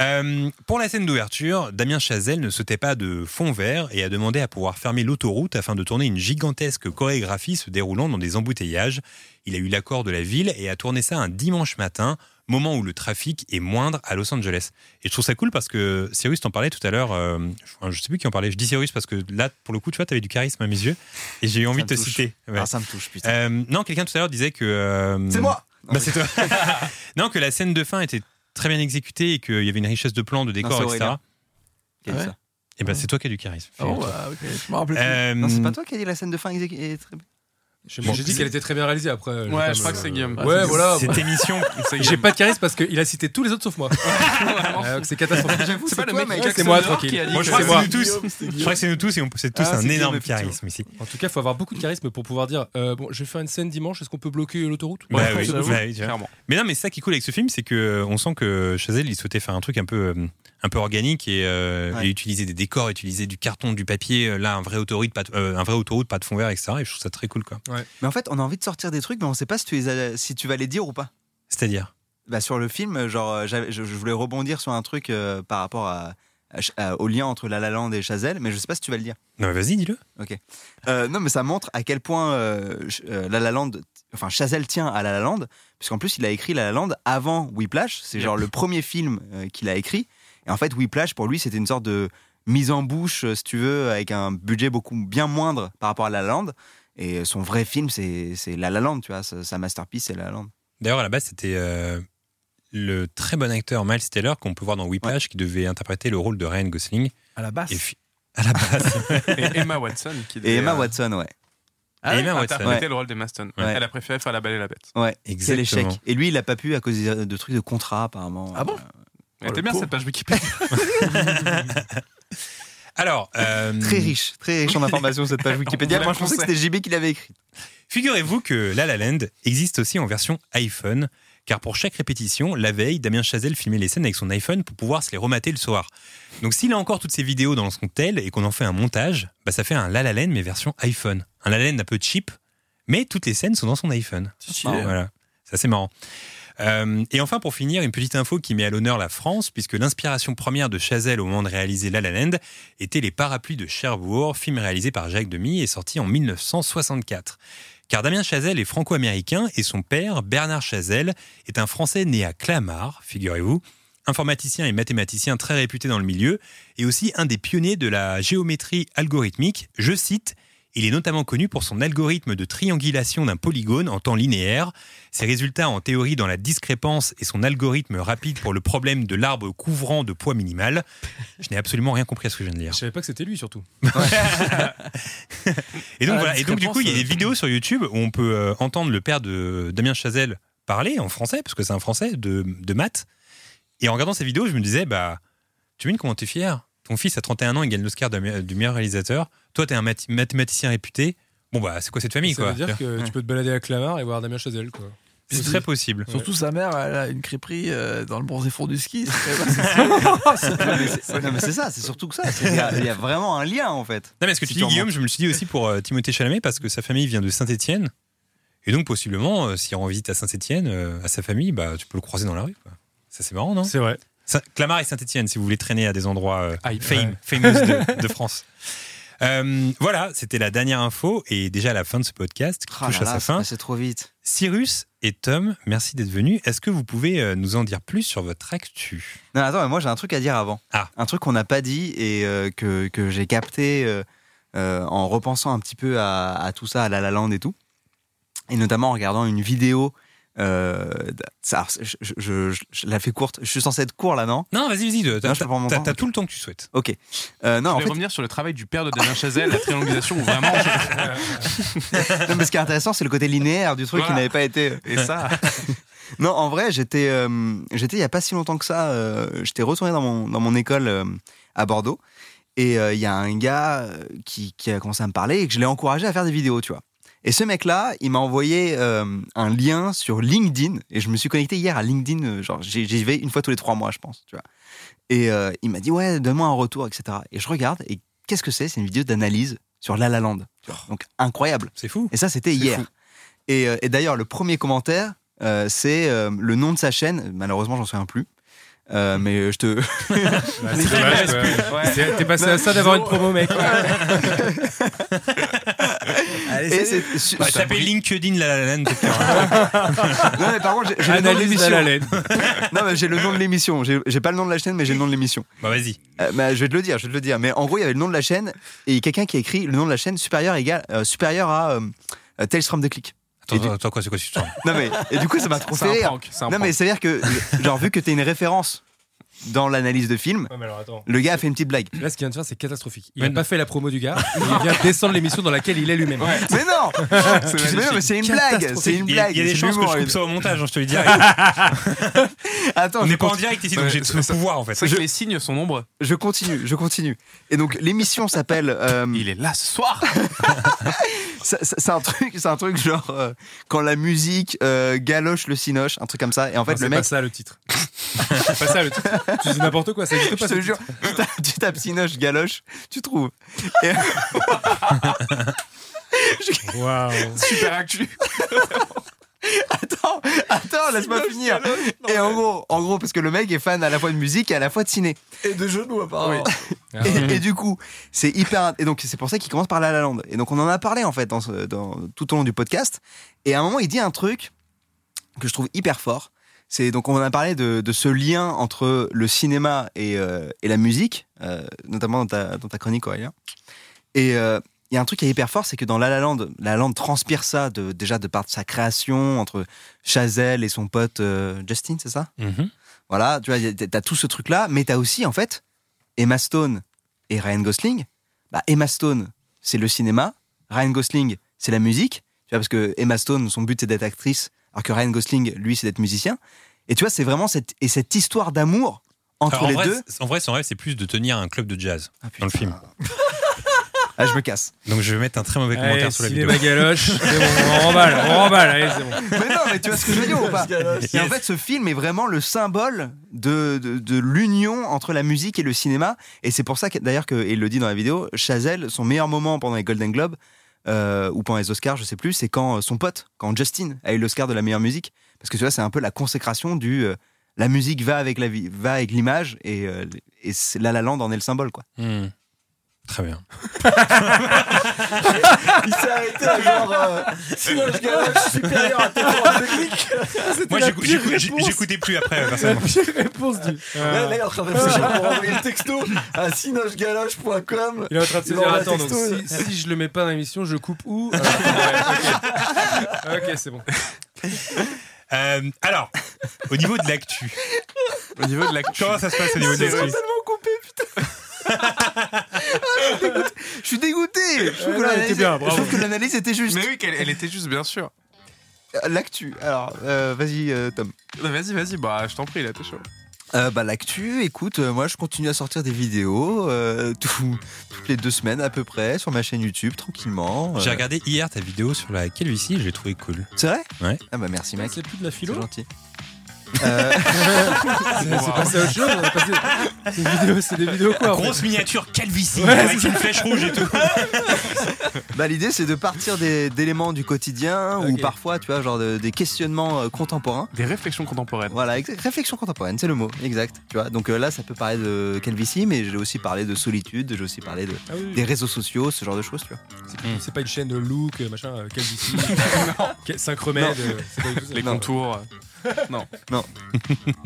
D: Euh, pour la scène d'ouverture, Damien Chazelle ne sautait pas de fond vert et a demandé à pouvoir fermer l'autoroute afin de tourner une gigantesque chorégraphie se déroulant dans des embouteillages. Il a eu l'accord de la ville et a tourné ça un dimanche matin, moment où le trafic est moindre à Los Angeles. Et je trouve ça cool parce que Cyrus t'en parlait tout à l'heure, euh, je- je sais plus qui en parlait, je dis Cyrus parce que là, pour le coup, tu vois, t'avais du charisme à mes yeux et j'ai eu envie
F: me
D: de te
F: touche.
D: citer. Ouais.
F: Ah, ça me touche, putain.
D: Euh, non, quelqu'un tout à l'heure disait que. euh,
F: C'est moi
D: Bah, c'est toi. non, que la scène de fin était très bien exécutée et qu'il y avait une richesse de plans, de décors,
F: c'est
D: etc.
F: Aurélien. Qui a dit ça.
D: Et ben c'est toi qui as du charisme.
F: Ah bon,
E: bah,
H: ok, je m'en rappelle
D: Euh,
F: Non, c'est pas toi qui a dit la scène de fin exé- est très bien.
E: J'ai j'ai dit qu'elle était très bien réalisée après. euh, j'ai
G: Ouais,
E: pas
G: je
E: me-
G: crois que c'est Guillaume.
E: Ouais,
G: Ouais, c'est-
E: voilà.
G: cette émission, c'est
E: J'ai
G: Guillaume.
E: pas de charisme parce qu'il a cité tous les autres sauf moi. Euh, donc c'est catastrophique.
G: J'avoue, c'est
E: pas
G: toi, mec.
E: C'est moi,
G: Jackson Dor
E: tranquille.
G: qui a dit
D: Moi,
G: que
D: je crois que
G: c'est
D: c'est nous
G: Guillaume,
D: tous.
G: c'est
D: Je crois que c'est nous tous et on c'est tous
E: Ah,
D: un
E: c'est
D: énorme
E: Guillaume,
D: charisme ici.
E: En tout cas, il faut avoir beaucoup de charisme pour pouvoir dire euh, Bon, je vais faire une scène dimanche, est-ce qu'on peut bloquer l'autoroute
D: Bah
E: Ouais,
D: oui,
E: ça,
D: bah
E: vous-
D: oui, tu vois. Mais non, mais c'est ça qui est cool avec ce film, c'est que euh, on sent que Chazelle il souhaitait faire un truc un peu euh, un peu organique et, euh,
F: Ouais.
D: et utiliser des décors, utiliser du carton, du papier, euh, là un vrai autoroute, pas de, euh, un vrai autoroute, pas de fond vert, etc. Et je trouve ça très cool quoi.
F: Mais en fait, on a envie de sortir des trucs, mais on sait pas si tu, les as- si tu vas les dire ou pas.
D: C'est-à-dire
F: Bah, sur le film, genre, euh, j'avais- je, je voulais rebondir sur un truc euh, par rapport à, à Ch- à- au lien entre La La Land et Chazelle, mais je sais pas si tu vas le dire.
D: Non, mais vas-y, dis-le.
F: Ok. Euh, non, mais ça montre à quel point euh, Ch- euh, La La Land, enfin Chazelle tient à La La Land, puisqu'en plus il a écrit La La Land avant Whiplash. C'est genre le premier film euh, qu'il a écrit. Et en fait, Whiplash pour lui, c'était une sorte de mise en bouche, euh, si tu veux, avec un budget beaucoup bien moindre par rapport à La La Land. Et euh, son vrai film, c'est c'est La La Land, tu vois, sa, sa masterpiece, c'est La La Land.
D: D'ailleurs, à la base, c'était euh, le très bon acteur Miles Taylor qu'on peut voir dans Whiplash qui devait interpréter le rôle de Ryan Gosling.
H: À la basse.
D: Et fi- à la basse.
G: Et Emma Watson qui
F: Et
G: devait,
F: Emma
G: euh,
F: Watson, ouais.
D: Ah ouais Emma Watson.
G: interpréter
D: Ouais.
G: le rôle d'Emma Stone.
D: Ouais.
G: Elle a préféré faire la belle et la bête.
F: Ouais, quel échec.
D: Exactement.
F: Et lui, il a pas pu à cause des- de trucs de contrat, apparemment.
H: Ah bon
G: Elle était bien
H: pauvre.
G: cette page Wikipédia.
D: Alors, euh,
F: Très riche, très riche en informations cette page Wikipédia.
G: On vous
F: Moi,
G: la
F: je pensais que
G: conseille.
F: c'était JB qui l'avait écrit.
D: Figurez-vous que La La Land existe aussi en version iPhone, car pour chaque répétition, la veille, Damien Chazelle filmait les scènes avec son iPhone pour pouvoir se les remater le soir. Donc s'il a encore toutes ses vidéos dans son tel et qu'on en fait un montage, bah, ça fait un La La Land mais version iPhone. Un La La Land un peu cheap, mais toutes les scènes sont dans son iPhone.
H: marrant.
D: Ah, Voilà, ça c'est marrant. Euh, et enfin, pour finir, une petite info qui met à l'honneur la France, puisque l'inspiration première de Chazelle au moment de réaliser La La Land étaient Les Parapluies de Cherbourg, film réalisé par Jacques Demy et sorti en 1964. Car Damien Chazelle est franco-américain et son père, Bernard Chazelle, est un Français né à Clamart, figurez-vous, informaticien et mathématicien très réputé dans le milieu, et aussi un des pionniers de la géométrie algorithmique. Je cite il est notamment connu pour son algorithme de triangulation d'un polygone en temps linéaire, ses résultats en théorie dans la discrépance et son algorithme rapide pour le problème de l'arbre couvrant de poids minimal. Je n'ai absolument rien compris à ce que je viens de dire.
E: Je savais pas que c'était lui surtout.
D: Et donc,
H: Ah, la
D: voilà. Et donc, du coup, il y a des
H: discrépance, euh.
D: vidéos sur YouTube où on peut euh, entendre le père de Damien Chazelle parler en français, parce que c'est un français de, de maths. Et en regardant ces vidéos, je me disais, bah, tu mines comment t'es fier Ton fils à 31 ans, il gagne l'Oscar de me- du meilleur réalisateur. Toi, t'es un math- mathématicien réputé. Bon, bah, c'est quoi cette famille,
E: ça
D: quoi
E: veut dire que tu peux te balader à Clamart et voir Damien Chazelle quoi.
D: C'est très possible.
H: Surtout sa mère, elle a une crêperie euh, dans le bronzé fond du ski. c'est-
F: Non, mais c'est- non, mais c'est ça, c'est surtout que ça. c'est- Il y, a- il y a vraiment un lien en fait.
D: Non, mais ce que
F: Si
D: tu dis,
F: t'en
D: Guillaume, je me le suis dit aussi pour euh, Timothée Chalamet, parce que sa famille vient de Saint-Etienne. Et donc, possiblement, euh, s'il rend visite à Saint-Etienne, à sa famille, bah, tu peux le croiser dans la rue. quoi. Ça, c'est marrant, non
E: C'est vrai.
D: Saint- Clamart et Saint-Etienne, si vous voulez traîner à des endroits euh,
E: Aïe.
D: fame-
E: Ouais.
D: famous de, de France. Euh, voilà, c'était la dernière info et déjà la fin de ce podcast qui
F: Ah
D: touche
F: là
D: à
F: là,
D: sa
F: c'est
D: fin.
F: passé trop vite.
D: Cyrus et Tom, merci d'être venus. Est-ce que vous pouvez euh, nous en dire plus sur votre actu
F: Non, attends, mais moi j'ai un truc à dire avant.
D: Ah.
F: Un truc qu'on n'a pas dit et euh, que, que j'ai capté euh, euh, en repensant un petit peu à, à tout ça, à La La Land et tout. Et notamment en regardant une vidéo. euh, d- ça, alors, je, je- je- je la fais courte. Je suis censé être court là, non
D: Non, vas-y, vas-y, de- t'as
F: je peux prendre mon
D: t'as-
F: temps,
D: t'as
F: ok.
D: tout le temps que tu souhaites.
F: Ok. Euh, non,
G: Je
F: en
G: vais
F: fait,
G: revenir sur le travail du père de Damien Chazelle, la triangulation où vraiment.
F: non, mais ce qui est intéressant, c'est le côté linéaire du truc qui
G: Voilà.
F: n'avait pas été.
G: Et ça,
F: Non, en vrai, j'étais, euh, j'étais il n'y a pas si longtemps que ça. euh, j'étais retourné dans mon, dans mon école euh, à Bordeaux. Et euh, il y a un gars euh, qui, qui a commencé à me parler et que je l'ai encouragé à faire des vidéos, tu vois. Et ce mec-là, il m'a envoyé euh, un lien sur LinkedIn. Et je me suis connecté hier à LinkedIn. euh, Genre, j'y j'y vais une fois tous les trois mois, je pense. Tu vois. Et euh, il m'a dit, ouais, donne-moi un retour, etc. Et je regarde. Et qu'est-ce que c'est C'est une vidéo d'analyse sur La La Land. tu vois. Donc, incroyable.
D: C'est fou.
F: Et ça, c'était hier. Et, euh, et d'ailleurs, le premier commentaire, euh, c'est euh, le nom de sa chaîne. Malheureusement, j'en souviens plus. Euh, mais je te.
E: c'est dommage, quoi. C'est- t'es passé à ça d'avoir une promo, mec.
F: Allez,
D: Et
F: c'est-
D: c'est-
F: su-
D: Bah,
F: su-
D: tapez LinkedIn la la Land, peut-être.
F: non, mais par contre, j'ai- j'ai le nom de
E: Analyse
F: l'émission.
E: la la laine.
F: non, mais j'ai le nom de l'émission. J'ai j'ai pas le nom de la chaîne, mais j'ai le nom de l'émission.
D: Bah vas-y.
F: Euh, bah, je vais te le dire, je vais te le dire. Mais en gros, il y avait le nom de la chaîne et quelqu'un qui a écrit le nom de la chaîne supérieur, égal, euh, supérieur à euh, euh, Tales from the Click.
D: Attends, attends, attends, quoi, c'est quoi cette histoire
F: Non, mais, et du coup, ça m'a trop
G: C'est un
F: fait rire.
G: prank, c'est un
F: non, mais
G: prank.
F: c'est-à-dire que, genre, vu que t'es une référence dans l'analyse de film,
E: Ouais, mais alors, attends.
F: le gars a fait une petite blague.
E: Là, ce qu'il vient de faire, c'est catastrophique. Il
D: Ouais.
E: n'a pas fait la promo du gars, et il vient de descendre l'émission dans laquelle il est lui-même.
F: Mais non Mais non, mais c'est une blague C'est une
D: Il y a-
F: blague
D: Il y a des
F: c'est
D: chances que
F: l'humour,
D: je coupe
F: il-
D: ça au montage, hein, je te le dis.
F: Attends,
D: On
F: je
D: n'est pas en
F: continue.
D: direct ici, donc
G: Ouais,
D: j'ai tout
G: c'est
D: le
G: ça.
D: pouvoir en fait.
G: C'est vrai que les signes sont nombreux.
F: Je continue, je continue. Et donc, l'émission s'appelle. euh,
G: Il est là ce soir.
F: Ça- ça- C'est un truc, c'est un truc genre euh, quand la musique euh, galoche le cinoche, un truc comme ça. Et en fait,
E: Non,
F: le
E: c'est
F: mec,
E: pas ça le titre. c'est pas ça le titre. Tu dis n'importe quoi, ça existe
F: je
E: pas.
F: te
E: ce
F: jure, tu tapes, tu tapes cinoche galoche, tu trouves. Et-
E: titre. Waouh.
G: Super actu.
F: attends, attends, laisse-moi finir. Et en gros, en gros, parce que le mec est fan à la fois de musique et à la fois de ciné.
H: Et de genoux, apparemment.
E: Ah ouais.
F: Oh. Et, et du coup, c'est hyper. int- Et donc, c'est pour ça qu'il commence par La La Land. Et donc, on en a parlé en fait dans ce- dans- tout au long du podcast. Et à un moment, il dit un truc que je trouve hyper fort. C'est donc on en a parlé de, de ce lien entre le cinéma et, euh, et la musique, euh, notamment dans ta, dans ta chronique Aurélien. Et euh, il y a un truc qui est hyper fort, c'est que dans La La Land, La La Land transpire ça de, déjà de part de sa création entre Chazelle et son pote euh, Justin, c'est ça
D: Mhm.
F: voilà, tu vois, y a- t'as tout ce truc-là, mais t'as aussi, en fait, Emma Stone et Ryan Gosling. Bah, Emma Stone, c'est le cinéma, Ryan Gosling, c'est la musique, tu vois, parce que Emma Stone, son but, c'est d'être actrice, alors que Ryan Gosling, lui, c'est d'être musicien. Et tu vois, c'est vraiment cette, et cette histoire d'amour entre
D: Alors, en,
F: les
D: vrai,
F: deux.
D: c'est- en vrai, son rêve, c'est plus de tenir un club de jazz
F: Ah,
D: dans le
F: putain.
D: film.
F: Ah, je me casse.
D: Donc je vais mettre un très mauvais
E: Allez,
D: commentaire sur la
E: s'il est
D: vidéo.
E: bagaloche, c'est bon, on remballe, on remballe, allez, c'est bon.
F: mais non, mais tu vois ce que je veux dire ou pas Et en
D: Yes.
F: fait, ce film est vraiment le symbole de, de, de l'union entre la musique et le cinéma. Et c'est pour ça, que- d'ailleurs, qu'il le dit dans la vidéo, Chazelle, son meilleur moment pendant les Golden Globes, euh, ou pendant les Oscars, je sais plus, c'est quand euh, son pote, quand Justin a eu l'Oscar de la meilleure musique. Parce que tu vois, c'est un peu la consécration du. euh, la musique va avec la vie, va avec l'image, et, euh, et c'est- La La Land en est le symbole, quoi.
D: Hmm. Très bien.
H: Il s'est arrêté à genre. euh, Cinoche galoche
G: Ah
H: supérieur à tes trois techniques.
D: Moi,
E: la
D: j'écou-
E: pire
D: j'écou- j'ai-
E: réponse.
D: j'écoutais plus après, euh,
E: La
D: personnellement.
E: pire réponse du.
H: Là,
E: Ah.
H: là, il est en train de réfléchir pour envoyer le texto à cinochegaloche.com.
E: Il est en train de se
H: Il
E: dire
H: envoie un
E: attends, donc
H: texto.
E: si, si je le mets pas dans l'émission, je coupe où Euh, ouais, Ok, Ok, c'est bon.
D: Euh, alors, au niveau de l'actu,
G: Au niveau de l'actu.
D: comment ça se passe au niveau de l'actu
F: Je suis dégoûté Je trouve
E: Ouais, non, elle
F: que l'analyse-
E: était bien,
F: je
E: bravo.
F: trouve que l'analyse était juste.
G: Mais oui, qu'elle- elle était juste, bien sûr.
F: L'actu. Alors, euh, vas-y, euh, Tom.
G: Non, Vas-y, vas-y, bah je t'en prie, là, t'es chaud.
F: Euh, bah, L'actu, écoute, euh, moi je continue à sortir des vidéos euh, tout- toutes les deux semaines à peu près sur ma chaîne YouTube tranquillement. euh.
D: J'ai regardé hier ta vidéo sur la calvitie, je l'ai trouvé cool.
F: C'est vrai
D: Ouais.
F: Ah bah merci mec,
E: C'est plus de la
F: c'est
E: philo
F: gentil. Euh,
E: C'est
G: Wow.
E: c'est passé à autre chose on est passé- C'est une vidéo- c'est des vidéos quoi en fait
D: Grosse miniature calvitie
E: Ouais,
D: avec une flèche rouge et tout.
F: bah, L'idée c'est de partir des- d'éléments du quotidien ou
E: Ok.
F: parfois tu vois genre de- des questionnements euh, contemporains.
G: Des réflexions contemporaines.
F: Voilà, ex- réflexion contemporaine, c'est le mot, exact. Tu vois, donc euh, là ça peut parler de calvitie, mais j'ai aussi parlé de solitude, j'ai aussi parlé de,
E: Ah oui,
F: des réseaux sociaux, ce genre de choses, tu vois.
E: C'est pas une chaîne de look, euh, machin, euh, calvitie, Quel- cinq remèdes. euh, c'est pas du tout ça.
G: Les
E: Non.
G: contours.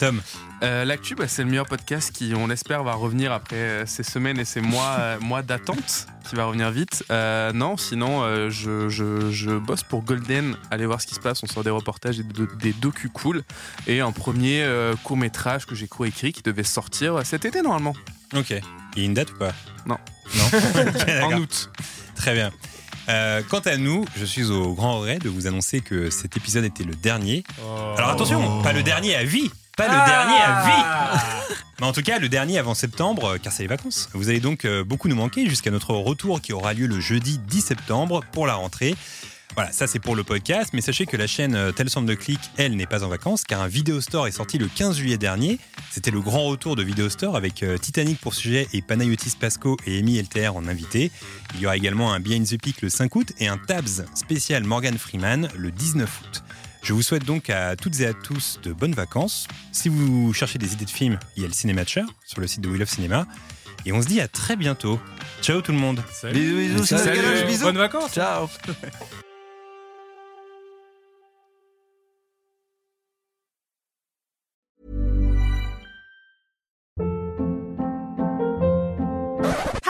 D: Tom,
G: Euh, L'actu, bah, c'est le meilleur podcast qui, on l'espère, va revenir après euh, ces semaines et ces mois, euh, mois d'attente, qui va revenir vite. Euh, non, sinon, euh, je, je- je bosse pour Golden. Allez voir ce qui se passe. On sort des reportages et de- des docus cool. Et un premier euh, court-métrage que j'ai co-écrit qui devait sortir euh, cet été, normalement,
D: ok. Il y a une date ou pas
G: Non.
D: Non Ok, d'accord.
G: en août.
D: Très bien. Euh, quant à nous, je suis au grand regret de vous annoncer que cet épisode était le dernier.
E: Oh.
D: Alors attention, pas le dernier à vie,
E: pas le dernier à vie. Mais en tout cas, le dernier avant septembre, euh, car c'est les vacances. Vous allez donc euh, beaucoup nous manquer jusqu'à notre retour qui aura lieu le jeudi 10 septembre pour la rentrée. Voilà, ça c'est pour le podcast, mais sachez que la chaîne euh, Tel Sound de Click, elle, n'est pas en vacances, car un vidéo store est sorti le 15 juillet dernier. C'était le grand retour de vidéo store avec euh, Titanic pour sujet et Panayotis Pasco et Amy LTR en invité. Il y aura également un Behind the Peak le 5 août et un Tabs spécial Morgan Freeman le 19 août. Je vous souhaite donc à toutes et à tous de bonnes vacances. Si vous cherchez des idées de films, il y a le Cinématcher sur le site de We Love Cinéma. Et on se dit à très bientôt. Ciao tout le monde.
D: Bisous, bisous, c'est notre galoche, bisous.
M: Bonnes vacances.
N: Ciao.